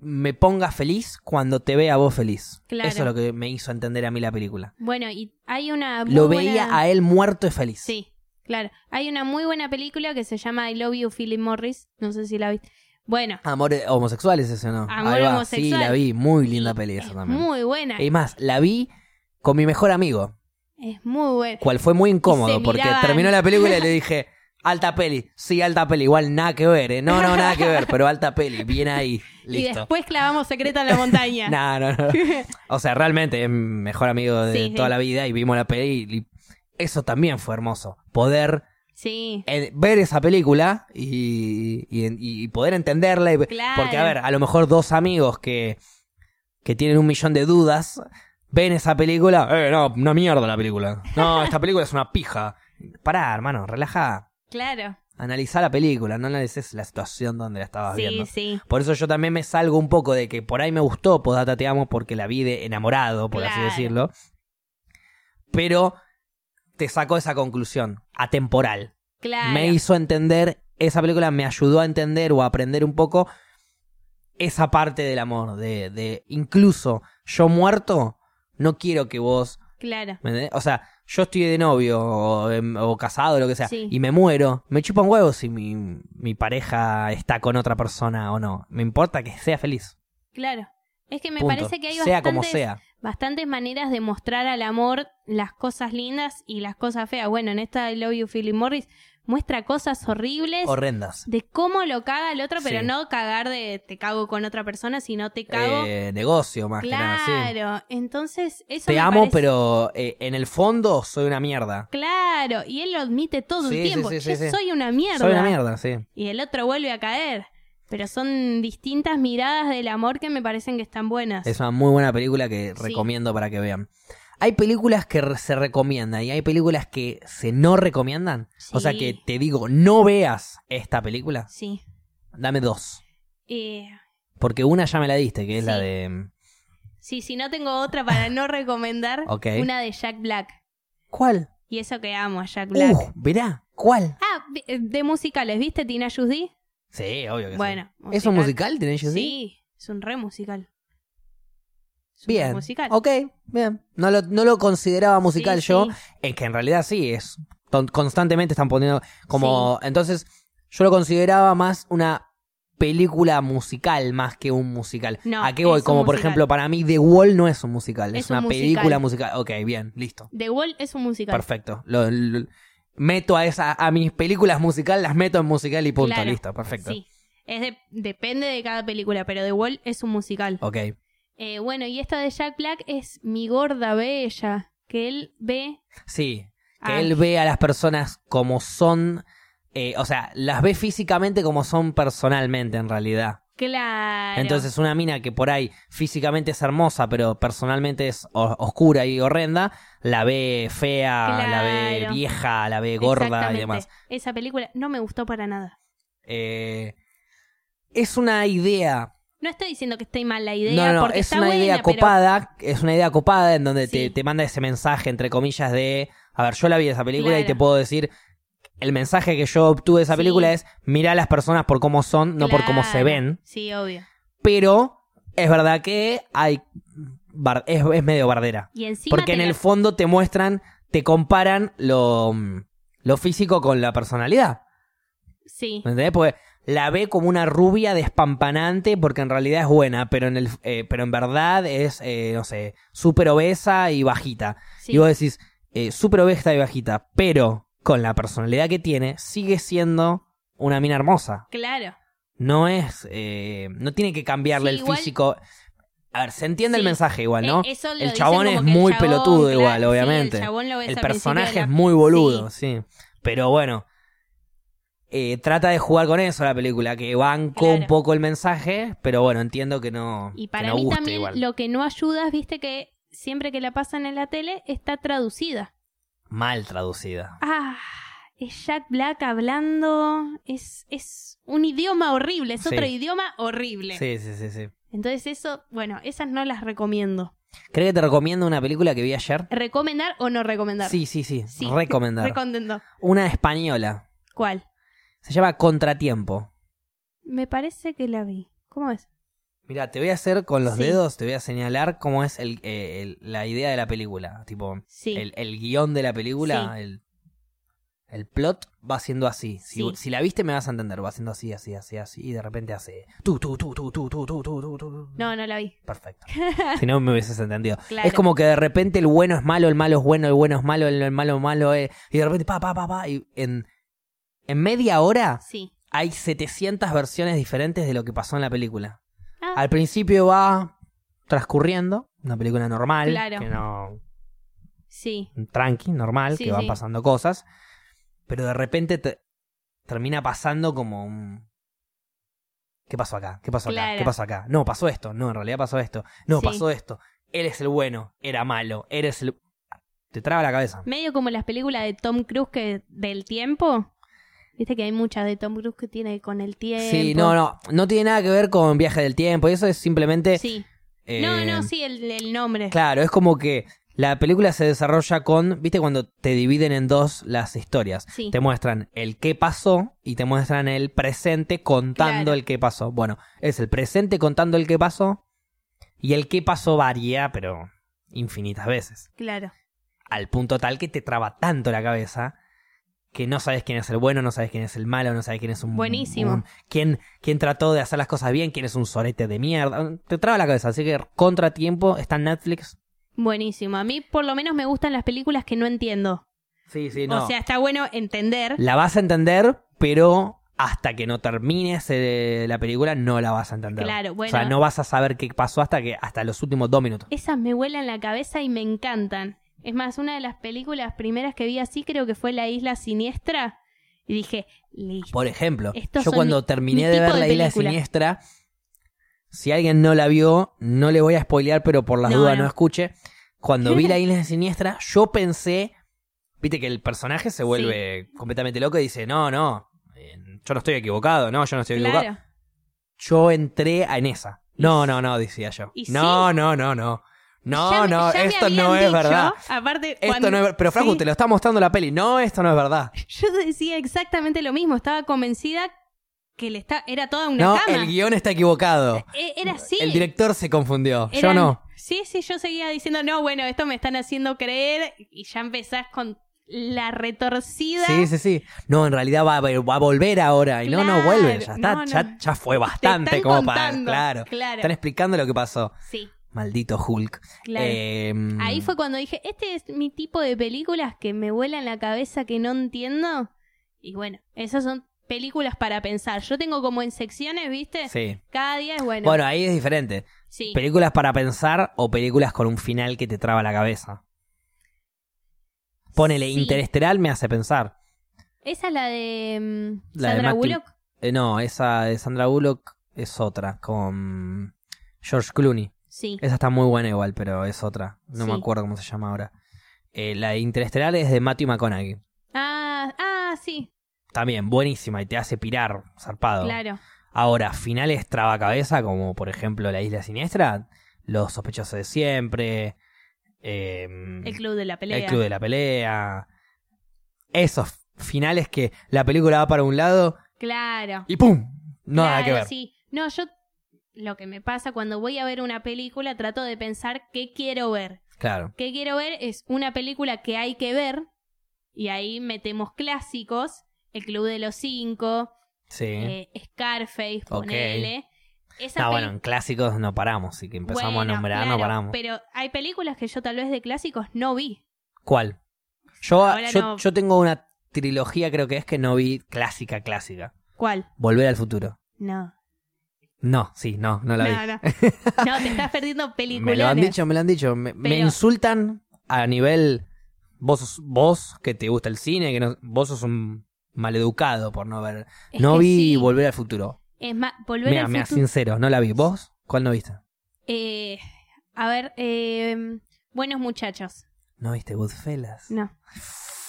me ponga feliz cuando te vea vos feliz. Claro. Eso es lo que me hizo entender a mí la película. Bueno, y hay una. muy Lo buena- veía a él muerto y feliz. Sí, claro. Hay una muy buena película que se llama I Love You, Philip Morris. No sé si la viste. Bueno, Amor homosexuales ese, ¿no? Amor Ahí va. homosexual. Sí, la vi. Muy linda peli esa es también. Em, muy buena. Y más, la vi con mi mejor amigo, Es muy buena. cual fue muy incómodo se porque miraban. terminó la película y le dije, alta peli, sí, alta peli, igual nada que ver, ¿eh? No, no, nada que ver, pero alta peli, bien ahí, (laughs) Y listo. después clavamos secreta en la (laughs) montaña. No, no, (laughs) no. O sea, realmente es mi mejor amigo de Sí, sí. toda la vida y vimos la peli y eso también fue hermoso. Poder Sí, eh, ver esa película y, y- y poder entenderla. y- Claro. Porque, a ver, a lo mejor dos amigos que, que tienen un millón de dudas ven esa película. Eh, no, (laughs) una mierda la película. No, esta película es una pija. Pará, hermano, relaja. claro. Analizá la película, no analices la situación donde la estabas Sí, viendo. sí. Por eso yo también me salgo un poco de que por ahí me gustó Podata Te Amo porque la vi de enamorado, por así Claro. decirlo. Pero te saco esa conclusión, atemporal. Claro. Me hizo entender, esa película me ayudó a entender o a aprender un poco esa parte del amor, de, de incluso yo muerto, no quiero que vos Claro. ¿Me entendés? O sea, yo estoy de novio o, em, o casado, lo que sea, Sí. y me muero. Me chupa un huevo si mi, mi pareja está con otra persona o no. Me importa que sea feliz. Claro. Es que me Punto. parece que hay Sea como bastantes- sea. bastantes maneras de mostrar al amor las cosas lindas y las cosas feas. Bueno, en esta I Love You, Philip Morris muestra cosas horribles Horrendas. de cómo lo caga el otro, pero Sí. no cagar de te cago con otra persona, sino te cago. Eh, negocio, más que nada, sí. claro. Entonces, eso Te me amo, parece- pero eh, en el fondo soy una mierda. Claro, y él lo admite todo Sí, el sí, tiempo. sí, sí, Yo sí. soy una mierda. Soy una mierda, sí. Y el otro vuelve a caer. Pero son distintas miradas del amor que me parecen que están buenas. Es una muy buena película que Sí. recomiendo para que vean. Hay películas que re- se recomiendan y hay películas que se no recomiendan. O sea Sí. que te digo, no veas esta película. Sí. Dame dos. Eh, Porque una ya me la diste, que es Sí. la de. sí, si no tengo otra (laughs) para no recomendar, Ok. una de Jack Black. ¿Cuál? Y eso que amo a Jack Black. Uh, verá, ¿cuál? Ah, vi- de musicales, ¿viste Tina Judy? Sí, obvio que Bueno, sí. ¿Es un musical, tenés Sí, yo sí? es un re musical. Es un Bien. musical. Ok, bien. No lo, no lo consideraba musical Sí, yo. sí. Es que en realidad sí, es. ton- Constantemente están poniendo. Como. Entonces, yo lo consideraba más una película musical más que un musical. No, ¿A qué voy? es un Como por musical. ejemplo, para mí The Wall no es un musical, es, Es un una musical. película musical. Ok, bien, listo. The Wall es un musical. Perfecto. Lo, lo- meto a esa, a mis películas musical, las meto en musical y punto. Claro. Listo, perfecto. Sí. Es de- depende de cada película, pero The Wall es un musical. Ok. Eh, bueno, y esta de Jack Black es Mi Gorda Bella, que él ve... Sí. Que a- él ve a las personas como son. eh, o sea, las ve físicamente como son personalmente, en realidad. Claro. Entonces, una mina que por ahí físicamente es hermosa, pero personalmente es o- oscura y horrenda, la ve fea, la ve Claro. vieja, la ve gorda y Exactamente. demás. Esa película no me gustó para nada. Eh, es una idea No estoy diciendo que esté mal la idea, No, no, no, porque es está una buena, idea pero- copada, es una idea copada en donde te, Sí. te manda ese mensaje, entre comillas, de, a ver, yo la vi esa película y Claro. te puedo decir, el mensaje que yo obtuve de esa Sí. película es, mirá a las personas por cómo son, no por cómo se Claro. ven, Sí, obvio. pero es verdad que hay, bar- es, es medio bardera, Y encima porque te en la- el fondo te muestran, te comparan lo, lo físico con la personalidad. Sí, ¿Me entendés? Porque la ve como una rubia despampanante porque en realidad es buena, pero en, el, eh, pero en verdad es, eh, no sé, súper obesa y bajita. sí. Y vos decís, eh, súper obesa y bajita, pero con la personalidad que tiene, sigue siendo una mina hermosa. Claro. No es, eh, no tiene que cambiarle Sí, el igual- físico. A ver, se entiende el Sí. mensaje igual, ¿no? Eh, eso lo El dicen chabón como es que el muy chabón, pelotudo igual, sí, obviamente. el chabón lo ves El al principio personaje de la- es muy boludo, sí. Pero bueno, eh, trata de jugar con eso la película, que banco un Claro. poco el mensaje, pero bueno, entiendo que no. Y que para no mí guste también igual. lo que no ayuda es, viste, que siempre que la pasan en la tele está traducida. Mal traducida. Ah, es Jack Black hablando. Es, es un idioma horrible, es Sí. otro idioma horrible. Sí, sí, sí, sí. Entonces eso, bueno, esas no las recomiendo. ¿Crees que te recomiendo una película que vi ayer? ¿Recomendar o no recomendar? Sí, sí, sí, Sí. Recomendar. Recomiendo. una española. ¿Cuál? Se llama Contratiempo. Me parece que la vi. ¿Cómo es? Mira, te voy a hacer con los Sí. dedos, te voy a señalar cómo es el- eh, el- la idea de la película. Tipo, Sí. el, el guión de la película, el, el plot va siendo así. Si, Sí. si la viste me vas a entender, va siendo así, así, así, así, y de repente hace... Tú, tú, tú, tú, tú, tú, tú, tú, tú, tú. No, no la vi. (laughs) Perfecto. si no me hubieses entendido. Claro. Es como que de repente el bueno es malo, el malo es bueno, el bueno es malo, el, el malo es malo, eh, y de repente pa, pa, pa, pa, y en, en media hora Sí. hay 700 versiones diferentes de lo que pasó en la película. Ah. Al principio va transcurriendo, una película normal, Claro. que no, Sí. tranqui, normal, Sí, que van sí. pasando cosas, pero de repente te- termina pasando como un... ¿Qué pasó acá? ¿Qué pasó acá? Claro. ¿Qué pasó acá? No, pasó esto. No, en realidad pasó esto. No, Sí. pasó esto. Eres el bueno, era malo, eres el... Te traba la cabeza. Medio como las películas de Tom Cruise que del tiempo. Viste que hay muchas de Tom Cruise que tiene con el tiempo. Sí, no, no. No tiene nada que ver con viaje del tiempo. Eso es simplemente. Sí. eh, No, no, sí, el, el nombre. Claro, es como que la película se desarrolla con. ¿Viste cuando te dividen en dos las historias? Sí. Te muestran el qué pasó y te muestran el presente contando Claro. el qué pasó. Bueno, es el presente contando el qué pasó y el qué pasó varía, pero infinitas veces. Claro. Al punto tal que te traba tanto la cabeza que no sabes quién es el bueno, no sabes quién es el malo, no sabes quién es un... Buenísimo. un- quién, quién trató de hacer las cosas bien, quién es un sorete de mierda. Te traba la cabeza, así que contratiempo está en Netflix. Buenísimo. A mí por lo menos me gustan las películas que no entiendo. Sí, sí, no. O sea, está bueno entender. la vas a entender, pero hasta que no termines eh, la película no la vas a entender. Claro, bueno. O sea, no vas a saber qué pasó hasta que hasta los últimos dos minutos. Esas me vuelan la cabeza y me encantan. Es más, una de las películas primeras que vi así creo que fue La Isla Siniestra. Y dije, listo. Por ejemplo, Estos yo son cuando mi- terminé mi de ver tipo de La Isla película. Siniestra, si alguien no la vio, no le voy a spoilear, pero por las No, dudas no. no. escuche. Cuando vi La Isla Siniestra, yo pensé, viste que el personaje se vuelve completamente loco y dice, no, no, eh, yo no estoy equivocado, no, yo no estoy equivocado. Claro. yo entré en esa. No, no, no, decía yo. ¿Y No, no, no, no. No, Ya me- no, ya me esto habían no es dicho, verdad. Aparte, Esto cuando- no es ver- Pero Franco, Sí. te lo está mostrando la peli. No, esto no es verdad. (laughs) Yo decía exactamente lo mismo, estaba convencida que le está... era toda una No, cama. el guión está equivocado. E- Era así. El director se confundió. Yo Eran- no. Sí, sí, yo seguía diciendo, no, bueno, esto me están haciendo creer y ya empezás con la retorcida. Sí, sí, sí. No, en realidad va a, ver- va a volver ahora. Y no, no Claro, vuelve. Ya está, no, no. Ya, ya fue Te están bastante como para. contando. Claro. claro. Están explicando lo que pasó. Sí, Maldito Hulk. claro. Eh, Ahí fue cuando dije, este es mi tipo de películas que me vuelan la cabeza que no entiendo. Y bueno, esas son películas para pensar. Yo tengo como en secciones, ¿viste? Sí. Cada día es bueno. Bueno, ahí es diferente. sí. ¿Películas para pensar o películas con un final que te traba la cabeza? Ponele, Sí. Interesteral me hace pensar. Esa es la de mm, La de Sandra Matthew- Bullock. Eh, no, esa de Sandra Bullock es otra, con George Clooney. Sí. Esa está muy buena igual, pero es otra. No me Sí. acuerdo cómo se llama ahora. Eh, la de Interestelar es de Matthew McConaughey. Ah, ah, sí, También, buenísima y te hace pirar, zarpado. claro. Ahora, finales trabacabeza, como por ejemplo La Isla Siniestra, Los Sospechosos de Siempre, eh, El club de la pelea. El club de la pelea. Esos finales que la película va para un lado Claro. y ¡pum! No nada Claro, que ver. sí. No, yo lo que me pasa cuando voy a ver una película trato de pensar qué quiero ver. Claro. ¿Qué quiero ver? Es una película que hay que ver y ahí metemos clásicos, El Club de los Cinco, Sí. eh, Scarface, ponele. Ah, Esa peli- bueno, en clásicos no paramos. Así que empezamos Bueno, a nombrar, claro, no paramos. Pero hay películas que yo tal vez de clásicos no vi. ¿Cuál? Yo, Ahora yo, no. yo tengo una trilogía, creo que es, que no vi clásica, clásica. ¿Cuál? Volver al futuro. No. No, sí, no, no la vi. No, no. (laughs) No, te estás perdiendo películas. Me lo han dicho, me lo han dicho. Me, me Pero- insultan a nivel. Vos, sos- vos que te gusta el cine, que no- vos sos un maleducado por no ver. Es no que vi sí. Volver al futuro. Es más, volver Mira, al mira, futuro. sincero, no la vi. ¿Vos? ¿Cuál no viste? Eh, a ver, eh, buenos muchachos. ¿No viste Goodfellas? No. (laughs)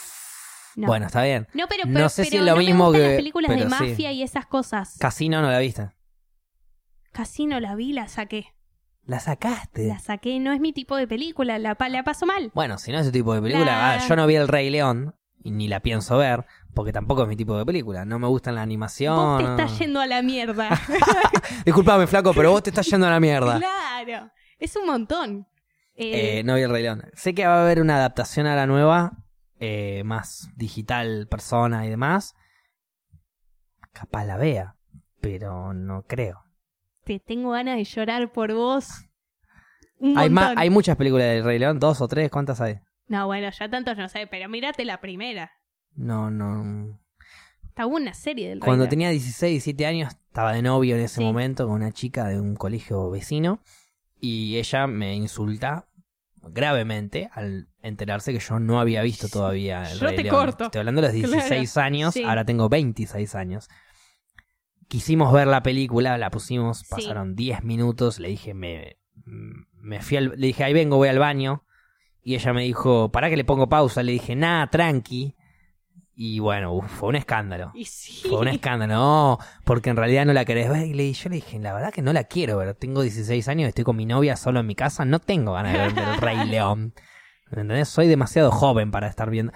No. Bueno, está bien. No, pero, no pero- sé si pero es lo no me mismo gustan que- las películas de pero sí. mafia y esas cosas. Casino no la viste. Casino la vi, la saqué. La sacaste. La saqué, no es mi tipo de película, la, pa- la paso mal. Bueno, si no es ese tipo de película, La- ah, yo no vi El Rey León y ni la pienso ver porque tampoco es mi tipo de película. No me gustan la animación. Vos te no- estás yendo a la mierda. (laughs) Disculpame, flaco, pero vos te estás yendo a la mierda. (laughs) claro. Es un montón. Eh, Eh, no vi el Rey León. Sé que va a haber una adaptación a la nueva, eh, más digital, persona y demás. Capaz la vea, pero no creo. te tengo ganas de llorar por vos. Un Hay, ma- montón. hay muchas películas del Rey León, dos o tres, ¿cuántas hay? No, bueno, ya tantos no sé, pero mírate la primera. No, no. Está una serie del Rey Cuando León. tenía 16, 17 años, estaba de novio en ese Sí. momento con una chica de un colegio vecino y ella me insulta gravemente al enterarse que yo no había visto todavía el Yo Rey te León. corto. Estoy hablando de los 16 años, sí. ahora tengo 26 años. Quisimos ver la película, la pusimos, Sí. pasaron 10 minutos, le dije, me, me fui al- le dije, ahí vengo, voy al baño. Y ella me dijo, ¿para que le pongo pausa? Le dije, nada, tranqui. Y bueno, uf, fue un escándalo. Y sí. Fue un escándalo, no, porque en realidad no la querés ver. Y le- yo le dije, la verdad que no la quiero ver. Tengo 16 años, estoy con mi novia solo en mi casa, no tengo ganas de ver el (laughs) Rey León. ¿Me entendés? Soy demasiado joven para estar viendo.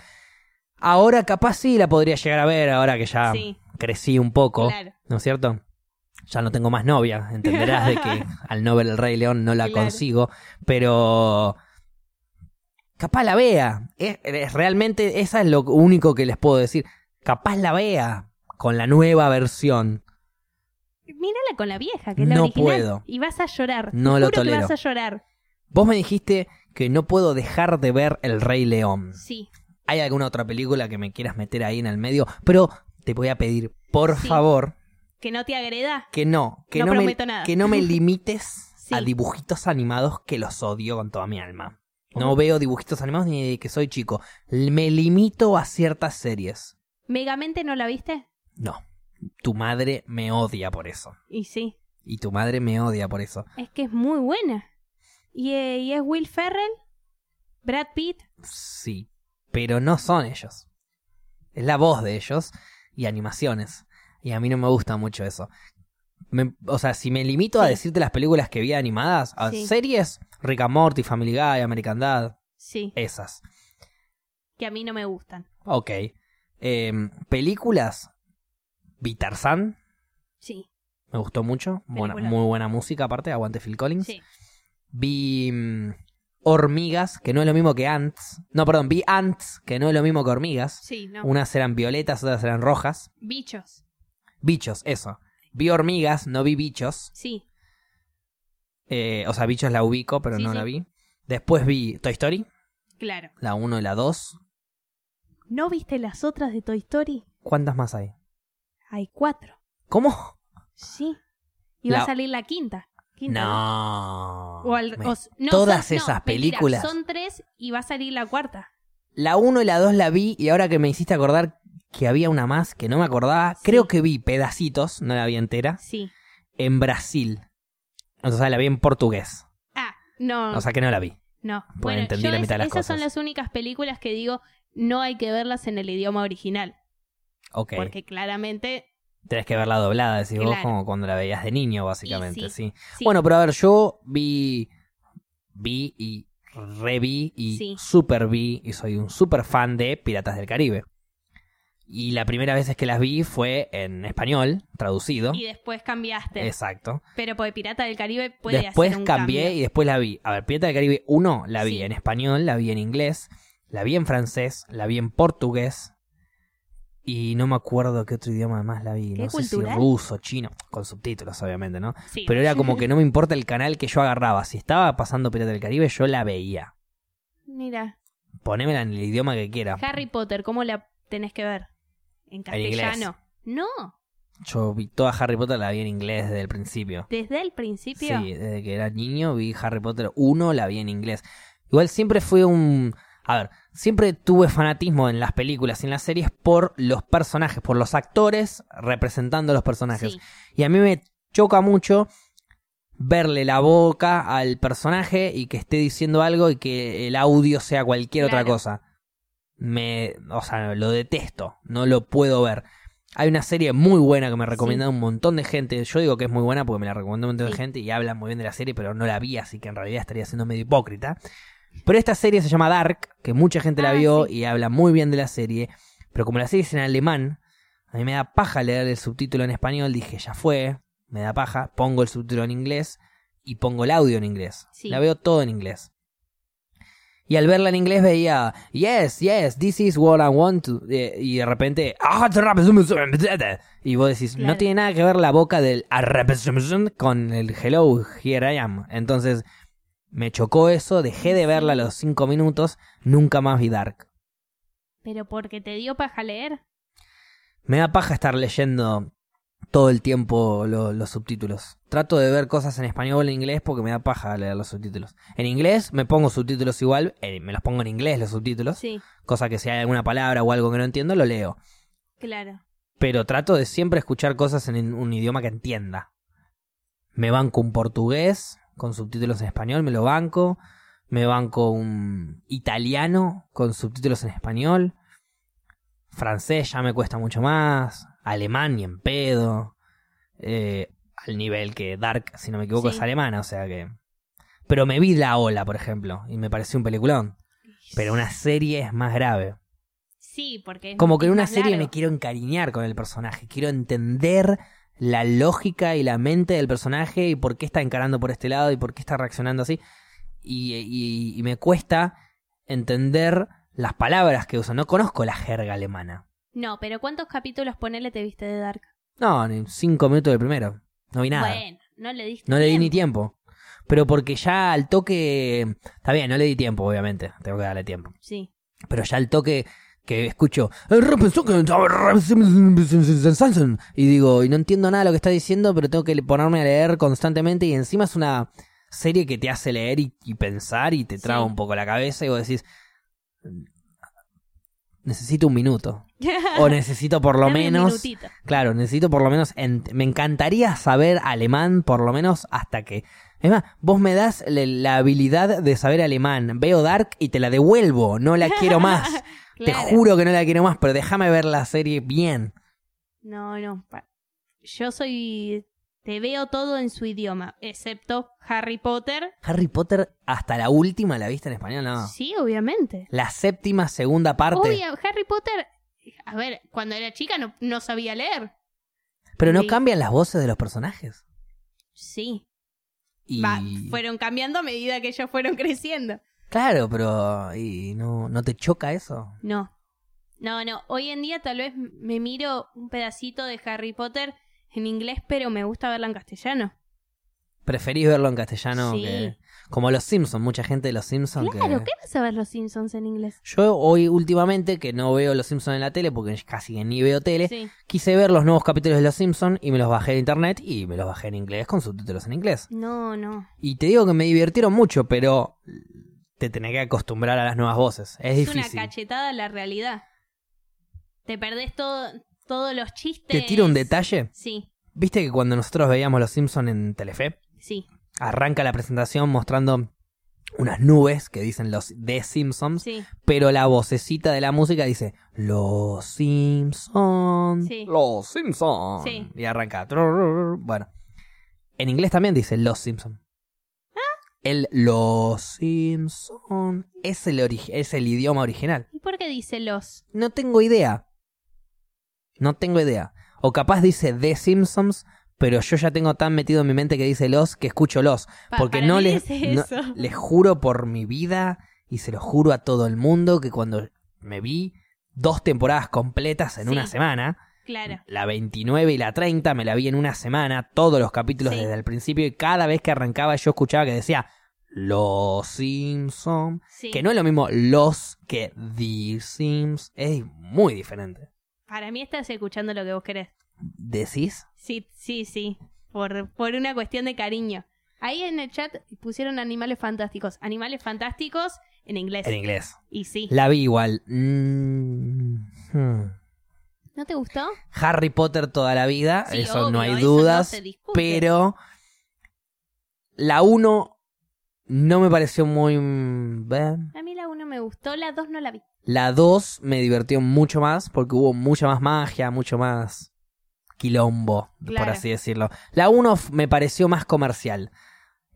Ahora capaz sí la podría llegar a ver, ahora que ya Sí, crecí un poco, claro. ¿no es cierto? Ya no tengo más novia, entenderás de (laughs) que al no ver el Rey León no la Claro. consigo, pero capaz la vea. Es, es- realmente esa es lo único que les puedo decir. Capaz la vea con la nueva versión. Mírala con la vieja, que es la No original. puedo. Y vas a llorar. No Te lo juro que tolero. vas a llorar. Vos me dijiste que no puedo dejar de ver el Rey León. Sí. ¿Hay alguna otra película que me quieras meter ahí en el medio? Pero te voy a pedir, por Sí. favor, Que no te agreda. Que no, que No no, me, prometo nada. que no me limites (laughs) Sí. a dibujitos animados que los odio con toda mi alma. No veo dibujitos animados ni de que soy chico. L- Me limito a ciertas series. Megamente no la viste. No. Tu madre me odia por eso. Y sí. Y tu madre me odia por eso. Es que es muy buena. Y, eh, y es Will Ferrell, Brad Pitt. Sí. Pero no son ellos. Es la voz de ellos y animaciones. Y a mí no me gusta mucho eso. Me- o sea, si me limito a Sí. decirte las películas que vi animadas, a Sí. series, Rick and Morty, Family Guy, American Dad, Sí. Esas. Que a mí no me gustan. Ok. Em, películas. Vi Tarzán. Sí. Me gustó mucho. Buena- Película. muy buena música, aparte. Aguante Phil Collins. Sí. Vi. mm, hormigas, que no es lo mismo que Ants. No, perdón. Vi Ants, que no es lo mismo que hormigas. Sí, no. Unas eran violetas, otras eran rojas. Bichos. Bichos, eso. Vi hormigas, no vi bichos. Sí. Eh, o sea, bichos la ubico, pero Sí, no sí. la vi. Después vi Toy Story, Claro. la 1 y la 2. ¿No viste las otras de Toy Story? ¿Cuántas más hay? Hay cuatro. ¿Cómo? Sí. Y va La- a salir la quinta. Quinta, No. O al- Me- o s- no, todas son- no, esas mentira, películas. son tres y va a salir la cuarta. La 1 y la 2 la vi y ahora que me hiciste acordar que había una más que no me acordaba, Sí. creo que vi pedacitos, no la vi entera, Sí. en Brasil. O sea, la vi en portugués. Ah, no. O sea que no la vi. no. bueno, Bueno, entendí yo la es- mitad de las esas son cosas. las únicas películas que digo no hay que verlas en el idioma original. Ok. Porque claramente. Tenés que verla doblada, decís vos, Claro. como cuando la veías de niño, básicamente, Y sí. sí. Bueno, pero a ver, yo vi. Vi y reví y Sí. super vi y soy un super fan de Piratas del Caribe. Y la primera vez que las vi fue en español, traducido. Y después cambiaste. Exacto. Pero porque Pirata del Caribe puede después hacer un cambié cambio. y después la vi. A ver, Pirata del Caribe 1 la vi Sí. en español, la vi en inglés, la vi en francés, la vi en portugués. Y no me acuerdo qué otro idioma más la vi. Qué No sé si cultural. ruso, chino, con subtítulos obviamente, ¿no? Sí. Pero era (laughs) como que no me importa el canal que yo agarraba. Si estaba pasando Pirata del Caribe, yo la veía. Mira, Ponémela en el idioma que quiera. Harry Potter, ¿cómo la tenés que ver? En inglés. castellano. No, Yo vi toda Harry Potter, la vi en inglés desde el principio. desde el principio. Sí, desde que era niño vi Harry Potter 1, la vi en inglés. Igual siempre fui un... A ver, siempre tuve fanatismo en las películas y en las series por los personajes, por los actores representando a los personajes. Sí, Y a mí me choca mucho verle la boca al personaje y que esté diciendo algo y que el audio sea cualquier otra Claro. cosa. Me, o sea, lo detesto, no lo puedo ver. Hay una serie muy buena que me recomienda un montón de gente. Yo digo que es muy buena porque me la recomendó un montón de Sí. gente y hablan muy bien de la serie, pero no la vi, así que en realidad estaría siendo medio hipócrita. Pero esta serie se llama Dark, que mucha gente la Ah, vio sí. y habla muy bien de la serie. Pero como la serie es en alemán, a mí me da paja leer el subtítulo en español. Dije, ya fue, me da paja. Pongo el subtítulo en inglés y pongo el audio en inglés. Sí. La veo todo en inglés. Y al verla en inglés veía, yes, yes, this is what I want to. eh, Y de repente, "Ah, y vos decís, no Claro. tiene nada que ver la boca del con el hello, here I am. Entonces, me chocó eso, dejé de verla a los cinco minutos, nunca más vi Dark. Pero porque te dio paja leer. Me da paja estar leyendo todo el tiempo lo- los subtítulos. Trato de ver cosas en español o en inglés porque me da paja leer los subtítulos. En inglés me pongo subtítulos igual, eh, me los pongo en inglés los subtítulos, Sí, cosa que si hay alguna palabra o algo que no entiendo lo leo. claro. Pero trato de siempre escuchar cosas en un idioma que entienda. Me banco un portugués con subtítulos en español, me lo banco. Me banco un italiano con subtítulos en español. Francés ya me cuesta mucho más. Alemán ni en pedo. eh, al nivel que Dark, si no me equivoco, Sí. es alemana, o sea que. Pero me vi La Ola, por ejemplo, y me pareció un peliculón. Pero una serie es más grave. Sí, porque. es- Como que en es una más serie largo. me quiero encariñar con el personaje, quiero entender la lógica y la mente del personaje y por qué está encarando por este lado y por qué está reaccionando así. Y, y- y me cuesta entender las palabras que usa. No conozco la jerga alemana. No, pero ¿cuántos capítulos ponele te viste de Dark? No, ni cinco minutos del primero. No vi nada. Bueno, no le diste. No le di ni tiempo. tiempo. Pero porque ya al toque... Está bien, no le di tiempo, obviamente. Tengo que darle tiempo. Sí. Pero ya al toque que escucho "Eh, y digo, y no entiendo nada de lo que está diciendo, pero tengo que ponerme a leer constantemente y encima es una serie que te hace leer y, y pensar y te traba Sí. un poco la cabeza y vos decís necesito un minuto (laughs) o necesito por lo Dame un menos minutito. (laughs) Claro, necesito por lo menos. ent- me encantaría saber alemán, por lo menos hasta que. Es más, vos me das le- la habilidad de saber alemán. Veo Dark y te la devuelvo. No la (laughs) quiero más. Te Claro. juro que no la quiero más, pero déjame ver la serie bien. No, no. pa- Yo soy. Te veo todo en su idioma, excepto Harry Potter. Harry Potter, hasta la última la viste en español, ¿no? Sí, obviamente. La séptima, segunda parte. Obvio, Harry Potter. A ver, cuando era chica no, no sabía leer. pero no sí. cambian las voces de los personajes. Sí. Y... Va, fueron cambiando a medida que ellos fueron (laughs) creciendo. Claro, pero. ¿Y no, no te choca eso? No. No, no. Hoy en día tal vez me miro un pedacito de Harry Potter en inglés, pero me gusta verla en castellano. Preferís verlo en castellano Sí. que. Como los Simpsons, mucha gente de los Simpsons que- Claro, ¿qué vas a ver los Simpsons en inglés? Yo hoy últimamente, que no veo Los Simpsons en la tele, porque casi que ni veo tele, Sí. quise ver los nuevos capítulos de Los Simpsons y me los bajé de internet y me los bajé en inglés con subtítulos en inglés. No, no. Y te digo que me divirtieron mucho, pero te tenés que acostumbrar a las nuevas voces. Es, Es, difícil. una cachetada a la realidad. Te perdés todo, todos los chistes. Te tiro un detalle. Sí, Viste que cuando nosotros veíamos Los Simpsons en Telefe, sí, arranca la presentación mostrando unas nubes que dicen los The Simpsons, sí. pero la vocecita de la música dice Los Simpson, Sí. Los Simpson Sí. y arranca. trrr, Bueno, en inglés también dice Los Simpson. ¿Ah? El Los Simpson es el ori- es el idioma original. ¿Y por qué dice los? No tengo idea. No tengo idea. O capaz dice The Simpsons, pero yo ya tengo tan metido en mi mente que dice los que escucho los. Pa- porque para no mí le- dice no- eso. Les juro por mi vida y se lo juro a todo el mundo que cuando me vi dos temporadas completas en Sí. una semana, Claro. la 29 y la 30 me la vi en una semana, todos los capítulos Sí. desde el principio y cada vez que arrancaba yo escuchaba que decía Los Simpson, Sí. que no es lo mismo los que The Sims, es muy diferente. Para mí estás escuchando lo que vos querés. ¿Decís? Sí, sí, sí. Por, por una cuestión de cariño. Ahí en el chat pusieron animales fantásticos. Animales fantásticos en inglés. En inglés. Y sí. La vi igual. Mm, hmm. ¿No te gustó? Harry Potter toda la vida, Sí, Ah, eso obvio, no hay eso dudas, no se discute. pero la 1 no me pareció muy... mm, bah. A mí la 1 me gustó, la 2 no la vi. La 2 me divirtió mucho más porque hubo mucha más magia, mucho más quilombo, por Claro. así decirlo. La 1 me pareció más comercial.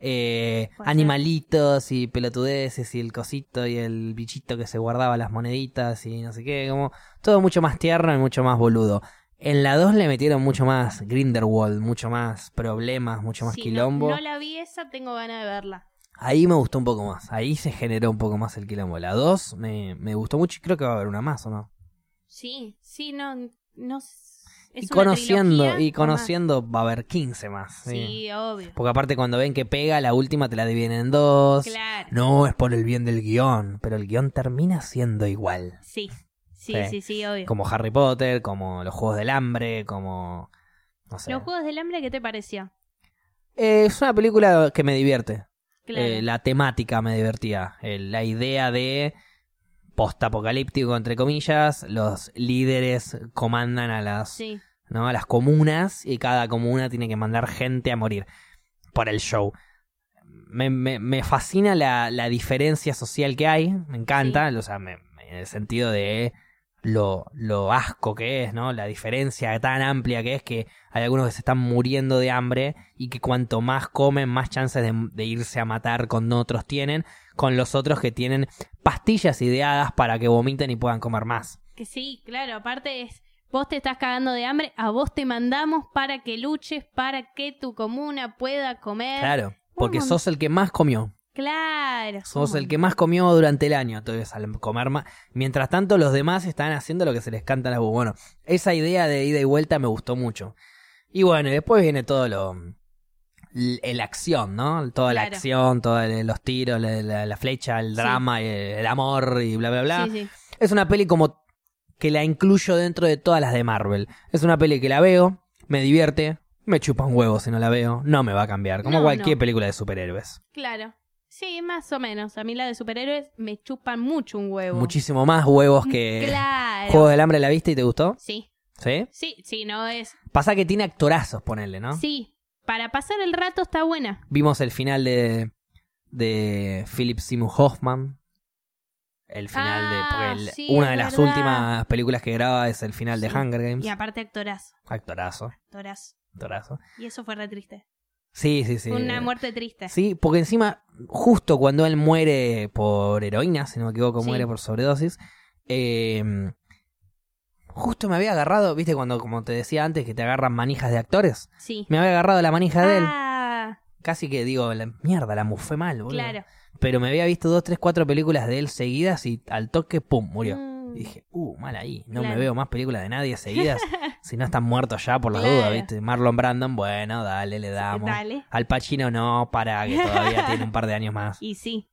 Eh, Puede ser. animalitos y pelotudeces y el cosito y el bichito que se guardaba las moneditas y no sé qué, como todo mucho más tierno y mucho más boludo. En la 2 le metieron mucho más Grindelwald, mucho más problemas, mucho más Sí, no- quilombo. No, la vi esa, tengo ganas de verla. Ahí me gustó un poco más, ahí se generó un poco más el quilombo. La 2 me, me gustó mucho y creo que va a haber una más, ¿o no? Sí, sí, no. no s- es y una conociendo, trilogía, y o más. conociendo va a haber 15 más. sí. Sí, obvio. Porque aparte cuando ven que pega, la última te la dividen en dos. Claro. No, es por el bien del guión, pero el guión termina siendo igual. Sí, sí, Sí. sí, sí, obvio. Como Harry Potter, como los Juegos del Hambre, como... No sé. ¿Los Juegos del Hambre qué te pareció? Eh, es una película que me divierte. Claro. Eh, la temática me divertía. Eh, la idea de postapocalíptico, entre comillas, los líderes comandan a las Sí, ¿no? A las comunas y cada comuna tiene que mandar gente a morir por el show. Me, me- me fascina la, la diferencia social que hay, me encanta, o sea, me- me- en el sentido de lo, lo asco que es, ¿no? La diferencia tan amplia que es que hay algunos que se están muriendo de hambre y que cuanto más comen, más chances de, de irse a matar con otros tienen, con los otros que tienen pastillas ideadas para que vomiten y puedan comer más. Que sí, claro, aparte es, vos te estás cagando de hambre, a vos te mandamos para que luches, para que tu comuna pueda comer. Claro, porque mon- sos el que más comió. Claro. Sos ¿cómo? el que más comió durante el año, entonces al comer más. Mientras tanto, los demás están haciendo lo que se les canta a las bu- Bueno, esa idea de ida y vuelta me gustó mucho. Y bueno, y después viene todo lo. l- La acción, ¿no? Toda la Claro. acción, todos los tiros, la, la- la flecha, el Sí. drama, el, el amor y bla, bla, bla. Sí, sí. Es una peli como que la incluyo dentro de todas las de Marvel. Es una peli que la veo, me divierte, me chupa un huevo si no la veo, no me va a cambiar, como No, cualquier no. película de superhéroes. Claro. Sí, más o menos. A mí la de superhéroes me chupan mucho un huevo. Muchísimo más (laughs) huevos que Mm, Claro. Juego del Hambre la viste y te gustó, Sí, ¿sí? sí, sí, no es. Pasa que tiene actorazos, ponerle, ¿no? Sí, para pasar el rato está buena. Vimos el final de de Philip Seymour Hoffman. El final Ah, de. Porque el- sí, una de es las verdad. últimas películas que graba es el final de Sí. Hunger Games. Y aparte actorazo, Actorazo, actorazo. actorazo. Y eso fue re triste. Sí, sí, sí. Una muerte triste. Sí, porque encima, justo cuando él muere por heroína, si no me equivoco, Sí. muere por sobredosis, eh, justo me había agarrado, viste, cuando, como te decía antes, que te agarran manijas de actores, Sí. me había agarrado la manija de él. Ah, Casi que digo, la, mierda, la mufé mal, boludo. claro. Pero me había visto dos, tres, cuatro películas de él seguidas y al toque, pum, murió. Mm, Y dije, uh, mal ahí, no me Claro. veo más películas de nadie seguidas, (laughs) si no están muertos ya por las dudas, Claro. viste. Marlon Brandon, bueno, dale, le damos. Dale. Al Pacino no, para que (laughs) todavía tiene un par de años más. Y sí.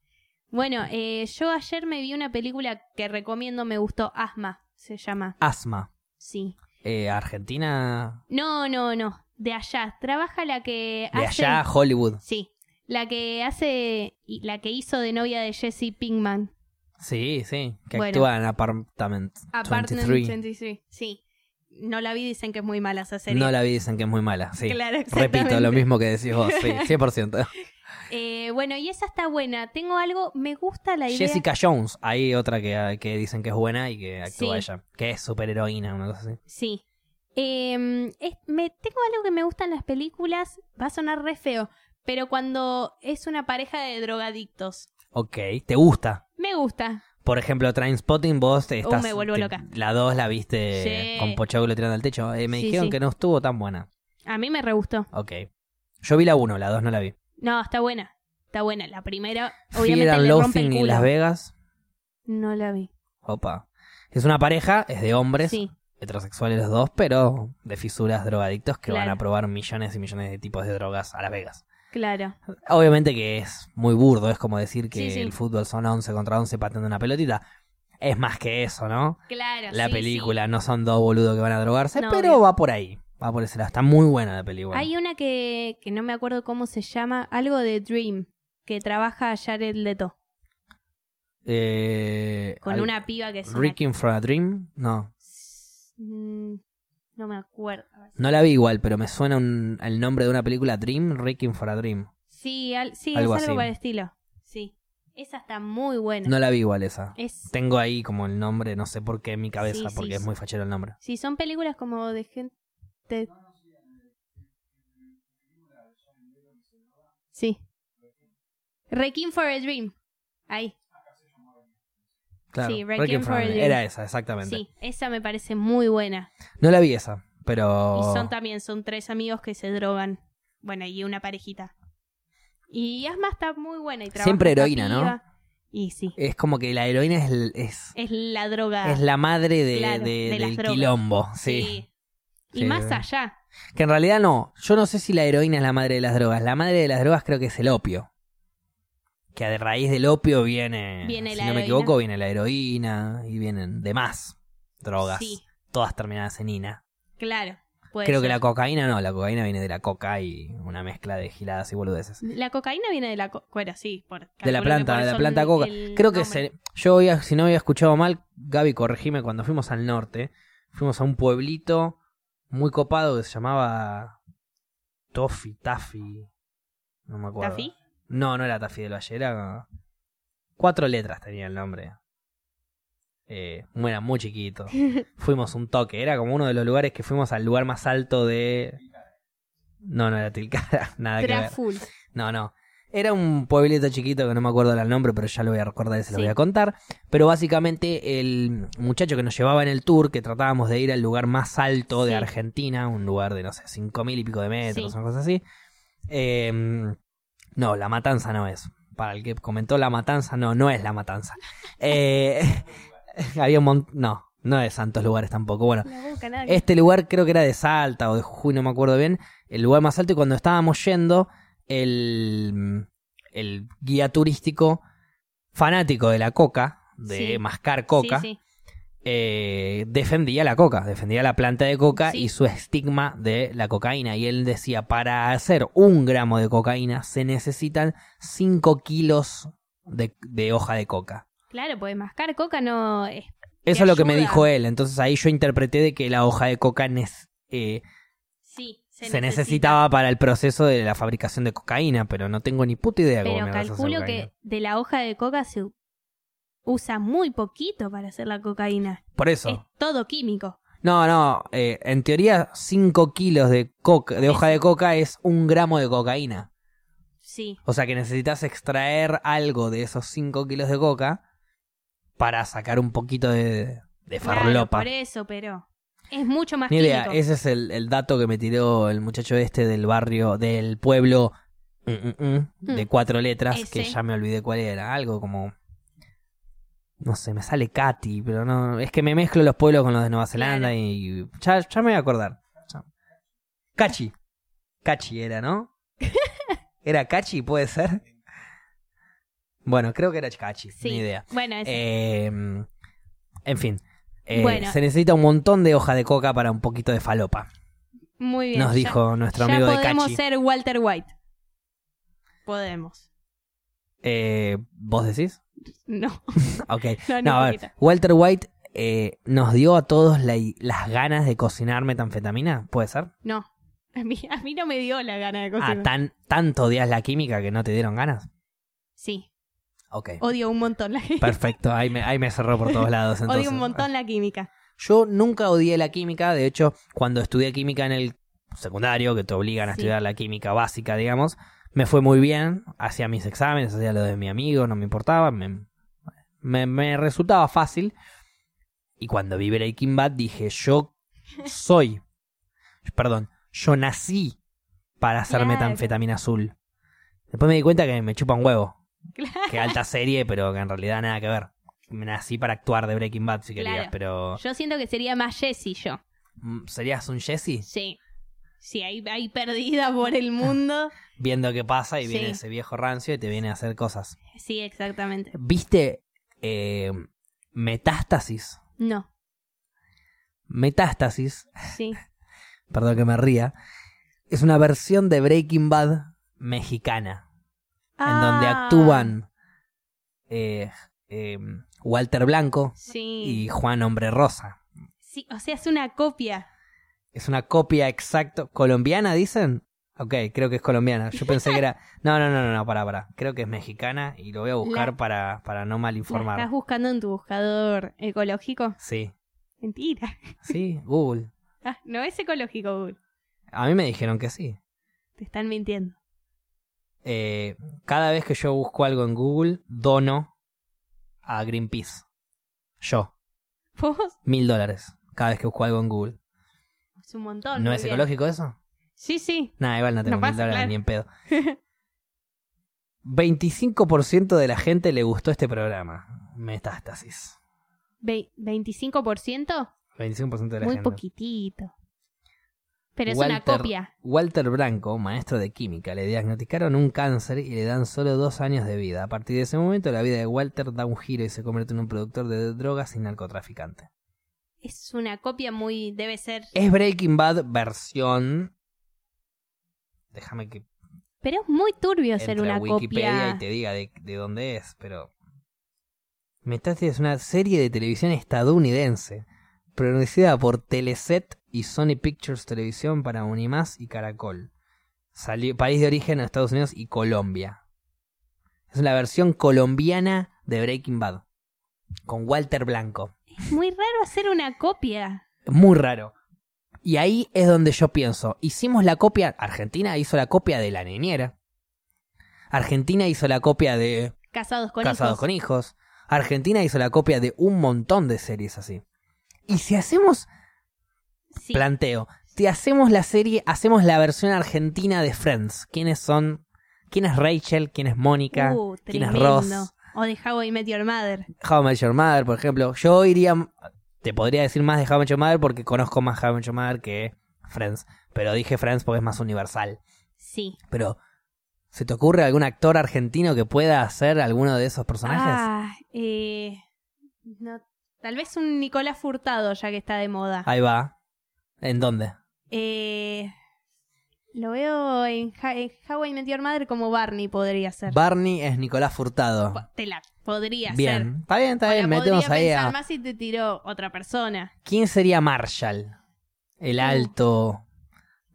Bueno, eh, yo ayer me vi una película que recomiendo, me gustó, Asma, se llama. Asma. Sí. Eh, Argentina. No, no, no. De allá. Trabaja la que De hace. allá, Hollywood. Ah, Sí. La que hace. y- La que hizo de novia de Jesse Pinkman. Sí, sí. Que Bueno. actúa en Apartment Apartment 23. 23. Sí. No la vi, dicen que es muy mala esa serie. (laughs) No la vi, dicen que es muy mala. Sí. Claro, exactamente. Repito, lo mismo que decís vos. (laughs) Sí, 100%. Eh, bueno, y esa está buena. Tengo algo, me gusta la idea. Jessica Jones. Hay otra que, que dicen que es buena y que actúa Sí. ella. Que es superheroína, una cosa así. Sí. Eh, es- me, tengo algo que me gusta en las películas, va a sonar re feo, pero cuando es una pareja de drogadictos. Ok, ¿te gusta? Me gusta. Por ejemplo, Trainspotting, vos te Uh, estás... me vuelvo te- loca. La 2 la viste Sí. con Pochoclo tirando al techo. Eh, me Sí, dijeron sí. que no estuvo tan buena. A mí me re gustó. Ok. Yo vi la 1, la 2 no la vi. No, está buena. Está buena. La primera, Fear obviamente, and le rompe el Loathing en culo. Las Vegas. No la vi. Opa. Es una pareja, es de hombres, Sí, heterosexuales los dos, pero de fisuras drogadictos que van a Claro. probar millones y millones de tipos de drogas a Las Vegas. claro. Obviamente que es muy burdo, es como decir que Sí, sí. el fútbol son 11 contra 11 pateando una pelotita. Es más que eso, ¿no? Claro. La sí, película no son dos boludos que van a drogarse, No, pero obvio. va por ahí. Va por ese lado. Está muy buena la sí. película. Hay una que, que no me acuerdo cómo se llama, algo de Dream, que trabaja Jared Leto, Eh, con al- una piba que es una- Reeking for a Dream. No. Mm, No me acuerdo. No la vi igual, pero me suena un- el nombre de una película Dream, Reeking for a Dream. Sí, al- sí Algo es algo así. para el estilo. Sí. Esa está muy buena. No la vi igual esa. Es, Tengo ahí como el nombre, no sé por qué en mi cabeza, Sí, sí, porque es sí. muy fachero el nombre. sí, son películas como de gente. Sí. Requiem for a Dream. Ahí. Claro. Sí, Requiem Requiem for for a a Dream. Dream. Era esa, exactamente. Sí, esa me parece muy buena. No la vi esa, Y pero... son también, son tres amigos que se drogan. Bueno, y una parejita. Y Asma está muy buena y trabaja Siempre esta heroína, ¿no? piba. Y sí. Es como que la heroína es, l- es, Es la droga. es la madre de- Claro, de- de las del drogas. quilombo. Sí. Sí. Y Sí. más allá. Que en realidad no. Yo no sé si la heroína es la madre de las drogas. La madre de las drogas creo que es el opio. Que a raíz del opio viene... Viene si la no me heroína. equivoco, viene la heroína y vienen demás drogas. Sí, Todas terminadas en ina. claro. puede Creo que ser. la cocaína no, la cocaína viene de la coca y una mezcla de giladas y boludeces. La cocaína viene de la co- bueno, sí, por, De la calculo que planta, por de la eso planta el- coca. el Creo que nombre. se, yo había, si no había escuchado mal, Gaby, corregime, cuando fuimos al norte, fuimos a un pueblito muy copado que se llamaba Tofi, Tafi, no me acuerdo. ¿Tafí? No, no era Tafi del Valle, era... Cuatro letras tenía el nombre. eh, era muy chiquito. Fuimos un toque, era como uno de los lugares que fuimos al lugar más alto de... No, no era Tilcara, (laughs) nada que ver. Traful. No, no. Era un pueblito chiquito que no me acuerdo ahora el nombre, pero ya lo voy a recordar y se lo Sí. voy a contar. Pero básicamente el muchacho que nos llevaba en el tour, que tratábamos de ir al lugar más alto de Sí. Argentina, un lugar de, no sé, cinco mil y pico de metros, Sí. una cosa así. eh, no, La Matanza no es. Para el que comentó La Matanza, no, no es La Matanza. Eh, (laughs) había un montón... No, no es santos lugares tampoco. Bueno, La boca, nada que- este lugar creo que era de Salta o de Jujuy, no me acuerdo bien. El lugar más alto y cuando estábamos yendo, el, el guía turístico fanático de la coca, de Sí. mascar coca, Sí, sí. eh, defendía la coca, defendía la planta de coca Sí. y su estigma de la cocaína. Y él decía, para hacer un gramo de cocaína se necesitan 5 kilos de, de hoja de coca. Claro, pues mascar coca no es Eso es lo que me ayuda. dijo él. Entonces ahí yo interpreté de que la hoja de coca nes- eh, Sí, se, necesitaba para el proceso de la fabricación de cocaína, pero no tengo ni puta idea cómo Pero mierda se hace calculo cocaína. que de la hoja de coca se u- usa muy poquito para hacer la cocaína. Por eso. Es todo químico. No, no, eh, en teoría 5 kilos de, coca, de hoja de coca es un gramo de cocaína. Sí, O sea que necesitas extraer algo de esos 5 kilos de coca para sacar un poquito de, de claro, farlopa. por eso, pero es mucho más Ni idea, químico. ese es el, el dato que me tiró el muchacho este del barrio, del pueblo mm, mm, mm, de Mm. cuatro letras, que Ese. ya me olvidé cuál era, algo como... No sé, me sale Katy, pero no... Es que me mezclo los pueblos con los de Nueva Zelanda Claro. y... Ya, ya me voy a acordar. Ya. Cachi. Cachi era, (laughs) ¿no? ¿Era Cachi, puede ser? Bueno, creo que era Cachi, Sí. ni idea. Bueno, es- Eh, en fin. Eh, Bueno. Se necesita un montón de hoja de coca para un poquito de falopa. muy bien. nos ya- dijo nuestro ya amigo de podemos Cachi. ser Walter White. Podemos. Eh, ¿Vos decís? (laughs) No, (laughs) Ok. no, ni No, a poquito. ver. Walter White eh, nos dio a todos la- las ganas de cocinar metanfetamina, ¿puede ser? No. A mí, a mí no me dio la gana de Ah, cocinar. tan, tanto odias la química que no te dieron ganas. Sí, Ok. odio un montón la química. Perfecto, ahí me, ahí me cerró por todos lados. (laughs) Odio entonces. ah. un montón la química. Yo nunca odié la química, de hecho, cuando estudié química en el secundario, que te obligan a Sí. estudiar la química básica, digamos, me fue muy bien, hacía mis exámenes, hacía lo de mi amigo, no me importaba, me, me- me resultaba fácil. Y cuando vi Breaking Bad dije, yo soy, perdón, yo nací para hacer Claro. metanfetamina azul. Después me di cuenta que me chupan huevo, Claro. que alta serie, pero que en realidad nada que ver. Nací para actuar de Breaking Bad, si querías, Claro. pero... Yo siento que sería más Jessy yo. Mm, ¿Serías un Jesse? Sí. Sí, ahí, ahí perdida por el mundo. Viendo qué pasa y viene Sí. ese viejo rancio y te viene a hacer cosas. Sí, (laughs) exactamente. ¿Viste eh, Metástasis? No, Metástasis, sí. perdón que me ría, es una versión de Breaking Bad mexicana, en donde Ah, actúan eh, eh, Walter Blanco Sí. y Juan Hombre Rosa. sí. O sea, es una copia. Es una copia exacta. ¿Colombiana dicen? Ok, creo que es colombiana. Yo pensé que (laughs) era. No, no, no, no, no, pará, pará. Creo que es mexicana y lo voy a buscar La- para, para no ¿La malinformar. estás buscando en tu buscador ecológico? Sí, Mentira. (laughs) sí, Google. Ah, no es ecológico, Google. A mí me dijeron que sí. Te están mintiendo. (laughs) Eh, cada vez que yo busco algo en Google, dono a Greenpeace. Yo, Vos, mil dólares. Cada vez que busco algo en Google. es un montón. ¿No Oh, muy es bien. ecológico eso? Sí, sí. Nah, igual no tengo No mil pasa, dólares claro. ni en (laughs) pedo. 25% de la gente le gustó este programa. Metástasis. Ve- ¿25%? 25% de la Muy gente. poquitito. Pero es una Walter- copia. Walter Blanco, maestro de química, le diagnosticaron un cáncer y le dan solo dos años de vida. A partir de ese momento, la vida de Walter da un giro y se convierte en un productor de drogas y narcotraficante. Es una copia muy... Debe ser... Es Breaking Bad versión. Déjame que Pero es muy turbio entre ser una Wikipedia copia. y te diga de, de dónde es, pero. Metástasis es una serie de televisión estadounidense, producida por Teleset y Sony Pictures Televisión para Unimás y Caracol. Salió, país de origen, Estados Unidos y Colombia. Es la versión colombiana de Breaking Bad. con Walter Blanco. Muy raro hacer una copia. Muy raro. Y ahí es donde yo pienso, hicimos la copia, Argentina hizo la copia de La Niñera. Argentina hizo la copia de Casados con Casados hijos. con Hijos. Argentina hizo la copia de un montón de series así. Y si hacemos, Sí. planteo, si hacemos la serie, hacemos la versión argentina de Friends. ¿Quiénes son? ¿Quién es Rachel? ¿Quién es Mónica? Uh, ¿Quién es tremendo. Ross? O de How I Met Your Mother. How I Met Your Mother, por ejemplo. Yo iría. Te podría decir más de How I Met Your Mother porque conozco más How I Met Your Mother que Friends. Pero dije Friends porque es más universal. Sí. Pero, ¿se te ocurre algún actor argentino que pueda hacer alguno de esos personajes? Ah, eh, no, tal vez un Nicolás Furtado, ya que está de moda. Ahí va. ¿En dónde? Eh, lo veo en, Ja- en How I Met Your Mother como Barney podría ser. Barney es Nicolás Furtado. Po- te la podría ser. Bien, está bien, está bien. O la Metemos podría ahí pensar a. más si te tiró otra persona. ¿Quién sería Marshall? Uh. El alto,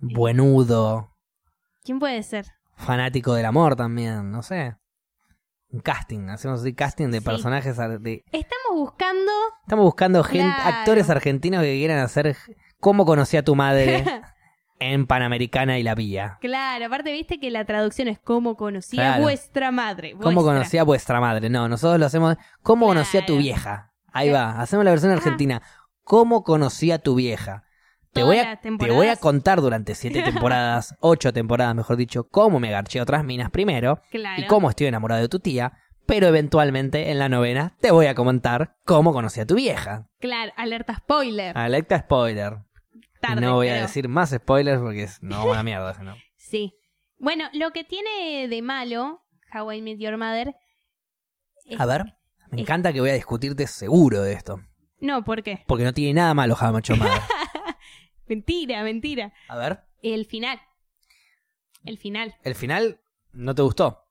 Eh. buenudo, ¿Quién puede ser? fanático del amor también, no sé. Un casting, hacemos así casting de Sí. personajes. ar- de- Estamos buscando Estamos buscando gente, Claro. actores argentinos que quieran hacer cómo conocí a tu madre en Panamericana y la Vía. (laughs) Claro, aparte viste que la traducción es cómo conocí Claro. a vuestra madre. ¿Cómo vuestra. conocí a vuestra madre? No, nosotros lo hacemos. ¿Cómo conocí a tu Claro. Ah. vieja? Ahí va, hacemos la versión argentina. ¿Cómo conocí a tu vieja? Te Todas voy, a, las te temporadas. voy a contar durante (laughs) siete temporadas, ocho temporadas, mejor dicho, cómo me garché a otras minas primero Claro. y cómo estoy enamorado de tu tía, pero eventualmente en la novena te voy a comentar cómo conocí a tu vieja. Claro, alerta spoiler. Alerta spoiler. Tarde, no voy a pero- decir más spoilers porque es no una mierda. (laughs) si no. Sí. Bueno, lo que tiene de malo How I Met Your Mother. es- A ver, me es- encanta que voy a discutirte seguro de esto, No, ¿por qué? porque no tiene nada malo How I Met Your (laughs) Mother. Mentira, mentira. A ver, El final. El final. el final no te gustó.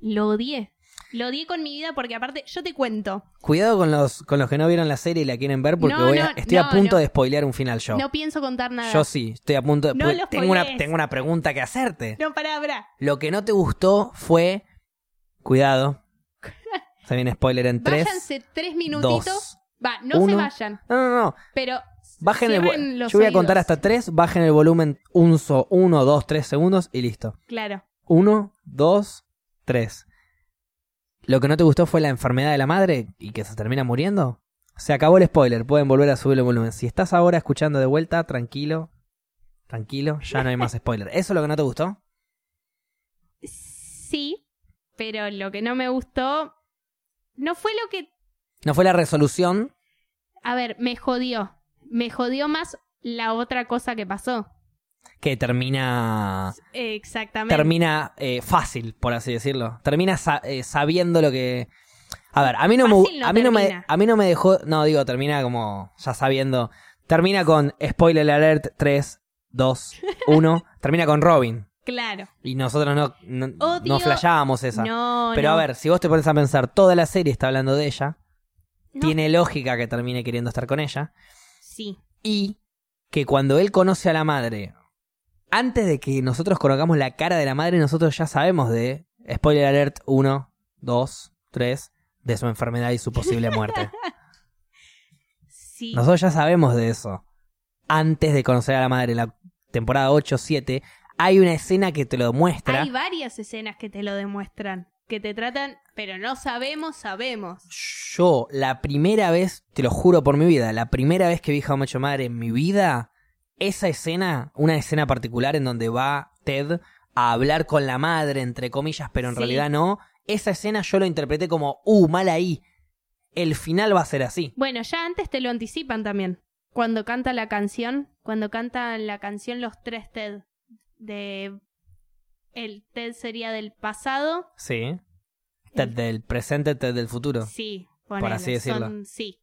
Lo odié. Lo odié con mi vida porque aparte, yo te cuento. Cuidado con los con los que no vieron la serie y la quieren ver porque No, voy a- no, estoy a no, punto no. de spoilear un final yo. No pienso contar nada. Yo sí, estoy a punto de. No porque lo tengo, una, spoilees. tengo una pregunta que hacerte. No, pará, pará. Lo que no te gustó fue. (laughs) Cuidado. Se viene spoiler en 3. Váyanse tres minutitos. dos Va, no uno. se vayan, No, no, no. pero Bajen el Cierren volumen. los Yo voy a contar oídos. hasta 3. Bajen el volumen 1, 2, 3 segundos y listo. claro. 1, 2, 3. Lo que no te gustó fue la enfermedad de la madre y que se termina muriendo. Se acabó el spoiler, pueden volver a subir el volumen. Si estás ahora escuchando de vuelta, tranquilo, tranquilo, ya no hay (laughs) más spoiler. ¿Eso es lo que no te gustó? Sí, pero lo que no me gustó no fue lo que, No fue la resolución. a ver, me jodió. Me jodió más la otra cosa que pasó. que termina Exactamente. termina eh, fácil por así decirlo termina sa- eh, sabiendo lo que a ver a mí no Fácil me no a mí no me termina. a mí no me dejó no digo termina como ya sabiendo termina con spoiler alert 3 2 (laughs) 1 termina con Robin claro. y nosotros no no, Odio- no flasheábamos esa No, pero no. a ver si vos te pones a pensar toda la serie está hablando de ella No, tiene lógica que termine queriendo estar con ella Sí, y que cuando él conoce a la madre, antes de que nosotros conozcamos la cara de la madre, nosotros ya sabemos de, spoiler alert 1, 2, 3, de su enfermedad y su posible muerte. sí. Nosotros ya sabemos de eso. Antes de conocer a la madre, en la temporada 8, 7, hay una escena que te lo muestra. Hay varias escenas que te lo demuestran, que te tratan, pero no sabemos, sabemos. Yo, la primera vez, te lo juro por mi vida, la primera vez que vi How Much Madre en mi vida, esa escena, una escena particular en donde va Ted a hablar con la madre, entre comillas, pero en Sí. realidad no, esa escena yo lo interpreté como, uh, mal ahí. El final va a ser así. Bueno, ya antes te lo anticipan también. Cuando canta la canción, cuando cantan la canción los tres Ted. De el Ted sería del pasado. Sí. Ted El- del presente, Ted del futuro. Sí, ponele, así decirlo. son- sí.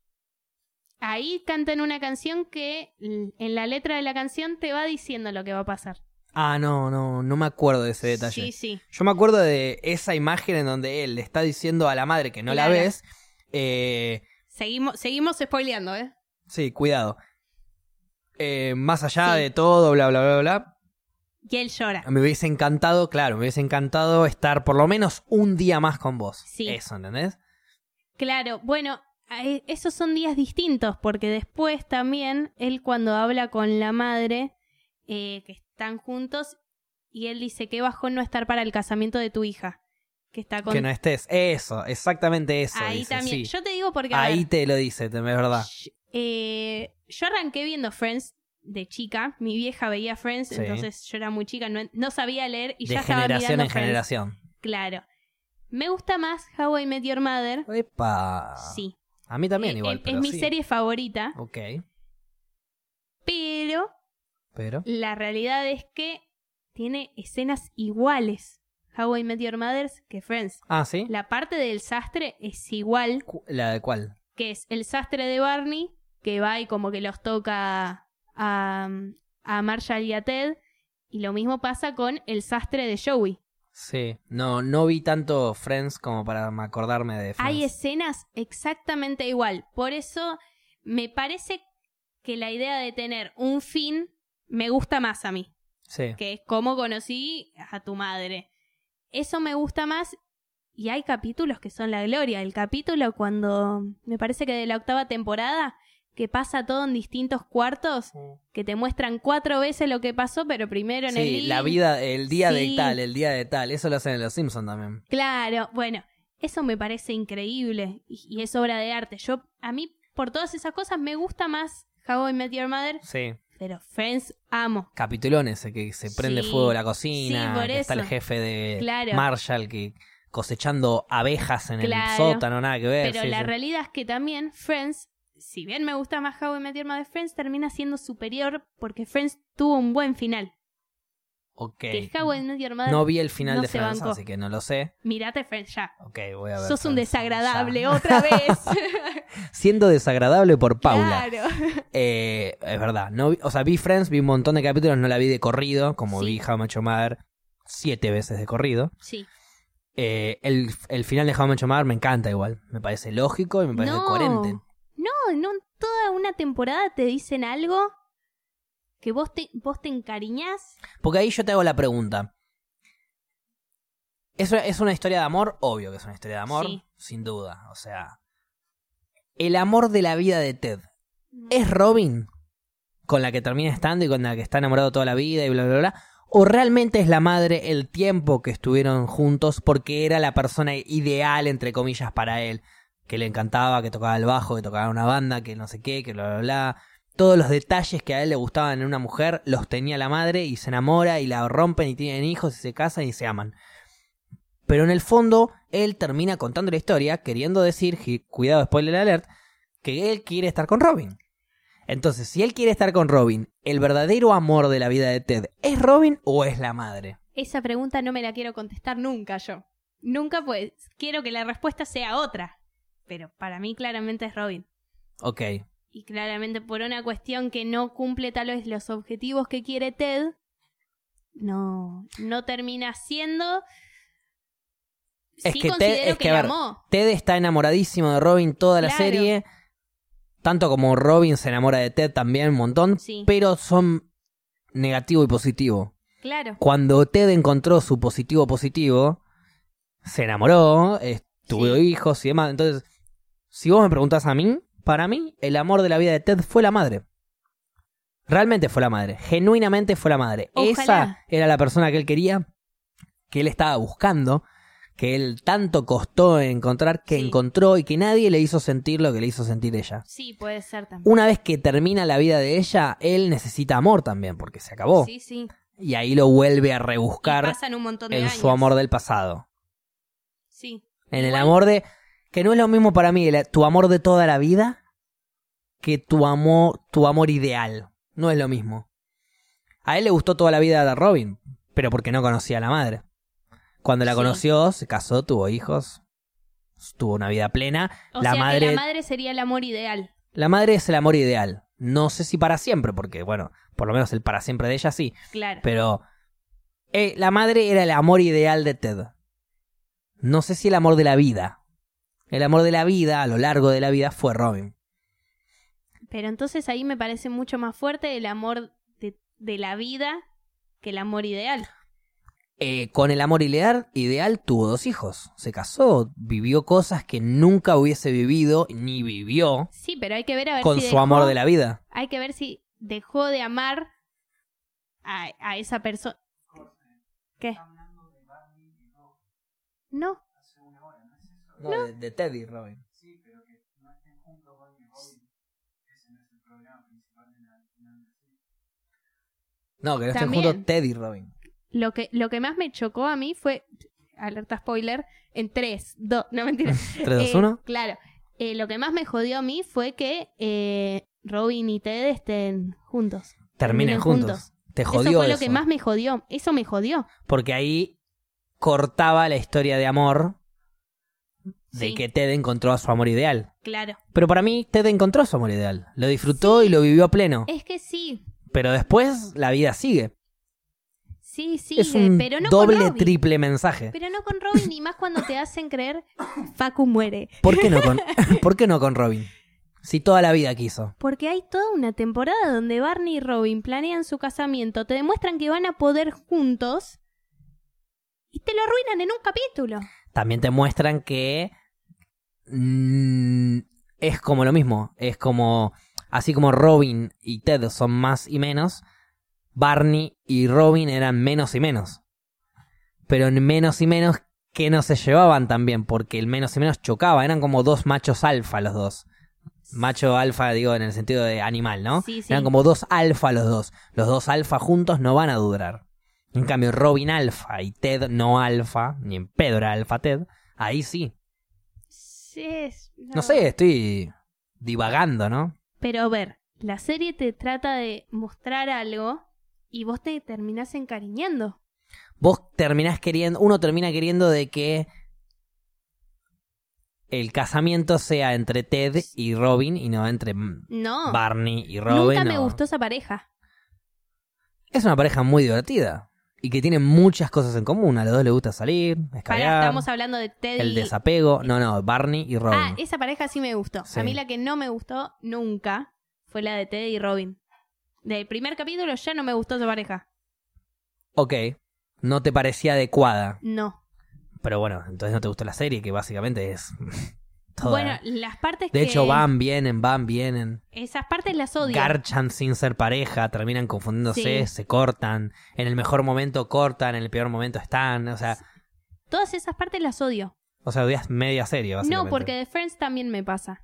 Ahí cantan una canción que l- en la letra de la canción te va diciendo lo que va a pasar. Ah, no, no, no me acuerdo de ese detalle. Sí, sí. Yo me acuerdo de esa imagen en donde él le está diciendo a la madre que no Claro. la ves, eh, Seguimos, seguimos spoileando, ¿eh? Sí, cuidado. Eh, más allá Sí. de todo, bla, bla, bla, bla. Y él llora. Me hubiese encantado, claro, me hubiese encantado estar por lo menos un día más con vos. Sí. Eso, ¿entendés? Claro, bueno, eh, esos son días distintos, porque después también él cuando habla con la madre, eh, que están juntos, y él dice que bajó no estar para el casamiento de tu hija, que está con... Que no estés. Eso, exactamente eso. Ahí dice, también, sí. yo te digo porque... a Ahí ver, te lo dice, te- es verdad. sh- eh, yo arranqué viendo Friends de chica, mi vieja veía Friends, Sí. entonces yo era muy chica, no, no sabía leer y ya De estaba generación mirando en Friends. generación. Claro. Me gusta más How I Met Your Mother. Epa. Sí. A mí Ah, también Eh, igual, es, pero es mi sí. serie favorita, Ok, pero pero... la realidad es que tiene escenas iguales. How I Met Your Mother que Friends. Ah, ¿sí? La parte del sastre es igual, Cu- ¿La de cuál? que es el sastre de Barney, que va y como que los toca a, a Marshall y a Ted. Y lo mismo pasa con el sastre de Joey. Sí, no, no vi tanto Friends como para me acordarme de Friends. Hay escenas exactamente igual. Por eso me parece que la idea de tener un fin me gusta más a mí, Sí, que es cómo conocí a tu madre. Eso me gusta más y hay capítulos que son la gloria. El capítulo cuando me parece que de la octava temporada que pasa todo en distintos cuartos, que te muestran cuatro veces lo que pasó, pero primero en el sí living. la vida, el día Sí. de tal, el día de tal. Eso lo hacen en Los Simpsons también. Claro, bueno, eso me parece increíble y, y es obra de arte. Yo, a mí, por todas esas cosas, me gusta más How I Met Your Mother, Sí. pero Friends amo. Capitulones, eh, que se prende Sí. fuego la cocina, Sí, por que está eso. el jefe de Claro. Marshall que cosechando abejas en Claro. el sótano, nada que ver. Pero Eh, sí, la sí. realidad es que también Friends, si bien me gusta más How I Met Your Mother, Friends termina siendo superior porque Friends tuvo un buen final. Ok. Que How I Met Your Mother, No vi el final no de se Friends, bancó. así que no lo sé. mirate Friends ya. Ok, voy a ver. Sos un Friends. desagradable Ya. otra vez. Siendo desagradable por (laughs) Paula. (laughs) Claro. Eh, es verdad. No vi- o sea, vi Friends, vi un montón de capítulos, no la vi de corrido, como Sí. vi How I Met Your Mother siete veces de corrido. Sí. Eh, el, el final de How I Met Your Mother me encanta igual. Me parece lógico y me parece No. coherente. No, no, toda una temporada te dicen algo que vos te, vos te encariñás. Porque ahí yo te hago la pregunta. ¿Es, una- es una historia de amor? Obvio que es una historia de amor, Sí. sin duda. O sea, el amor de la vida de Ted. ¿Es Robin con la que termina estando y con la que está enamorado toda la vida y bla, bla, bla? ¿O realmente es la madre el tiempo que estuvieron juntos porque era la persona ideal, entre comillas, para él? Que le encantaba, que tocaba el bajo, que tocaba una banda, que no sé qué, que bla, bla, bla. Todos los detalles que a él le gustaban en una mujer los tenía la madre y se enamora y la rompen y tienen hijos y se casan y se aman. Pero en el fondo, él termina contando la historia queriendo decir, gi- cuidado, spoiler alert, que él quiere estar con Robin. Entonces, si él quiere estar con Robin, ¿el verdadero amor de la vida de Ted es Robin o es la madre? Esa pregunta no me la quiero contestar nunca yo. Nunca pues quiero que la respuesta sea otra. Pero para mí claramente es Robin. Ok, Y claramente por una cuestión que no cumple tal vez los objetivos que quiere Ted, no, no termina siendo... Es sí que Ted- considero es que, que, a la ver, amó. Ted está enamoradísimo de Robin toda la Claro. serie, tanto como Robin se enamora de Ted también un montón, Sí. pero son negativo y positivo. Claro. Cuando Ted encontró su positivo positivo, se enamoró, eh, tuvo Sí. hijos y demás. Entonces, si vos me preguntás a mí, para mí, el amor de la vida de Ted fue la madre. Realmente fue la madre. Genuinamente fue la madre. Ojalá. Esa era la persona que él quería, que él estaba buscando, que él tanto costó en encontrar, que Sí. encontró y que nadie le hizo sentir lo que le hizo sentir ella. Sí, puede ser también. Una vez que termina la vida de ella, él necesita amor también, porque se acabó. Sí, sí. Y ahí lo vuelve a Y rebuscar pasan un montón de en años. su amor del pasado. Sí. En el amor de. Que no es lo mismo para mí, el- tu amor de toda la vida que tu amor, tu amor ideal. No es lo mismo. A él le gustó toda la vida de Robin, pero porque no conocía a la madre. Cuando la Sí. conoció, se casó, tuvo hijos, tuvo una vida plena. O la, sea madre, que la madre sería el amor ideal. la madre es el amor ideal. No sé si para siempre, porque bueno, por lo menos el para siempre de ella sí. Claro. Pero eh, la madre era el amor ideal de Ted. No sé si el amor de la vida. El amor de la vida, a lo largo de la vida, fue Robin. Pero entonces ahí me parece mucho más fuerte el amor de, de la vida que el amor ideal. eh, con el amor ideal, ideal tuvo dos hijos. Se casó, vivió cosas que nunca hubiese vivido ni vivió Sí, pero hay que ver a ver con si su amor dejó- de la vida. Hay que ver si dejó de amar a, a esa persona. ¿Qué? No, No, De, de Teddy, Robin. No, que no estén También. juntos Teddy y Robin. lo que, lo que más me chocó a mí fue, alerta spoiler, en 3, 2, (laughs) no mentira. 3, 2, Eh, 1. Claro. Eh, lo que más me jodió a mí fue que eh, Robin y Ted estén juntos. Terminen terminen juntos. juntos. Te eso jodió fue eso. lo que más me jodió. Eso me jodió. Porque ahí cortaba la historia de amor de Sí. que Ted encontró a su amor ideal. Claro. Pero para mí, Ted encontró su amor ideal. Lo disfrutó y lo vivió a pleno. Es que sí. Pero después la vida sigue. Sí, sí. eh, es un pero no con doble, Robin. triple mensaje. Pero no con Robin, y más cuando te hacen creer Facu muere. ¿Por qué, no (laughs) con, (laughs) ¿Por qué no con Robin? Si toda la vida quiso. Porque hay toda una temporada donde Barney y Robin planean su casamiento, te demuestran que van a poder juntos y te lo arruinan en un capítulo. También te muestran que mm, es como lo mismo. Es como, así como Robin y Ted son más y menos, Barney y Robin eran menos y menos. Pero en menos y menos que no se llevaban también, porque el menos y menos chocaba. Eran como dos machos alfa los dos. Macho alfa, digo, en el sentido de animal, ¿no? Sí, sí. Eran como dos alfa los dos. Los dos alfa juntos no van a durar. En cambio, Robin alfa y Ted no alfa, ni en Pedro era alfa Ted, ahí sí. Sí, es- No sé, estoy divagando, ¿no? Pero a ver, la serie te trata de mostrar algo y vos te terminás encariñando. Vos terminás queriendo, uno termina queriendo de que el casamiento sea entre Ted y Robin y no entre mm, No. Barney y Robin. Nunca me o- gustó esa pareja. Es una pareja muy divertida y que tiene muchas cosas en común. A los dos les gusta salir, Pará, escalar, estamos hablando de Teddy. el desapego. No, no, Barney y Robin. Ah, esa pareja sí me gustó. Sí. A mí la que no me gustó nunca fue la de Teddy y Robin. Del primer capítulo ya no me gustó esa pareja. Ok, no te parecía adecuada. No. Pero bueno, entonces no te gustó la serie, que básicamente es (laughs) toda- Bueno, eh, las partes de que... hecho, van, vienen, van, vienen. Esas partes las odio. Garchan sin ser pareja, terminan confundiéndose, Sí. se cortan. En el mejor momento cortan, en el peor momento están. O sea, Todas esas partes las odio. o sea odias media serie, básicamente. No, porque de Friends también me pasa.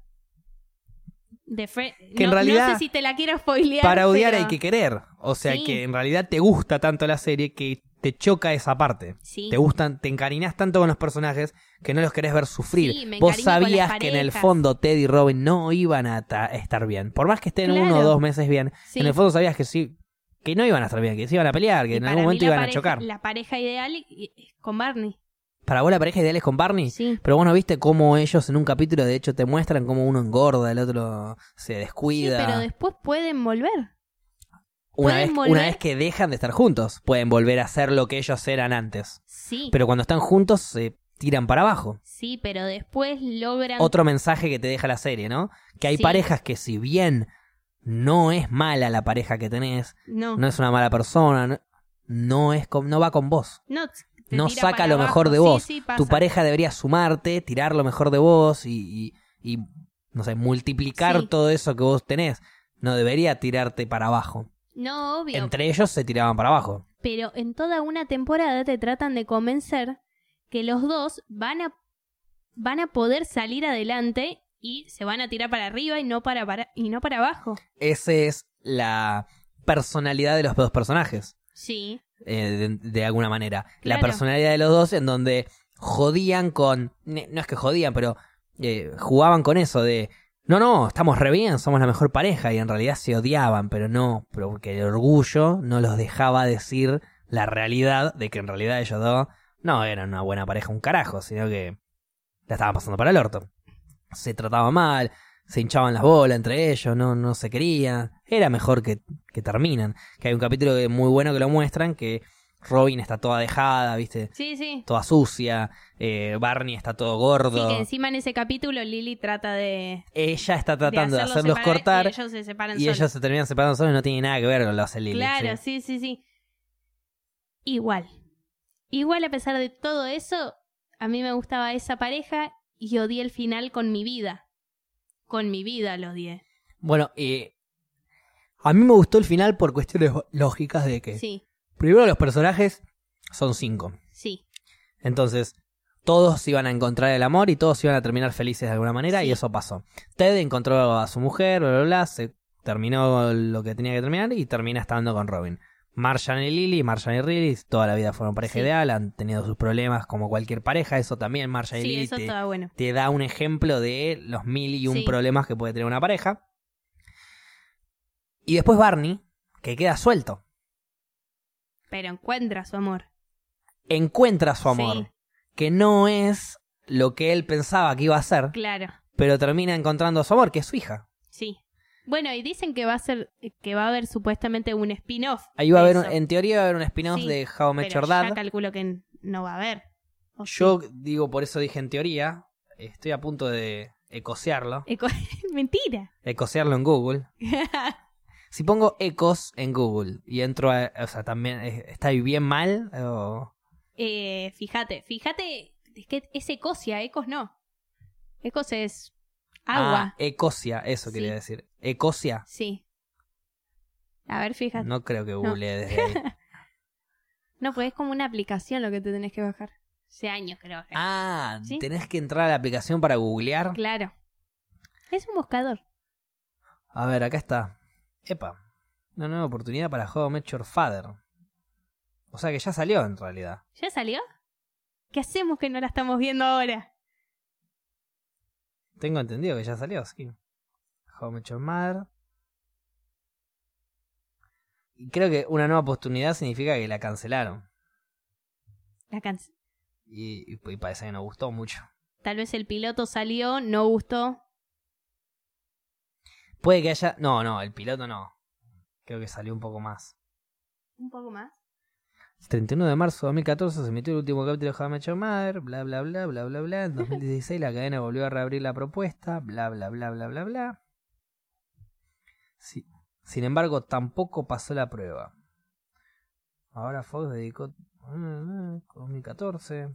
De Friends... Que en no, realidad- No sé si te la quiero spoilear, Para odiar pero- hay que querer. O sea Sí. que en realidad te gusta tanto la serie que te choca esa parte. Sí. Te gustan, te encarinas tanto con los personajes que no los querés ver sufrir. Sí, me Vos encariño con las sabías que en el parejas. fondo Ted y Robin no iban a ta- estar bien. Por más que estén Claro. uno o dos meses bien, Sí. en el fondo sabías que sí, que no iban a estar bien, que se iban a pelear, que Y en para algún mí momento la iban a pareja- chocar. La pareja ideal y- y- es con Barney. Para vos la pareja ideal es con Barney. Sí. Pero vos no viste cómo ellos en un capítulo de hecho te muestran cómo uno engorda, el otro se Sí, descuida. pero después pueden volver. una, pueden vez, volver- una vez que dejan de estar juntos, pueden volver a ser lo que ellos eran antes. Sí. Pero cuando están juntos se tiran para abajo. Sí, pero después logran. Otro mensaje que te deja la serie, ¿no? Que hay Sí. parejas que si bien no es mala la pareja que tenés, No, no, no es una mala persona, no, no es con- no va con vos. te no tira saca para lo abajo. mejor de Sí, vos. sí, pasa. Tu pareja debería sumarte, tirar lo mejor de vos y, y- y, no sé, multiplicar Sí. todo eso que vos tenés. No debería tirarte para abajo. No, obvio. Entre ellos se tiraban para abajo. Pero en toda una temporada te tratan de convencer que los dos van a, van a poder salir adelante y se van a tirar para arriba y no para, para- y no para abajo. Esa es la personalidad de los dos personajes, Sí. eh, de, de alguna manera. La Claro. personalidad de los dos en donde jodían con... ne- No es que jodían, pero eh, jugaban con eso de... No, no, estamos re bien, somos la mejor pareja y en realidad se odiaban, pero no, pero porque el orgullo no los dejaba decir la realidad de que en realidad ellos dos no eran una buena pareja un carajo, sino que la estaban pasando para el orto. Se trataban mal, se hinchaban las bolas entre ellos, no, no se querían. Era mejor que, que terminan. Que hay un capítulo que- muy bueno que lo muestran, que Robin está toda dejada, viste, Sí, sí. toda sucia, eh, Barney está todo Sí, gordo. que encima en ese capítulo Lily trata de. Ella está de tratando de hacerlos, separar cortar Y ellos se separan y solos. ellos se terminan separando solos y no tiene nada que ver con lo que hace Lily. Claro, sí. sí, sí, sí. Igual. Igual a pesar de todo eso, a mí me gustaba esa pareja y odié el final con mi vida. Con mi vida lo odié. Bueno, y a mí me gustó el final por cuestiones lógicas de que Sí, primero los personajes son cinco. sí, Entonces, todos iban a encontrar el amor y todos iban a terminar felices de alguna manera Sí. y eso pasó. Ted encontró a su mujer, bla, bla, bla, se terminó lo que tenía que terminar y termina estando con Robin. Marjan y Lily, Marjan y Lily, toda la vida fueron pareja Sí. ideal, han tenido sus problemas como cualquier pareja, eso también, Marjan y sí, Lily eso te- estaba bueno. te da un ejemplo de los mil y un Sí. problemas que puede tener una pareja. Y después Barney, que queda suelto, Pero encuentra su amor. encuentra su amor, Sí. que no es lo que él pensaba que iba a ser, Claro, pero termina encontrando a su amor, que es su hija. sí. Bueno, y dicen que va a ser, que va a haber supuestamente un spin-off. Ahí va a de haber, un- eso, en teoría, va a haber un spin-off Sí, de How I Met pero Your ya Dad. calculo que no va a haber. (laughs) ¿O sí? Yo digo, por eso dije en teoría, estoy a punto de ecosearlo, Eco- (laughs) Mentira. (laughs) ecosearlo en Google. Si pongo ecos en Google y entro a, o sea, también, eh, ¿está bien mal? O... Eh, fíjate, fíjate, es que es Ecosia, Ecos no. Ecos es agua, Ah, Ecosia, eso Sí. quería decir. Ecosia. sí. A ver, fíjate. No. No creo que googleé desde (laughs) ahí. pues es como una aplicación lo que te tenés que bajar. Hace años creo. que- Ah, ¿Sí? tenés que entrar a la aplicación para googlear. Claro. Es un buscador. A ver, acá está. Epa. Una nueva oportunidad para Juego Met Your Father. O sea que ya salió en realidad. ¿Ya salió? ¿Qué hacemos que no la estamos viendo ahora? Tengo entendido que ya salió, sí. How I Met Your Mother. Y creo que una nueva oportunidad significa que la cancelaron. La can- Y, y- y parece que no gustó mucho. Tal vez el piloto salió, no gustó. Puede que haya. No, no, el piloto no. Creo que salió un poco más. Un poco más. El 31 de marzo de 2014 se emitió el último capítulo de How I Met Your Mother, bla bla bla bla bla bla. En 2016 la cadena volvió a reabrir la propuesta, bla bla bla bla bla bla. Sí. Sin embargo, tampoco pasó la prueba. Ahora Fox dedicó ah, ah, 2014.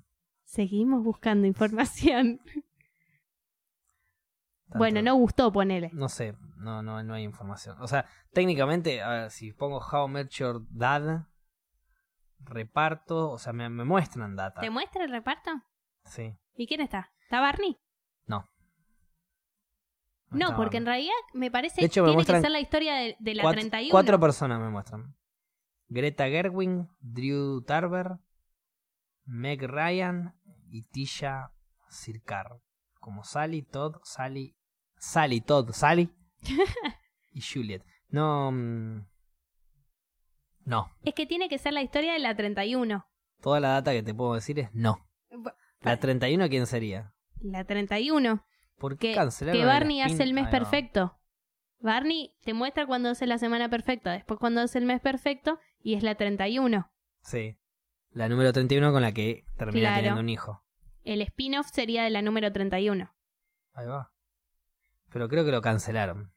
Seguimos (laughs) buscando información. tanto- Bueno, no gustó, ponele. No sé, no, no, no hay información. O sea, técnicamente, a ver, si pongo How I Met Your Dad, reparto, o sea, me, me muestran data. ¿Te muestra el reparto? Sí. ¿Y quién está? ¿Está Barney? No, está porque mal. en realidad me parece De que hecho, me tiene muestran que ser la historia de, de la Cuat- 31. Cuatro personas me muestran. Greta Gerwin, Drew Tarver, Meg Ryan y Tisha Sirkar. Como Sally, Todd, Sally, Sally, Todd, (laughs) Sally y Juliet. No, mm, no. Es que tiene que ser la historia de la 31. Toda la data que te puedo decir es no. Bu- La 31, ¿quién sería? La 31. ¿Por qué Que, cancelaron que el Barney spin? hace el mes Ahí va. perfecto. Barney te muestra cuando hace la semana perfecta, después cuando hace el mes perfecto y es la 31. Sí. La número 31 con la que termina Claro. teniendo un hijo. El spin-off sería de la número 31. Ahí va. Pero creo que lo cancelaron.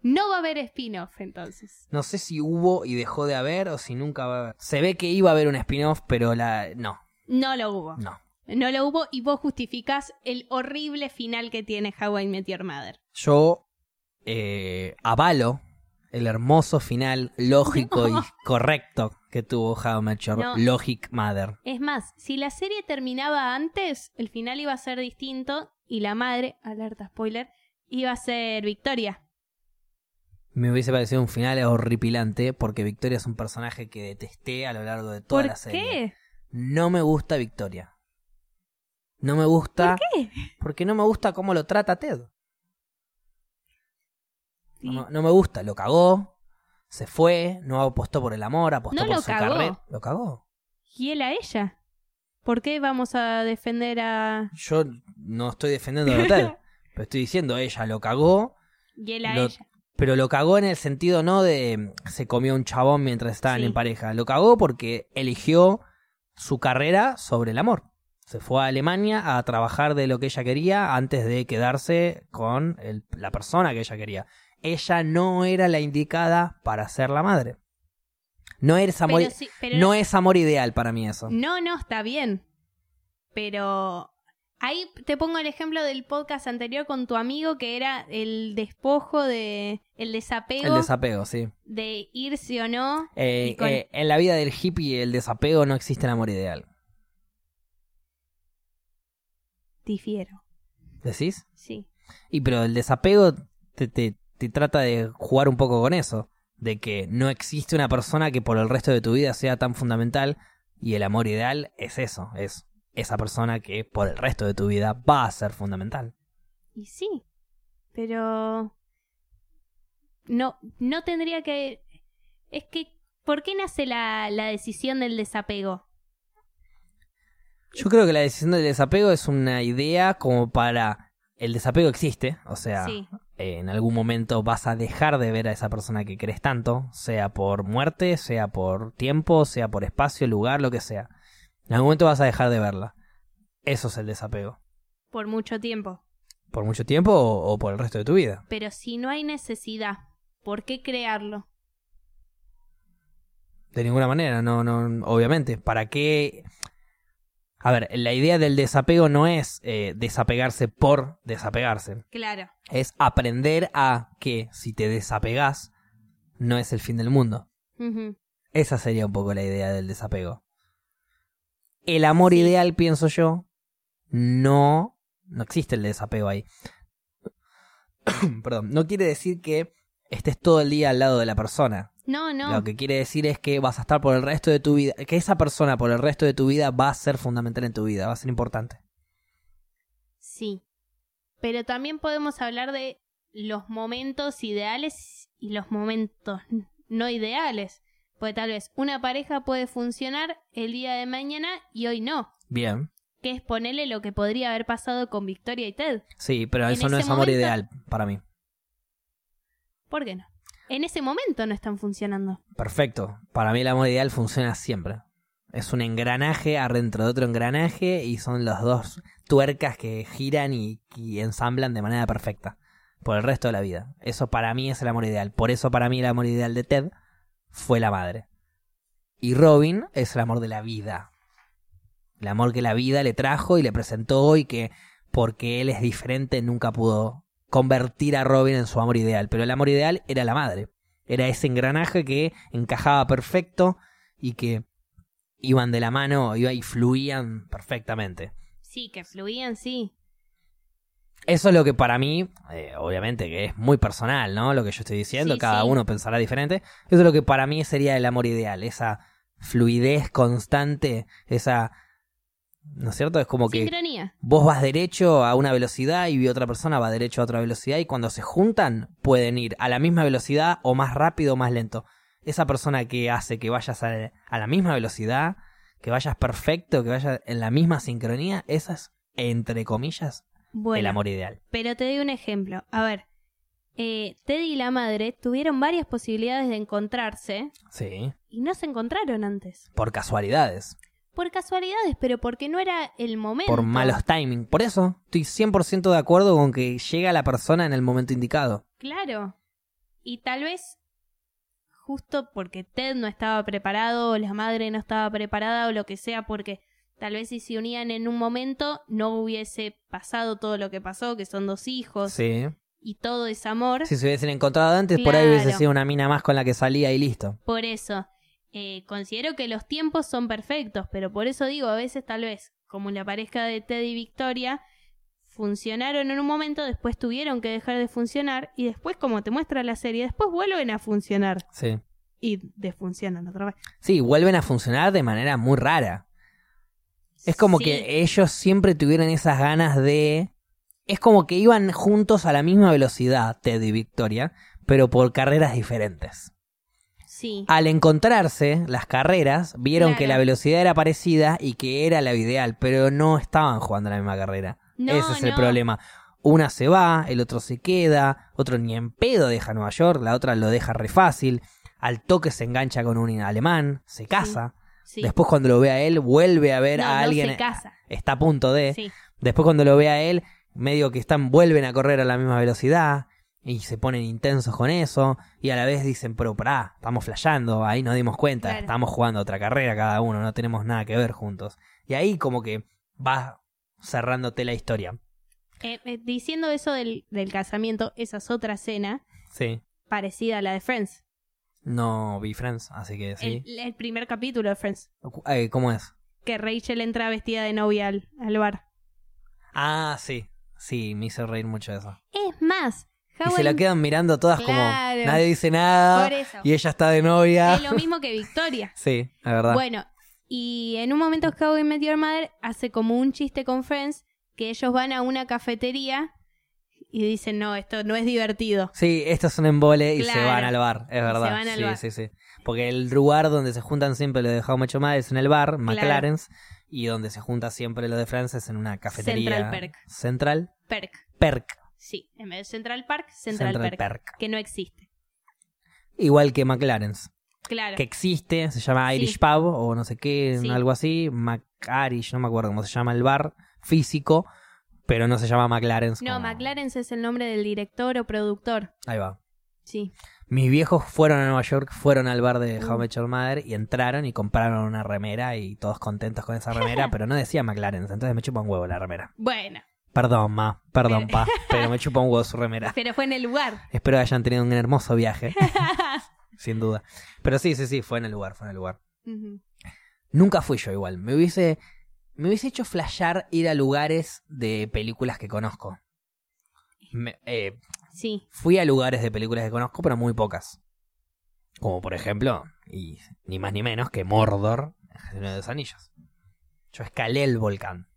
No va a haber spin-off entonces. No sé si hubo y dejó de haber o si nunca va a haber. Se ve que iba a haber un spin-off, pero la. No, No lo hubo. no. No lo hubo y vos justificás el horrible final que tiene How I Met Your Mother. Yo eh, avalo el hermoso final lógico y (laughs) No. correcto que tuvo How I Met Your No. Logic Mother. Es más, si la serie terminaba antes, el final iba a ser distinto y la madre, alerta spoiler, iba a ser Victoria. Me hubiese parecido un final horripilante porque Victoria es un personaje que detesté a lo largo de toda ¿Por la serie. qué? No me gusta Victoria. No me gusta. qué? Porque no me gusta cómo lo trata Ted. Sí. No, me- no me gusta, lo cagó, se fue, no apostó por el amor, apostó No por lo su cagó. carrera. Lo cagó. ¿Y él a ella? ¿Por qué vamos a defender a... Yo no estoy defendiendo a (laughs) Ted, pero estoy diciendo, ella lo cagó, Y él a Lo- ella. pero lo cagó en el sentido no de mm, se comió un chabón mientras estaban Sí. en pareja, lo cagó porque eligió su carrera sobre el amor. Se fue a Alemania a trabajar de lo que ella quería antes de quedarse con el- la persona que ella quería. Ella no era la indicada para ser la madre. No es amor, Pero sí- pero no es amor ideal para mí eso. No, no, está bien. Pero ahí te pongo el ejemplo del podcast anterior con tu amigo que era el despojo de el El desapego desapego, sí. de irse o no. Eh, Y con- eh, en la vida del hippie, el desapego no existe el amor ideal. Difiero. ¿Decís? Sí. Y pero el desapego te, te- te trata de jugar un poco con eso. De que no existe una persona que por el resto de tu vida sea tan fundamental. Y el amor ideal es eso. Es esa persona que por el resto de tu vida va a ser fundamental. Y sí. Pero no no tendría que es que ¿por qué nace la, la decisión del desapego? Yo creo que la decisión del desapego es una idea como para... El desapego existe, o sea, Sí. eh, en algún momento vas a dejar de ver a esa persona que querés tanto, sea por muerte, sea por tiempo, sea por espacio, lugar, lo que sea. En algún momento vas a dejar de verla. Eso es el desapego. Por mucho tiempo. ¿Por mucho tiempo o, o por el resto de tu vida? Pero si no hay necesidad, ¿por qué crearlo? De ninguna manera, no, no, obviamente. ¿Para qué? A ver, la idea del desapego no es eh, desapegarse por desapegarse. Claro. Es aprender a que si te desapegás, no es el fin del mundo. Ujú. Esa sería un poco la idea del desapego. El amor Sí. ideal, pienso yo, no, no existe el desapego ahí. (coughs) Perdón, no quiere decir que estés todo el día al lado de la persona. No, no. Lo que quiere decir es que vas a estar por el resto de tu vida, que esa persona por el resto de tu vida va a ser fundamental en tu vida, va a ser importante. Sí. Pero también podemos hablar de los momentos ideales y los momentos no ideales. Porque tal vez una pareja puede funcionar el día de mañana y hoy no. Bien. Que es ponerle lo que podría haber pasado con Victoria y Ted. Sí, pero En eso no ese es amor momento- ideal para mí. ¿Por qué no? En ese momento no están funcionando. Perfecto. Para mí el amor ideal funciona siempre. Es un engranaje adentro de otro engranaje y son las dos tuercas que giran y, y ensamblan de manera perfecta por el resto de la vida. Eso para mí es el amor ideal. Por eso para mí el amor ideal de Ted fue la madre. Y Robin es el amor de la vida. El amor que la vida le trajo y le presentó y que porque él es diferente nunca pudo convertir a Robin en su amor ideal. Pero el amor ideal era la madre. Era ese engranaje que encajaba perfecto y que iban de la mano iba- y fluían perfectamente. Sí, que fluían, sí. Eso es lo que para mí, eh, obviamente que es muy personal, ¿no? Lo que yo estoy diciendo, Sí, cada sí. uno pensará diferente. Eso es lo que para mí sería el amor ideal, esa fluidez constante, esa... ¿No es cierto? Es como que Sincronía. vos vas derecho a una velocidad y otra persona va derecho a otra velocidad y cuando se juntan pueden ir a la misma velocidad o más rápido o más lento. Esa persona que hace que vayas a, a la misma velocidad, que vayas perfecto, que vayas en la misma sincronía, esa es, entre comillas, Bueno. el amor ideal. Pero te doy un ejemplo. A ver. eh, Teddy y la madre tuvieron varias posibilidades de encontrarse Sí. y no se encontraron antes. Por casualidades, Por casualidades, pero porque no era el momento. por malos timings. Por eso estoy 100% de acuerdo con que llega la persona en el momento indicado. Claro. Y tal vez justo porque Ted no estaba preparado, o la madre no estaba preparada, o lo que sea, porque tal vez si se unían en un momento no hubiese pasado todo lo que pasó, que son dos hijos Sí. y todo ese amor. Si se hubiesen encontrado antes, por ahí hubiese Claro. sido una mina más con la que salía y listo. Por eso, eh, considero que los tiempos son perfectos, pero por eso digo, a veces tal vez, como la pareja de Ted y Victoria, funcionaron en un momento, después tuvieron que dejar de funcionar y después, como te muestra la serie, después vuelven a funcionar Sí. y desfuncionan otra vez. Sí, vuelven a funcionar de manera muy rara. Es como Sí, que eh, ellos siempre tuvieron esas ganas de... Es como que iban juntos a la misma velocidad, Ted y Victoria, pero por carreras diferentes. Sí, Al encontrarse las carreras, vieron Claro. que la velocidad era parecida y que era la ideal, pero no estaban jugando la misma carrera. No, Ese es el no. problema. Una se va, el otro se queda, otro ni en pedo deja Nueva York, la otra lo deja re fácil, al toque se engancha con un alemán, se casa, sí. después cuando lo ve a él vuelve a ver No, a no alguien, eh, se casa. está a punto de, Sí, Después cuando lo ve a él, medio que están, vuelven a correr a la misma velocidad. y se ponen intensos con eso y a la vez dicen, pero pará, estamos flasheando, ahí nos dimos cuenta, Claro. estamos jugando otra carrera cada uno, no tenemos nada que ver juntos. Y ahí como que va cerrándote la historia. Eh, eh, diciendo eso del, del casamiento, esa es otra escena Sí. parecida a la de Friends. No vi Friends, así que sí. El, el primer capítulo de Friends. Eh, ¿Cómo es? Que Rachel entra vestida de novia al, al bar. Ah, sí. Sí, me hizo reír mucho eso. Es más, Y Howard- se la quedan mirando todas Claro. como nadie dice nada Por eso. y ella está de novia. es lo mismo que Victoria. (laughs) Sí, la verdad. Bueno, y en un momento How I Met Your Mother hace como un chiste con Friends que ellos van a una cafetería y dicen, no, esto no es divertido. Sí, esto es un embole y se Claro. van al bar, es verdad. van al sí, bar. sí, sí. Porque el lugar donde se juntan siempre los de How Much Mother es en el bar, McLaren's, y donde se junta siempre los de France es en una cafetería. Central Perk. Central Perk. Perk. Sí, en vez de Central Park, Central, Central Perk, Perk. Que no existe. Igual que McLaren's, Claro. que existe, se llama Sí. Irish Pub o no sé qué, Sí. algo así. McIrish, no me acuerdo cómo se llama el bar físico, pero no se llama McLaren's. No, como- McLaren es el nombre del director o productor. Ahí va. Sí. Mis viejos fueron a Nueva York, fueron al bar de How Mm. I Met Your Mother y entraron y compraron una remera y todos contentos con esa remera, pero no decía McLaren, entonces me chupa un huevo la remera. Bueno, Perdón, ma, perdón, pa, pero me chupa un huevo su remera. pero fue en el lugar. (laughs) Espero hayan tenido un hermoso viaje, sin duda. Pero sí, sí, sí, fue en el lugar, fue en el lugar. Ujú. Nunca fui yo igual, me hubiese, me hubiese hecho flashear ir a lugares de películas que conozco. Me- eh, sí. fui a lugares de películas que conozco, pero muy pocas. Como por ejemplo, y ni más ni menos que Mordor, en Señor de los Anillos. Yo escalé el volcán.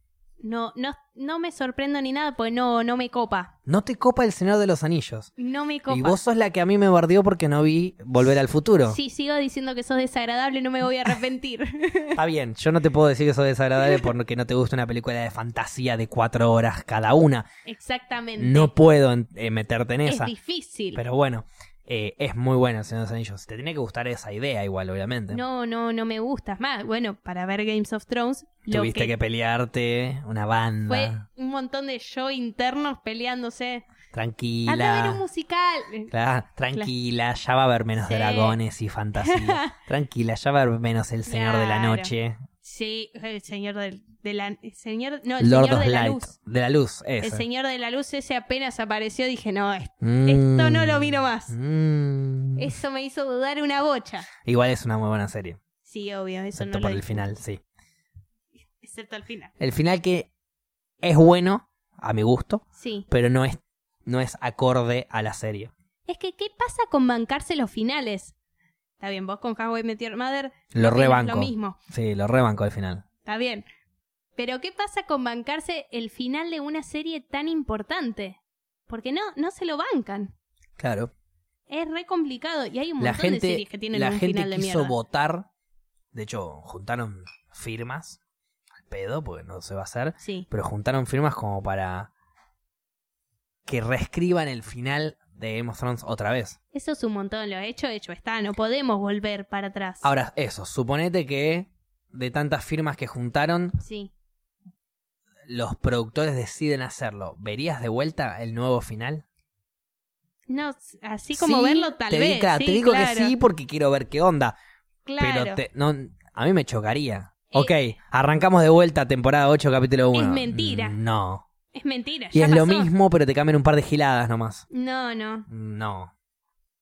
No, no, no me sorprendo ni nada, pues no, no me copa. No te copa el Señor de los Anillos. No me copa. Y vos sos la que a mí me bardeó porque no vi Volver al Futuro. Si sigo diciendo que sos desagradable, no me (laughs) voy a arrepentir. (laughs) Está bien, yo no te puedo decir que sos desagradable porque no te gusta una película de fantasía de cuatro horas cada una. Exactamente. No puedo en- eh, meterte en es esa. difícil. Pero bueno, eh, es muy buena el Señor de los Anillos. Te tiene que gustar esa idea igual, obviamente. No, no, no me gustas más. Bueno, para ver Games of Thrones, lo Tuviste que... que pelearte, una fue banda, un montón de show internos peleándose. Anda a ver un tranquila. musical. Claro, tranquila, ya va a haber menos Sí. dragones y (laughs) fantasía. tranquila, ya va a haber menos el Señor de la Claro. Noche. Sí, el señor del, de la el señor, no, el Lord señor of de la Light. luz. De la luz, El eso. señor de la luz ese apenas apareció, dije, no, es- Mm. esto no lo miro más. eso me hizo dudar una bocha. Igual es una muy buena serie. Sí, obvio, eso Excepto no por el lo dije. final, sí. Excepto al final. El final que es bueno, a mi gusto, Sí. pero no es, no es acorde a la serie. Es que, ¿qué pasa con bancarse los finales? Está bien, vos con How I Met Your Mother Lo opinas rebanco. Lo mismo, Sí, lo rebanco al final. está bien. Pero, ¿qué pasa con bancarse el final de una serie tan importante? Porque no, no se lo bancan. Claro. Es re complicado y hay un la montón de gente, series que tienen la un gente final de quiso mierda. votar. De hecho, juntaron firmas. Al pedo, porque no se va a hacer. Sí, Pero juntaron firmas como para que reescriban el final de Game of Thrones otra vez. eso es un montón, lo hecho, hecho está, no podemos volver para atrás. Ahora, eso, suponete que de tantas firmas que juntaron, Sí, los productores deciden hacerlo. ¿Verías de vuelta el nuevo final? no, así como Sí, verlo tal te di- vez. claro, sí, te digo claro, que sí porque quiero ver qué onda. claro. Eh, Pero te- no, a mí me chocaría. Ok, arrancamos de vuelta temporada 8, capítulo 1. Es mentira. No. Es mentira, Y ya es lo pasó. mismo, pero te cambian un par de giladas nomás. No, no, No. No,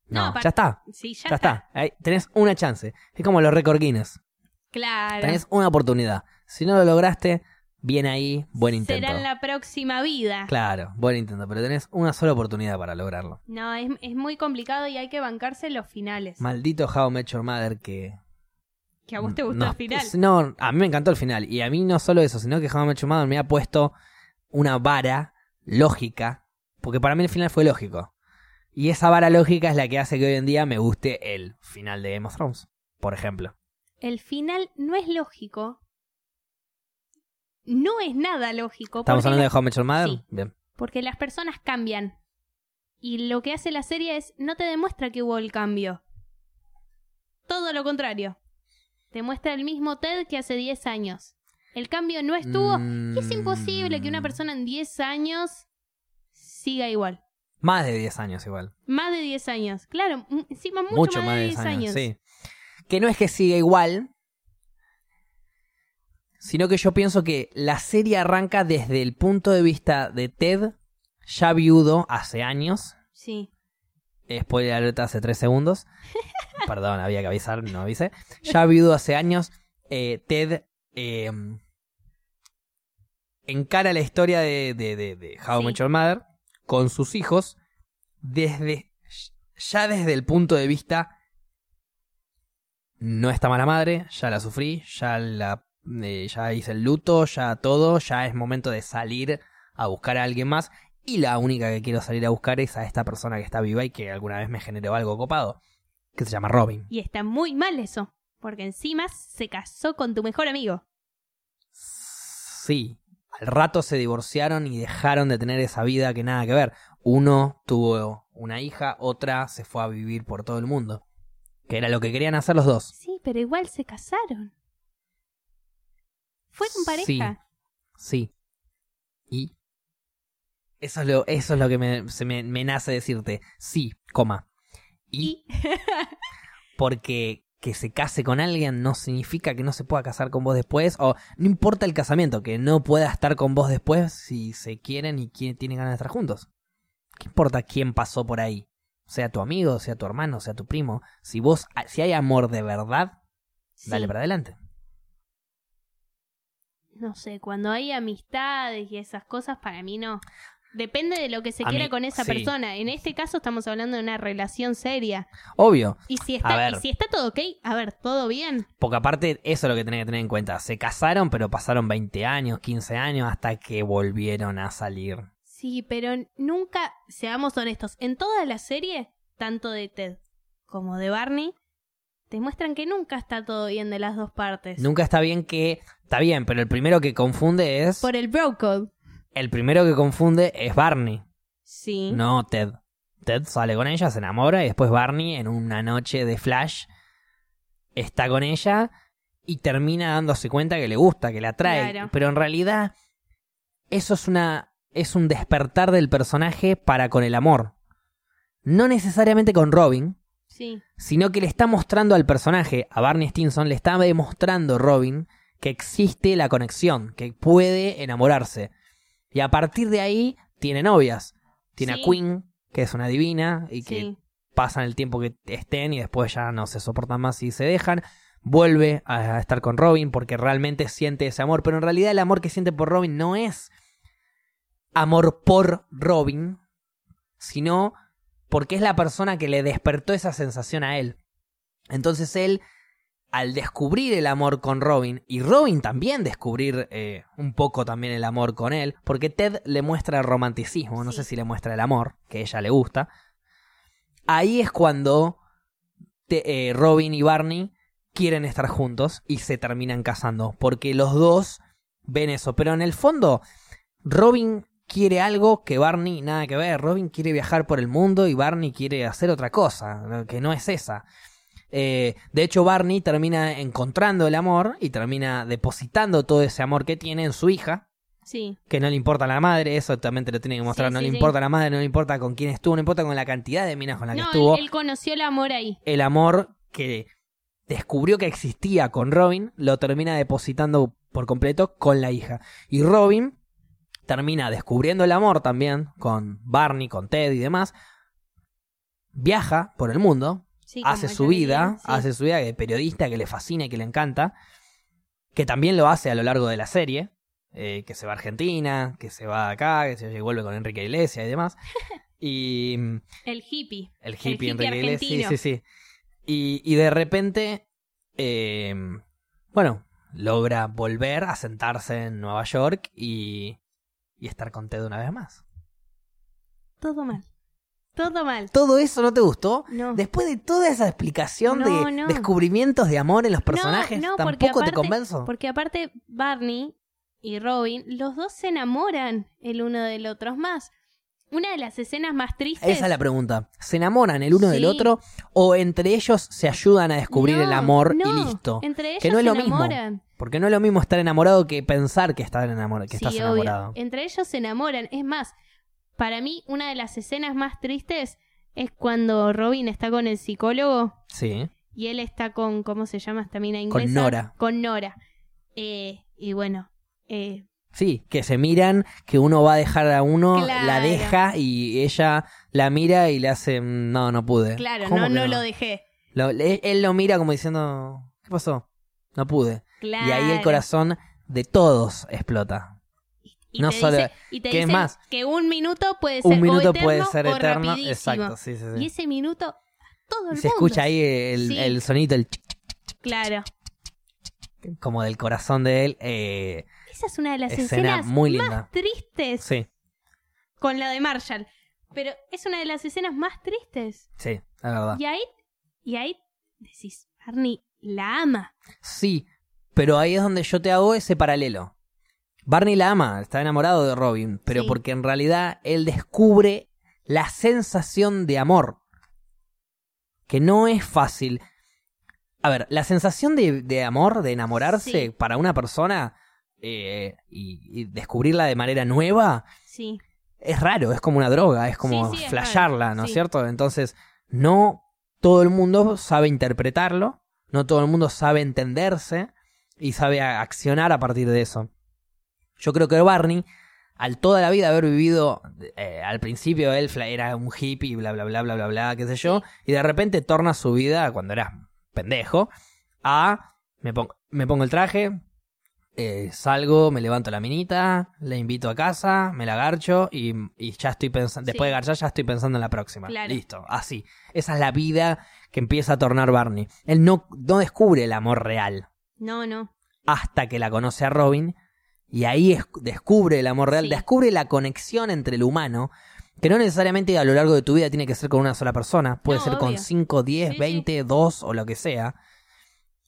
No, aparte- ya está. sí, ya, Ya, está. Ahí tenés una chance. Es como los récord Guinness. Claro. Tenés una oportunidad. Si no lo lograste, bien ahí, buen intento. Será en la próxima vida. Claro, buen intento, pero tenés una sola oportunidad para lograrlo. No, es, es muy complicado y hay que bancarse los finales. Maldito How I Met Your Mother que que a vos te gustó Mm, No, el final. es- No, a mí me encantó el final. Y a mí no solo eso, sino que How I Met Your Mother me ha puesto una vara lógica. Porque para mí el final fue lógico. Y esa vara lógica es la que hace que hoy en día me guste el final de Game of Thrones, por ejemplo. El final no es lógico. No es nada lógico. ¿Estamos porque hablando la- de How I Met Your Mother? Sí. Bien. Porque las personas cambian. Y lo que hace la serie es no te demuestra que hubo el cambio. Todo lo contrario. Te muestra el mismo Ted que hace 10 años. El cambio no estuvo. Y es imposible que una Mm, persona en 10 años siga igual. Más de 10 años igual. Más de 10 años. Claro, m- encima mucho, Mucho, más de 10 años, años. sí. Que no es que siga igual, sino que yo pienso que la serie arranca desde el punto de vista de Ted, ya viudo hace años. Eh, Sí. Spoiler alerta hace 3 (laughs) segundos. Perdón, había que avisar, no avisé. Ya viudo hace años. eh, Ted eh, encara la historia de, de, de- de How I Met Sí. Your Mother con sus hijos desde ya desde el punto de vista no está mala madre, ya la sufrí, ya la eh, ya hice el luto, ya todo, ya es momento de salir a buscar a alguien más y la única que quiero salir a buscar es a esta persona que está viva y que alguna vez me generó algo copado, que se llama Robin. Y está muy mal eso. Porque encima se casó con tu mejor amigo. Sí, al rato se divorciaron y dejaron de tener esa vida que nada que ver. Uno tuvo una hija, otra se fue a vivir por todo el mundo. Que era lo que querían hacer los dos. Sí, pero igual se casaron. Fue con pareja. Sí. Sí. ¿Y? Eso es lo, eso es lo que me, se me, me nace decirte. Sí, coma. Y Y porque que se case con alguien no significa que no se pueda casar con vos después. O no importa el casamiento, que no pueda estar con vos después si se quieren y qui- tienen ganas de estar juntos. ¿Qué importa quién pasó por ahí? Sea tu amigo, sea tu hermano, sea tu primo. Si vos, si hay amor de verdad, (laughs) sí. dale para adelante. no sé, cuando hay amistades y esas cosas, para mí no. Depende de lo que se A quiera mí- con esa sí. persona. En este caso estamos hablando de una relación seria. Obvio, Y si A está, ver. y si está todo ok, a ver, todo bien. Porque aparte, eso es lo que tenés que tener en cuenta. Se casaron, pero pasaron 20 años, 15 años hasta que volvieron a salir. Sí, pero nunca, seamos honestos, en toda la serie, tanto de Ted como de Barney, te muestran que nunca está todo bien de las dos partes. Nunca está bien que. Está bien, pero el primero que confunde es. Por el bro code. El primero que confunde es Barney, Sí. no Ted. Ted sale con ella, se enamora y después Barney, en una noche de flash, está con ella y termina dándose cuenta que le gusta, que la atrae. Claro. Pero en realidad, eso es una. Es un despertar del personaje para con el amor. No necesariamente con Robin, Sí. sino que le está mostrando al personaje, a Barney Stinson, le está demostrando Robin que existe la conexión, que puede enamorarse. Y a partir de ahí tiene novias. Tiene Sí. a Queen, que es una divina y que Sí. pasan el tiempo que estén y después ya no se soportan más y se dejan. Vuelve a estar con Robin porque realmente siente ese amor, pero en realidad el amor que siente por Robin no es amor por Robin, sino porque es la persona que le despertó esa sensación a él. Entonces él, al descubrir el amor con Robin, y Robin también descubrir eh, un poco también el amor con él, porque Ted le muestra el romanticismo, no Sí. sé si le muestra el amor, que a ella le gusta, ahí es cuando te- eh, Robin y Barney quieren estar juntos y se terminan casando, porque los dos ven eso, pero en el fondo Robin quiere algo que Barney nada que ver, Robin quiere viajar por el mundo y Barney quiere hacer otra cosa, ¿no? que no es esa. Eh, de hecho, Barney termina encontrando el amor y termina depositando todo ese amor que tiene en su hija, Sí. que no le importa a la madre, eso también te lo tiene que mostrar, Sí, no sí, le sí. importa a la madre, no le importa con quién estuvo, no importa con la cantidad de minas con la que No, estuvo él, él conoció el amor ahí. el amor que descubrió que existía con Robin lo termina depositando por completo con la hija. Y Robin termina descubriendo el amor también con Barney, con Ted y demás. Viaja por el mundo, Sí, hace como su yo diría, vida, sí. hace su vida de periodista que le fascina y que le encanta, que también lo hace a lo largo de la serie, eh, que se va a Argentina, que se va acá, que se vuelve con Enrique Iglesias y (laughs) demás. Y mm, El hippie. el hippie, hippie Enrique Iglesias. Sí, argentino. sí, sí. Y, y de repente, eh, bueno, logra volver a sentarse en Nueva York y, y estar con Ted una vez más. Todo mal. Todo mal. ¿Todo eso no te gustó? No. Después de toda esa explicación No, de no. descubrimientos de amor en los personajes, no, porque ¿tampoco te aparte- convenzo? Porque aparte Barney y Robin, los dos se enamoran el uno del otro. Es más, una de las escenas más tristes. Esa es la pregunta. ¿Se enamoran el uno del Sí. otro o entre ellos se ayudan a descubrir No, el amor y no, listo? Entre ellos Que no es lo se mismo. enamoran. Porque no es lo mismo estar enamorado que pensar que, estar enamor- que Sí, estás obvio. enamorado. Entre ellos se enamoran. Es más, Para mí, una de las escenas más tristes es cuando Robin está con el psicólogo Sí. y él está con, ¿cómo se llama esta mina Con inglesa? Nora. Con Nora. Eh, y bueno, eh, Sí, que se miran, que uno va a dejar a uno, Claro. la deja y ella la mira y le hace, "Mm, no, no pude. claro, ¿Cómo no, que no lo dejé. Lo- él, él lo mira como diciendo, ¿qué pasó? No pude. Claro. Y ahí el corazón de todos explota. Y no te solo- dice- y te ¿qué dicen más? que un minuto puede ser Un minuto o eterno puede ser o eterno. rapidísimo. Exacto, sí, sí, sí. Y ese minuto, todo el se mundo. escucha ahí el, Sí. el sonito el chic, Claro. chic, como del corazón de él. eh, Esa es una de las escena escenas muy más linda. tristes Sí, con la de Marshall. Pero es una de las escenas más tristes. sí, la verdad. Y ahí, y ahí decís, Barney la ama. Sí, pero ahí es donde yo te hago ese paralelo. Barney la ama, está enamorado de Robin, pero Sí. porque en realidad él descubre la sensación de amor. Que no es fácil. A ver, la sensación de, de amor, de enamorarse Sí. para una persona eh, y, y descubrirla de manera nueva, Sí, es raro, es como una droga, es como Sí, sí, es flashearla, raro, ¿no es sí. cierto? Entonces, no todo el mundo sabe interpretarlo, no todo el mundo sabe entenderse y sabe a- accionar a partir de eso. Yo creo que Barney, al toda la vida haber vivido, eh, al principio él fla- era un hippie, bla, bla, bla, bla, bla, bla, qué sé yo, y de repente torna su vida, cuando era pendejo, a me pongo, me pongo el traje, eh, salgo, me levanto la minita, la invito a casa, me la garcho y, y ya estoy pensando, Sí. después de garchar ya estoy pensando en la próxima. Claro. Listo, así. Esa es la vida que empieza a tornar Barney. Él no, no descubre el amor real no, no. hasta que la conoce a Robin y ahí es- descubre el amor real, Sí. descubre la conexión entre el humano, que no necesariamente a lo largo de tu vida tiene que ser con una sola persona, puede No, ser con obvio. 5, 10, Sí, 20, 2 o lo que sea.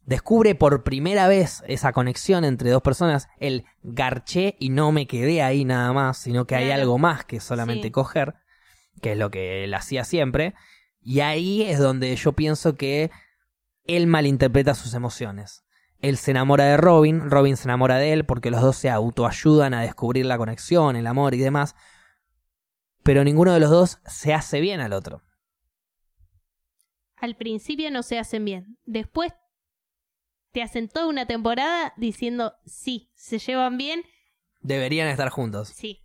Descubre por primera vez esa conexión entre dos personas, el garché y no me quedé ahí nada más, sino que hay Claro. algo más que solamente Sí. coger, que es lo que él hacía siempre. Y ahí es donde yo pienso que él malinterpreta sus emociones. Él se enamora de Robin, Robin se enamora de él porque los dos se autoayudan a descubrir la conexión, el amor y demás. Pero ninguno de los dos se hace bien al otro. Al principio no se hacen bien. Después te hacen toda una temporada diciendo, sí, se llevan bien, Deberían estar juntos. sí.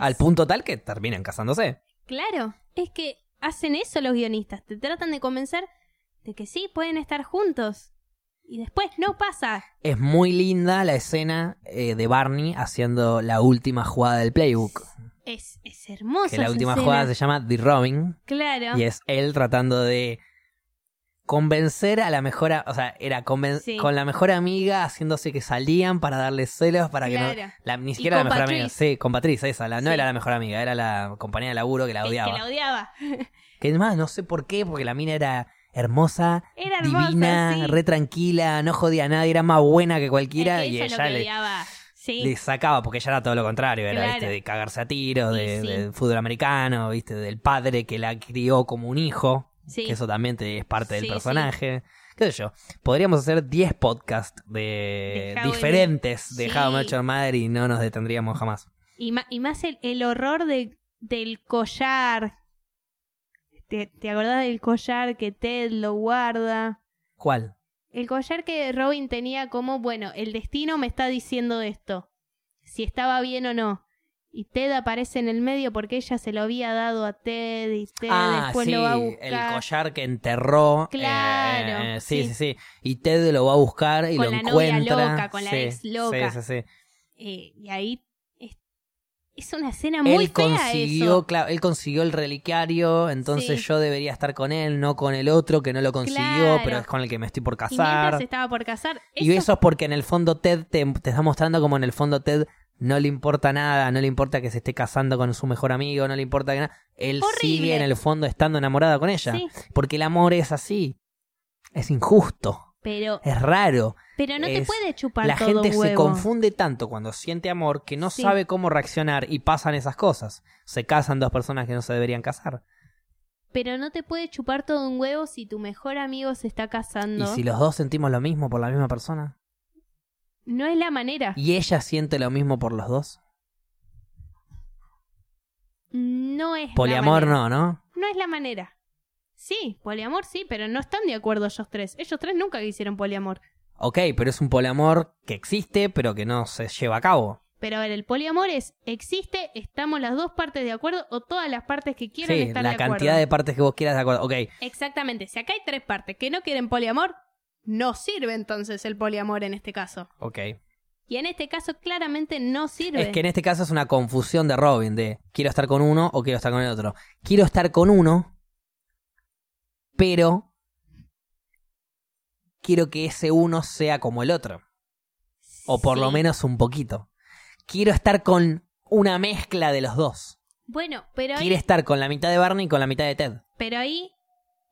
Al Es- punto tal que terminan casándose. Claro, es que hacen eso los guionistas, te tratan de convencer de que sí, pueden estar juntos. Y después no pasa. Es muy linda la escena eh, de Barney haciendo la última jugada del (laughs) playbook. Es, es hermoso. Que la esa última escena. jugada se llama The Robin. Claro. Y es él tratando de convencer a la mejor, a- o sea, era conven- Sí. con la mejor amiga haciéndose que salían para darle celos para que no Claro. la- ni siquiera la con mejor amiga, Patrice. sí, con Patrice esa, la- no Sí. era la mejor amiga, era la compañía de laburo que la Que- odiaba. Que, Que, la odiaba. además no sé por qué, porque la mina era hermosa, Era hermosa. divina, sí. re tranquila, no jodía a nadie, era más buena que Es que cualquiera y eso es lo ella que le, odiaba. Sí. le sacaba, porque ella era todo lo contrario, era Claro. ¿viste? de cagarse a tiros, Y de, sí. del fútbol americano, viste, del padre que la crió como un hijo. sí. Que eso también te- es parte del Sí, personaje. ¿Qué sé yo? Podríamos hacer 10 podcasts de, De How I Met- diferentes de How I Met Sí. Your Mother y no nos detendríamos jamás. Y, ma- y más el, el horror de- del collar. ¿Te, ¿Te acordás del collar que Ted lo guarda? ¿Cuál? El collar que Robin tenía como, bueno, el destino me está diciendo esto. Si estaba bien o no. Y Ted aparece en el medio porque ella se lo había dado a Ted y Ted ah, después sí, lo va a el buscar. collar que enterró. eh, Claro, eh, sí, sí, sí. sí. Y Ted lo va a buscar y Con lo la novia encuentra. loca, con la Sí, ex loca. Sí, sí, sí. Eh, y ahí es, es una escena muy él fea consiguió, eso. claro, él consiguió el reliquiario, entonces Sí. yo debería estar con él, no con el otro que no lo consiguió, Claro. pero es con el que me estoy por Y mientras casar. estaba por casar, Y eso es porque en el fondo Ted te, te está mostrando como en el fondo Ted no le importa nada, no le importa que se esté casando con su mejor amigo, no le importa que nada. Él Horrible. sigue en el fondo estando enamorado con ella. sí, Porque el amor es así. Es injusto. pero, Es raro. pero no te es- puede chupar La todo gente se huevo. confunde tanto cuando siente amor que no Sí. sabe cómo reaccionar y pasan esas cosas. Se casan dos personas que no se deberían casar. Pero no te puede chupar todo un huevo si tu mejor amigo se está casando. Y si los dos sentimos lo mismo por la misma persona No es la manera. y ella siente lo mismo por los dos. no es la Poliamor manera. no, ¿no? No es la manera. Sí, poliamor sí, pero no están de acuerdo ellos tres. Ellos tres nunca quisieron poliamor. Ok, pero es un poliamor que existe, pero que no se lleva a cabo. Pero a ver, el poliamor es, existe, estamos las dos partes de acuerdo o todas las partes que quieran Sí, estar la de acuerdo. cantidad de partes que vos quieras de acuerdo. Ok, Exactamente, si acá hay tres partes que no quieren poliamor, no sirve entonces el poliamor en este caso. ok. Y en este caso claramente no sirve. Es que en este caso es una confusión de Robin, de quiero estar con uno o quiero estar con el otro. Quiero estar con uno, pero quiero que ese uno sea como el otro. O por lo Sí. menos un poquito. Quiero estar con una mezcla de los dos. Bueno, pero ahí, Quiero estar con la mitad de Barney y con la mitad de Ted. pero ahí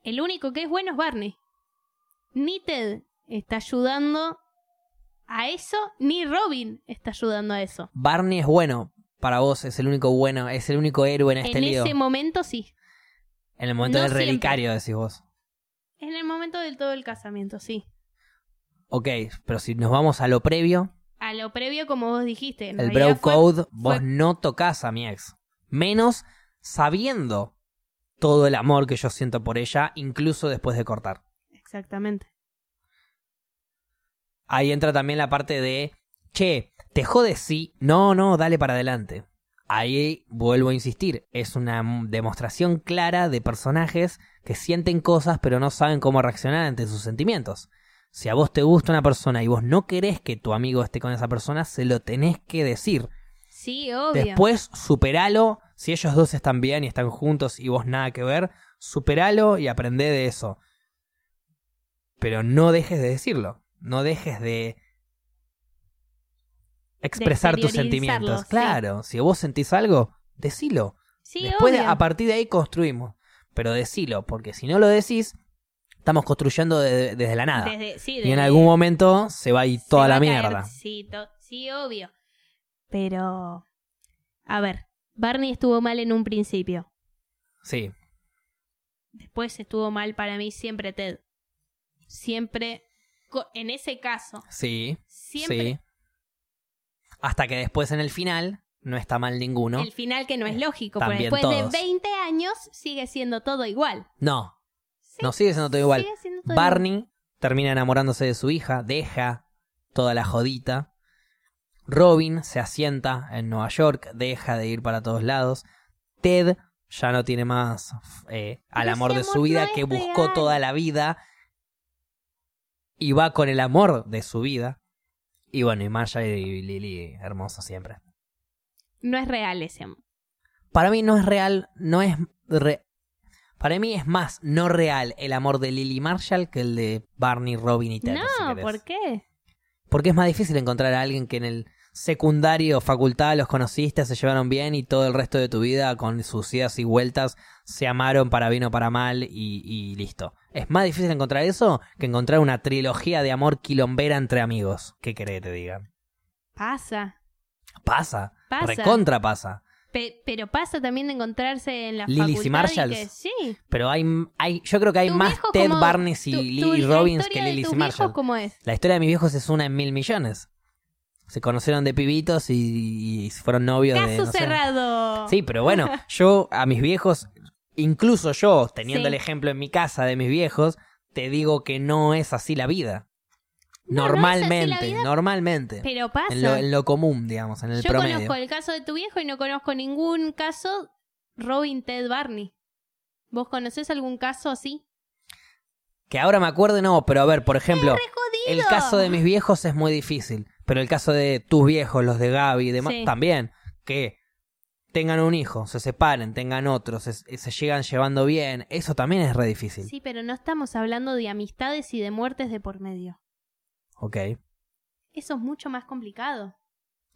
el único que es bueno es Barney. Ni Ted está ayudando a eso, ni Robin está ayudando a eso. Barney es bueno. Para vos es el único bueno, es el único héroe en este en lío. ese momento sí. en el momento no del siempre. relicario, decís vos. En el momento del todo el casamiento, sí. Ok, pero si nos vamos a lo previo, A lo previo, como vos dijiste. en el realidad bro fue- code, vos fue- no tocas a mi ex. Menos sabiendo todo el amor que yo siento por ella, incluso después de cortar. Exactamente. Ahí entra también la parte de, che, te jodes sí, no, no, dale para adelante. Ahí vuelvo a insistir, es una m- demostración clara de personajes que sienten cosas pero no saben cómo reaccionar ante sus sentimientos. Si a vos te gusta una persona y vos no querés que tu amigo esté con esa persona, se lo tenés que decir. Sí, obvio. Después, superalo. Si ellos dos están bien y están juntos y vos nada que ver, superalo y aprende de eso. Pero no dejes de decirlo. No dejes de expresar tus exteriorizarlo, sentimientos. sí. Claro, si vos sentís algo, decilo. sí, Después, obvio. a partir de ahí construimos. Pero decilo, porque si no lo decís, estamos construyendo de- desde la nada. Desde- sí, y en desde- algún momento se va a ir se toda va la a caer, mierda. Sí, to- sí, obvio. Pero. A ver, Barney estuvo mal en un principio. Sí, Después estuvo mal para mí siempre Ted. Siempre. co- En ese caso, sí. siempre. Sí. Hasta que después en el final no está mal ninguno. El final que no es lógico, porque También después todos. de 20 años sigue siendo todo igual. No, Sí, no sigue siendo todo igual. sigue siendo todo Barney termina enamorándose de su hija, deja toda la jodita. Robin se asienta en Nueva York, deja de ir para todos lados. Ted ya no tiene más eh, al Pero amor ese de su amor vida no es que buscó real. toda la vida y va con el amor de su vida. Y bueno, y Maya y Lily, hermoso siempre. No es real ese amor. Para mí no es real, no es re- para mí es más no real el amor de Lily Marshall que el de Barney, Robin y Ted. si No, querés. ¿por qué? Porque es más difícil encontrar a alguien que en el secundario o facultad los conociste, se llevaron bien y todo el resto de tu vida con sus idas y vueltas se amaron para bien o para mal y, y listo. Es más difícil encontrar eso que encontrar una trilogía de amor quilombera entre amigos. ¿Qué querés que te digan? Pasa. Pasa, Pasa. recontra pasa. Pe- pero pasa también de encontrarse en la Lilies y facultad Marshalls. que- sí. Pero hay, hay, yo creo que hay Tu más viejo Ted como- Barnes y tu- Lily tu- la Robbins que historia de Lily tus Marshall. viejos, ¿Cómo es? La historia de mis viejos es una en mil millones. Se conocieron de pibitos y, y fueron novios de. Caso no sé. cerrado. Sí, pero (laughs) bueno, yo a mis viejos, incluso yo, teniendo el Sí. ejemplo en mi casa de mis viejos, te digo que no es así la vida. No, no es así la normalmente, vida, normalmente. Pero pasa. En lo, en lo común, digamos, en el Yo promedio. conozco el caso de tu viejo y no conozco ningún caso Robin Ted Barney. ¿Vos conocés algún caso así? Que ahora me acuerdo, no, pero a ver, por ejemplo. ¡Qué jodido! El caso de mis viejos es muy difícil, pero el caso de tus viejos, los de Gaby y demás, Sí. también, que tengan un hijo, se separen, tengan otro, se, se llegan llevando bien, eso también es re difícil. Sí, pero no estamos hablando de amistades y de muertes de por medio. Ok, Eso es mucho más complicado.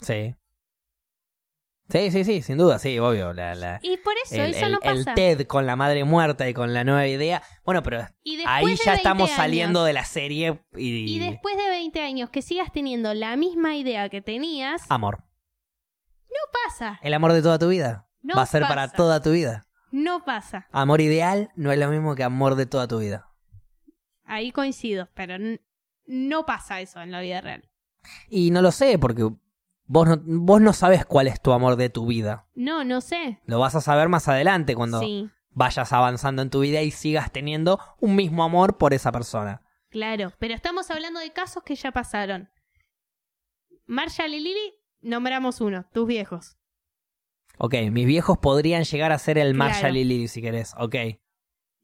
sí. Sí, sí, sí, sin duda, sí, obvio. La, la- Y por eso, el, eso el- no el pasa. TED con la madre muerta y con la nueva idea. Bueno, pero Y después ahí de ya 20 estamos años- saliendo de la serie y... Y después de 20 años que sigas teniendo la misma idea que tenías, Amor. no pasa. El amor de toda tu vida. No Va a ser pasa. para toda tu vida. No pasa. Amor ideal no es lo mismo que amor de toda tu vida. Ahí coincido, pero n- no pasa eso en la vida real. Y no lo sé, porque Vos no, vos no sabes cuál es tu amor de tu vida. No, no sé. Lo vas a saber más adelante cuando Sí, vayas avanzando en tu vida y sigas teniendo un mismo amor por esa persona. claro. Pero estamos hablando de casos que ya pasaron. Marshall y Lily, nombramos uno, tus viejos. Ok, mis viejos podrían llegar a ser el Marshall Claro. y Lily si querés. Ok. Y,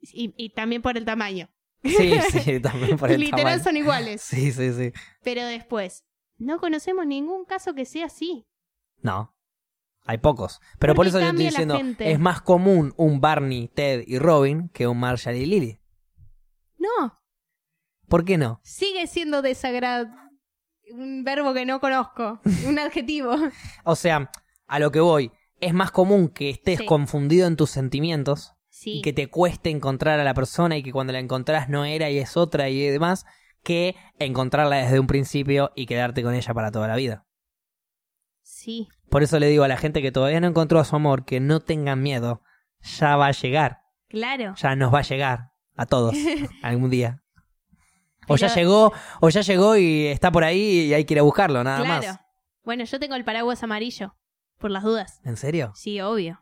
y también por el tamaño. Sí, (laughs) sí, también por el Literal tamaño. son (laughs) iguales. Sí, sí, sí. Pero después, no conocemos ningún caso que sea así. No. Hay pocos. Pero por Porque eso yo estoy cambia la diciendo, gente. es más común un Barney, Ted y Robin que un Marshall y Lily. No, ¿Por qué no? sigue siendo desagrado. Un verbo que no conozco, (laughs) un adjetivo. O sea, a lo que voy, es más común que estés Sí. confundido en tus sentimientos Sí, y que te cueste encontrar a la persona y que cuando la encontrás no era y es otra y demás, que encontrarla desde un principio y quedarte con ella para toda la vida. sí, Por eso le digo a la gente que todavía no encontró a su amor, que no tengan miedo, ya va a llegar, claro. ya nos va a llegar a (laughs) todos algún día. O ya Pero- llegó, o ya llegó y está por ahí y hay que ir a buscarlo, nada claro. más. Bueno, yo tengo el paraguas amarillo, por las dudas. ¿En serio? Sí, obvio.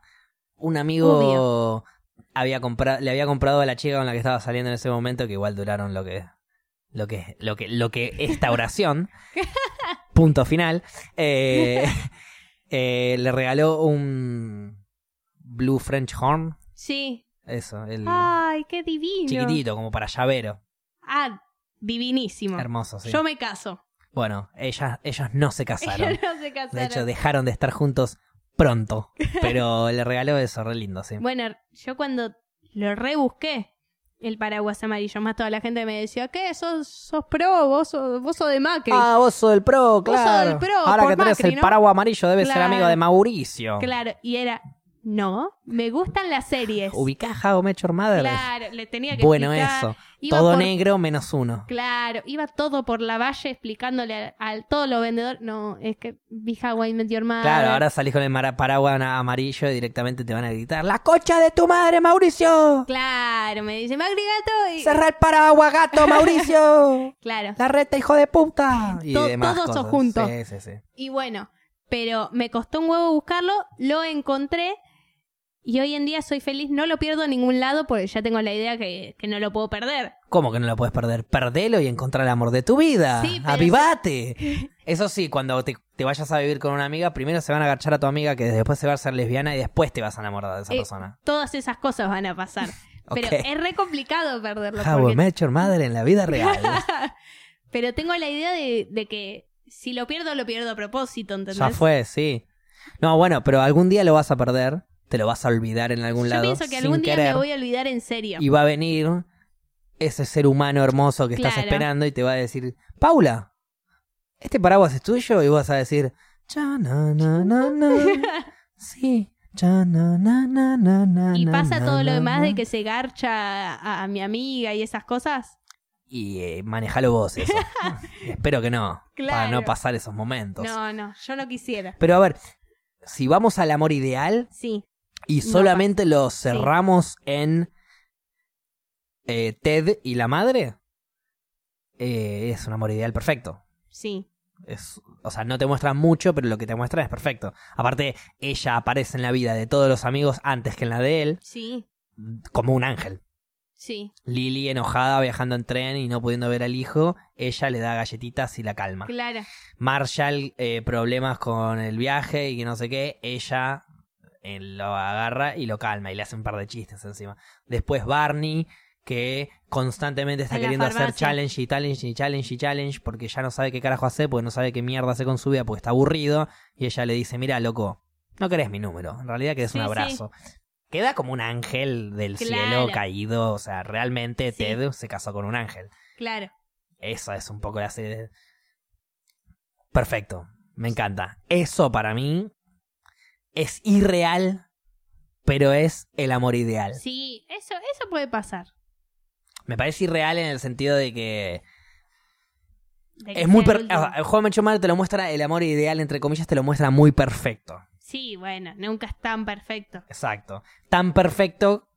un amigo había comprado le había comprado a la chica con la que estaba saliendo en ese momento que igual duraron lo que lo que lo que lo que esta (laughs) oración punto final eh, eh, le regaló un blue French horn Sí. eso el Ay, qué divino. chiquitito como para llavero Ah, divinísimo. hermoso sí Yo me caso. bueno ellas ellos no se casaron (laughs) no se casaron. de hecho dejaron de estar juntos pronto pero le regaló eso re lindo sí Bueno, yo cuando lo rebusqué, el paraguas amarillo, más toda la gente me decía, ¿qué? ¿Sos, sos pro? ¿Vos sos, vos sos de Macri? Ah, vos sos del pro, sos claro. del pro, Ahora por que tenés Macri, el ¿no? paraguas amarillo, debes ser Claro. amigo de Mauricio. Claro, y era, no, me gustan las series. ¿Ubicás How I Met Your Mother? Claro, le tenía que bueno, explicar. eso. Iba Todo por- negro menos uno. Claro, iba todo por la valle explicándole al- a, todos los vendedores. No, es que vi Hawaii Met Your Mother. Claro, ahora salís con el mara- paraguas na- amarillo y directamente te van a gritar: ¡La cocha de tu madre, Mauricio! Claro, me dice Macri Gato y. ¡Cerra el paraguas, gato, (laughs) Mauricio! Claro. ¡La reta, hijo de puta! Y To- demás todos cosas. juntos. Sí, sí, sí. Y bueno, pero me costó un huevo buscarlo, lo encontré y hoy en día soy feliz. No lo pierdo en ningún lado porque ya tengo la idea que, que no lo puedo perder. ¿Cómo que no lo puedes perder? Perdelo y encontrá el amor de tu vida. Sí, pero- (laughs) ¡Avivate! Eso sí, cuando te, te vayas a vivir con una amiga, primero se van a agachar a tu amiga que después se va a ser lesbiana y después te vas a enamorar de esa Eh, persona. Todas esas cosas van a (laughs) pasar. Pero Ok. es re complicado perderlo. How I porque- Met Your Mother en la (laughs) vida real. Pero tengo la idea de, de que si lo pierdo, lo pierdo a propósito, ¿entendés? ya fue, sí. No, bueno, pero algún día lo vas a perder, te lo vas a olvidar en algún Yo lado. pienso que sin algún día querer, me voy a olvidar en serio. Y va a venir ese ser humano hermoso que estás Claro. esperando y te va a decir, Paula, este paraguas es tuyo y vas a decir, "Cha, na, na, na, (laughs) na". sí. cha, na, na, na, na, na, Y na, pasa na, todo lo na, demás na. de que se garcha a, a mi amiga y esas cosas. Y eh, manejalo vos (laughs) eso. Espero que no, para no Claro. pasar esos momentos. No, no, yo no quisiera. Pero a ver, si vamos al amor ideal Sí, y No, solamente lo cerramos en eh, Ted y la madre, eh, es un amor ideal perfecto. sí. Es, o sea, no te muestran mucho, pero lo que te muestran es perfecto. Aparte, ella aparece en la vida de todos los amigos antes que en la de él, Sí, como un ángel. sí, Lily enojada viajando en tren y no pudiendo ver al hijo, ella le da galletitas y la calma. claro. Marshall, eh, problemas con el viaje y que no sé qué, ella eh, lo agarra y lo calma y le hace un par de chistes encima. Después Barney, que constantemente está En la queriendo hacer farmacia. challenge y challenge y challenge y challenge porque ya no sabe qué carajo hacer, porque no sabe qué mierda hacer con su vida, porque está aburrido. Y ella le dice, mira, loco, no querés mi número, en realidad querés un Sí, sí. abrazo. Queda como un ángel del Claro. cielo caído, o sea, realmente Sí. Ted se casó con un ángel. Claro. Esa es un poco la serie. de- Perfecto. Me encanta. Eso para mí es irreal, pero es el amor ideal. Sí, eso, eso puede pasar. Me parece irreal en el sentido de que. De que Es muy. sea per- ah, el último. o sea, El juego de Mancho te lo muestra, el amor ideal, entre comillas, te lo muestra muy perfecto. Sí, bueno, nunca es tan perfecto. Exacto. Tan perfecto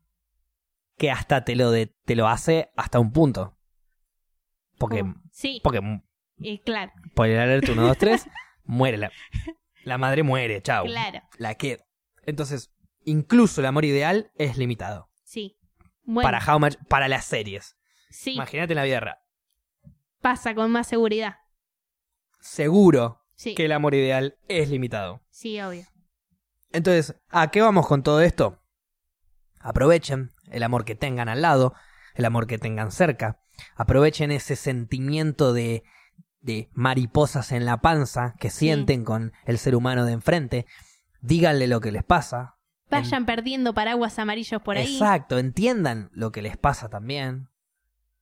que hasta te lo, de- te lo hace hasta un punto. Porque. Como- Sí, Porque eh, claro. Spoiler alert 1, 2, 3. muere la, la madre muere, chao. (laughs) Claro, La queda. Entonces, incluso el amor ideal es limitado. sí. Bueno, Para How Much- para las series. sí, Imagínate en la vida real. pasa con más seguridad. Seguro Sí, que Em. el amor ideal es limitado. sí, obvio. Entonces, ¿a qué vamos con todo esto? Aprovechen el amor que tengan al lado, el amor que tengan cerca. Aprovechen ese sentimiento de, de mariposas en la panza que sienten con el ser humano de enfrente. Díganle lo que les pasa. Vayan perdiendo paraguas amarillos por ahí. Exacto, entiendan lo que les pasa también.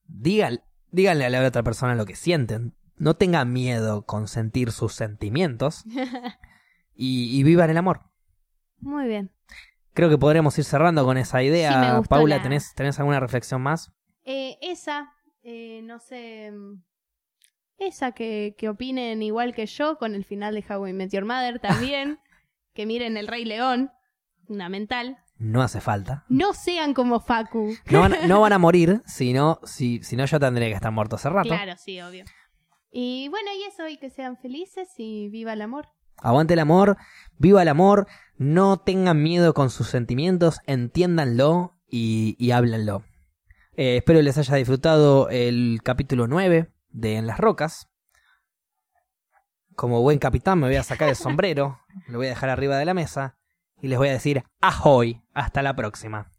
Dígan- díganle a la otra persona lo que sienten. No tengan miedo con sentir sus (laughs) sentimientos. y, y vivan el amor. Muy bien. Creo que podremos ir cerrando con esa idea. Sí, me gustó Paula, la- ¿tenés, ¿tenés alguna reflexión más? Eh, esa, eh, no sé. mm, Esa que, que opinen igual que yo con el final de How I Met Your Mother también. que miren El Rey León. Fundamental. No hace falta. No sean como Facu. No van, (laughs) no van a morir, sino, si, si no yo tendría que estar muerto hace rato. Claro, sí, obvio. Y bueno, y eso, y que sean felices y viva el amor. Aguante el amor, viva el amor, no tengan miedo con sus sentimientos, entiéndanlo y, y háblenlo. Eh, espero les haya disfrutado el capítulo 9 de En las Rocas. Como buen capitán me voy a sacar (laughs) el sombrero, lo voy a dejar arriba de la mesa y les voy a decir ahoy, hasta la próxima.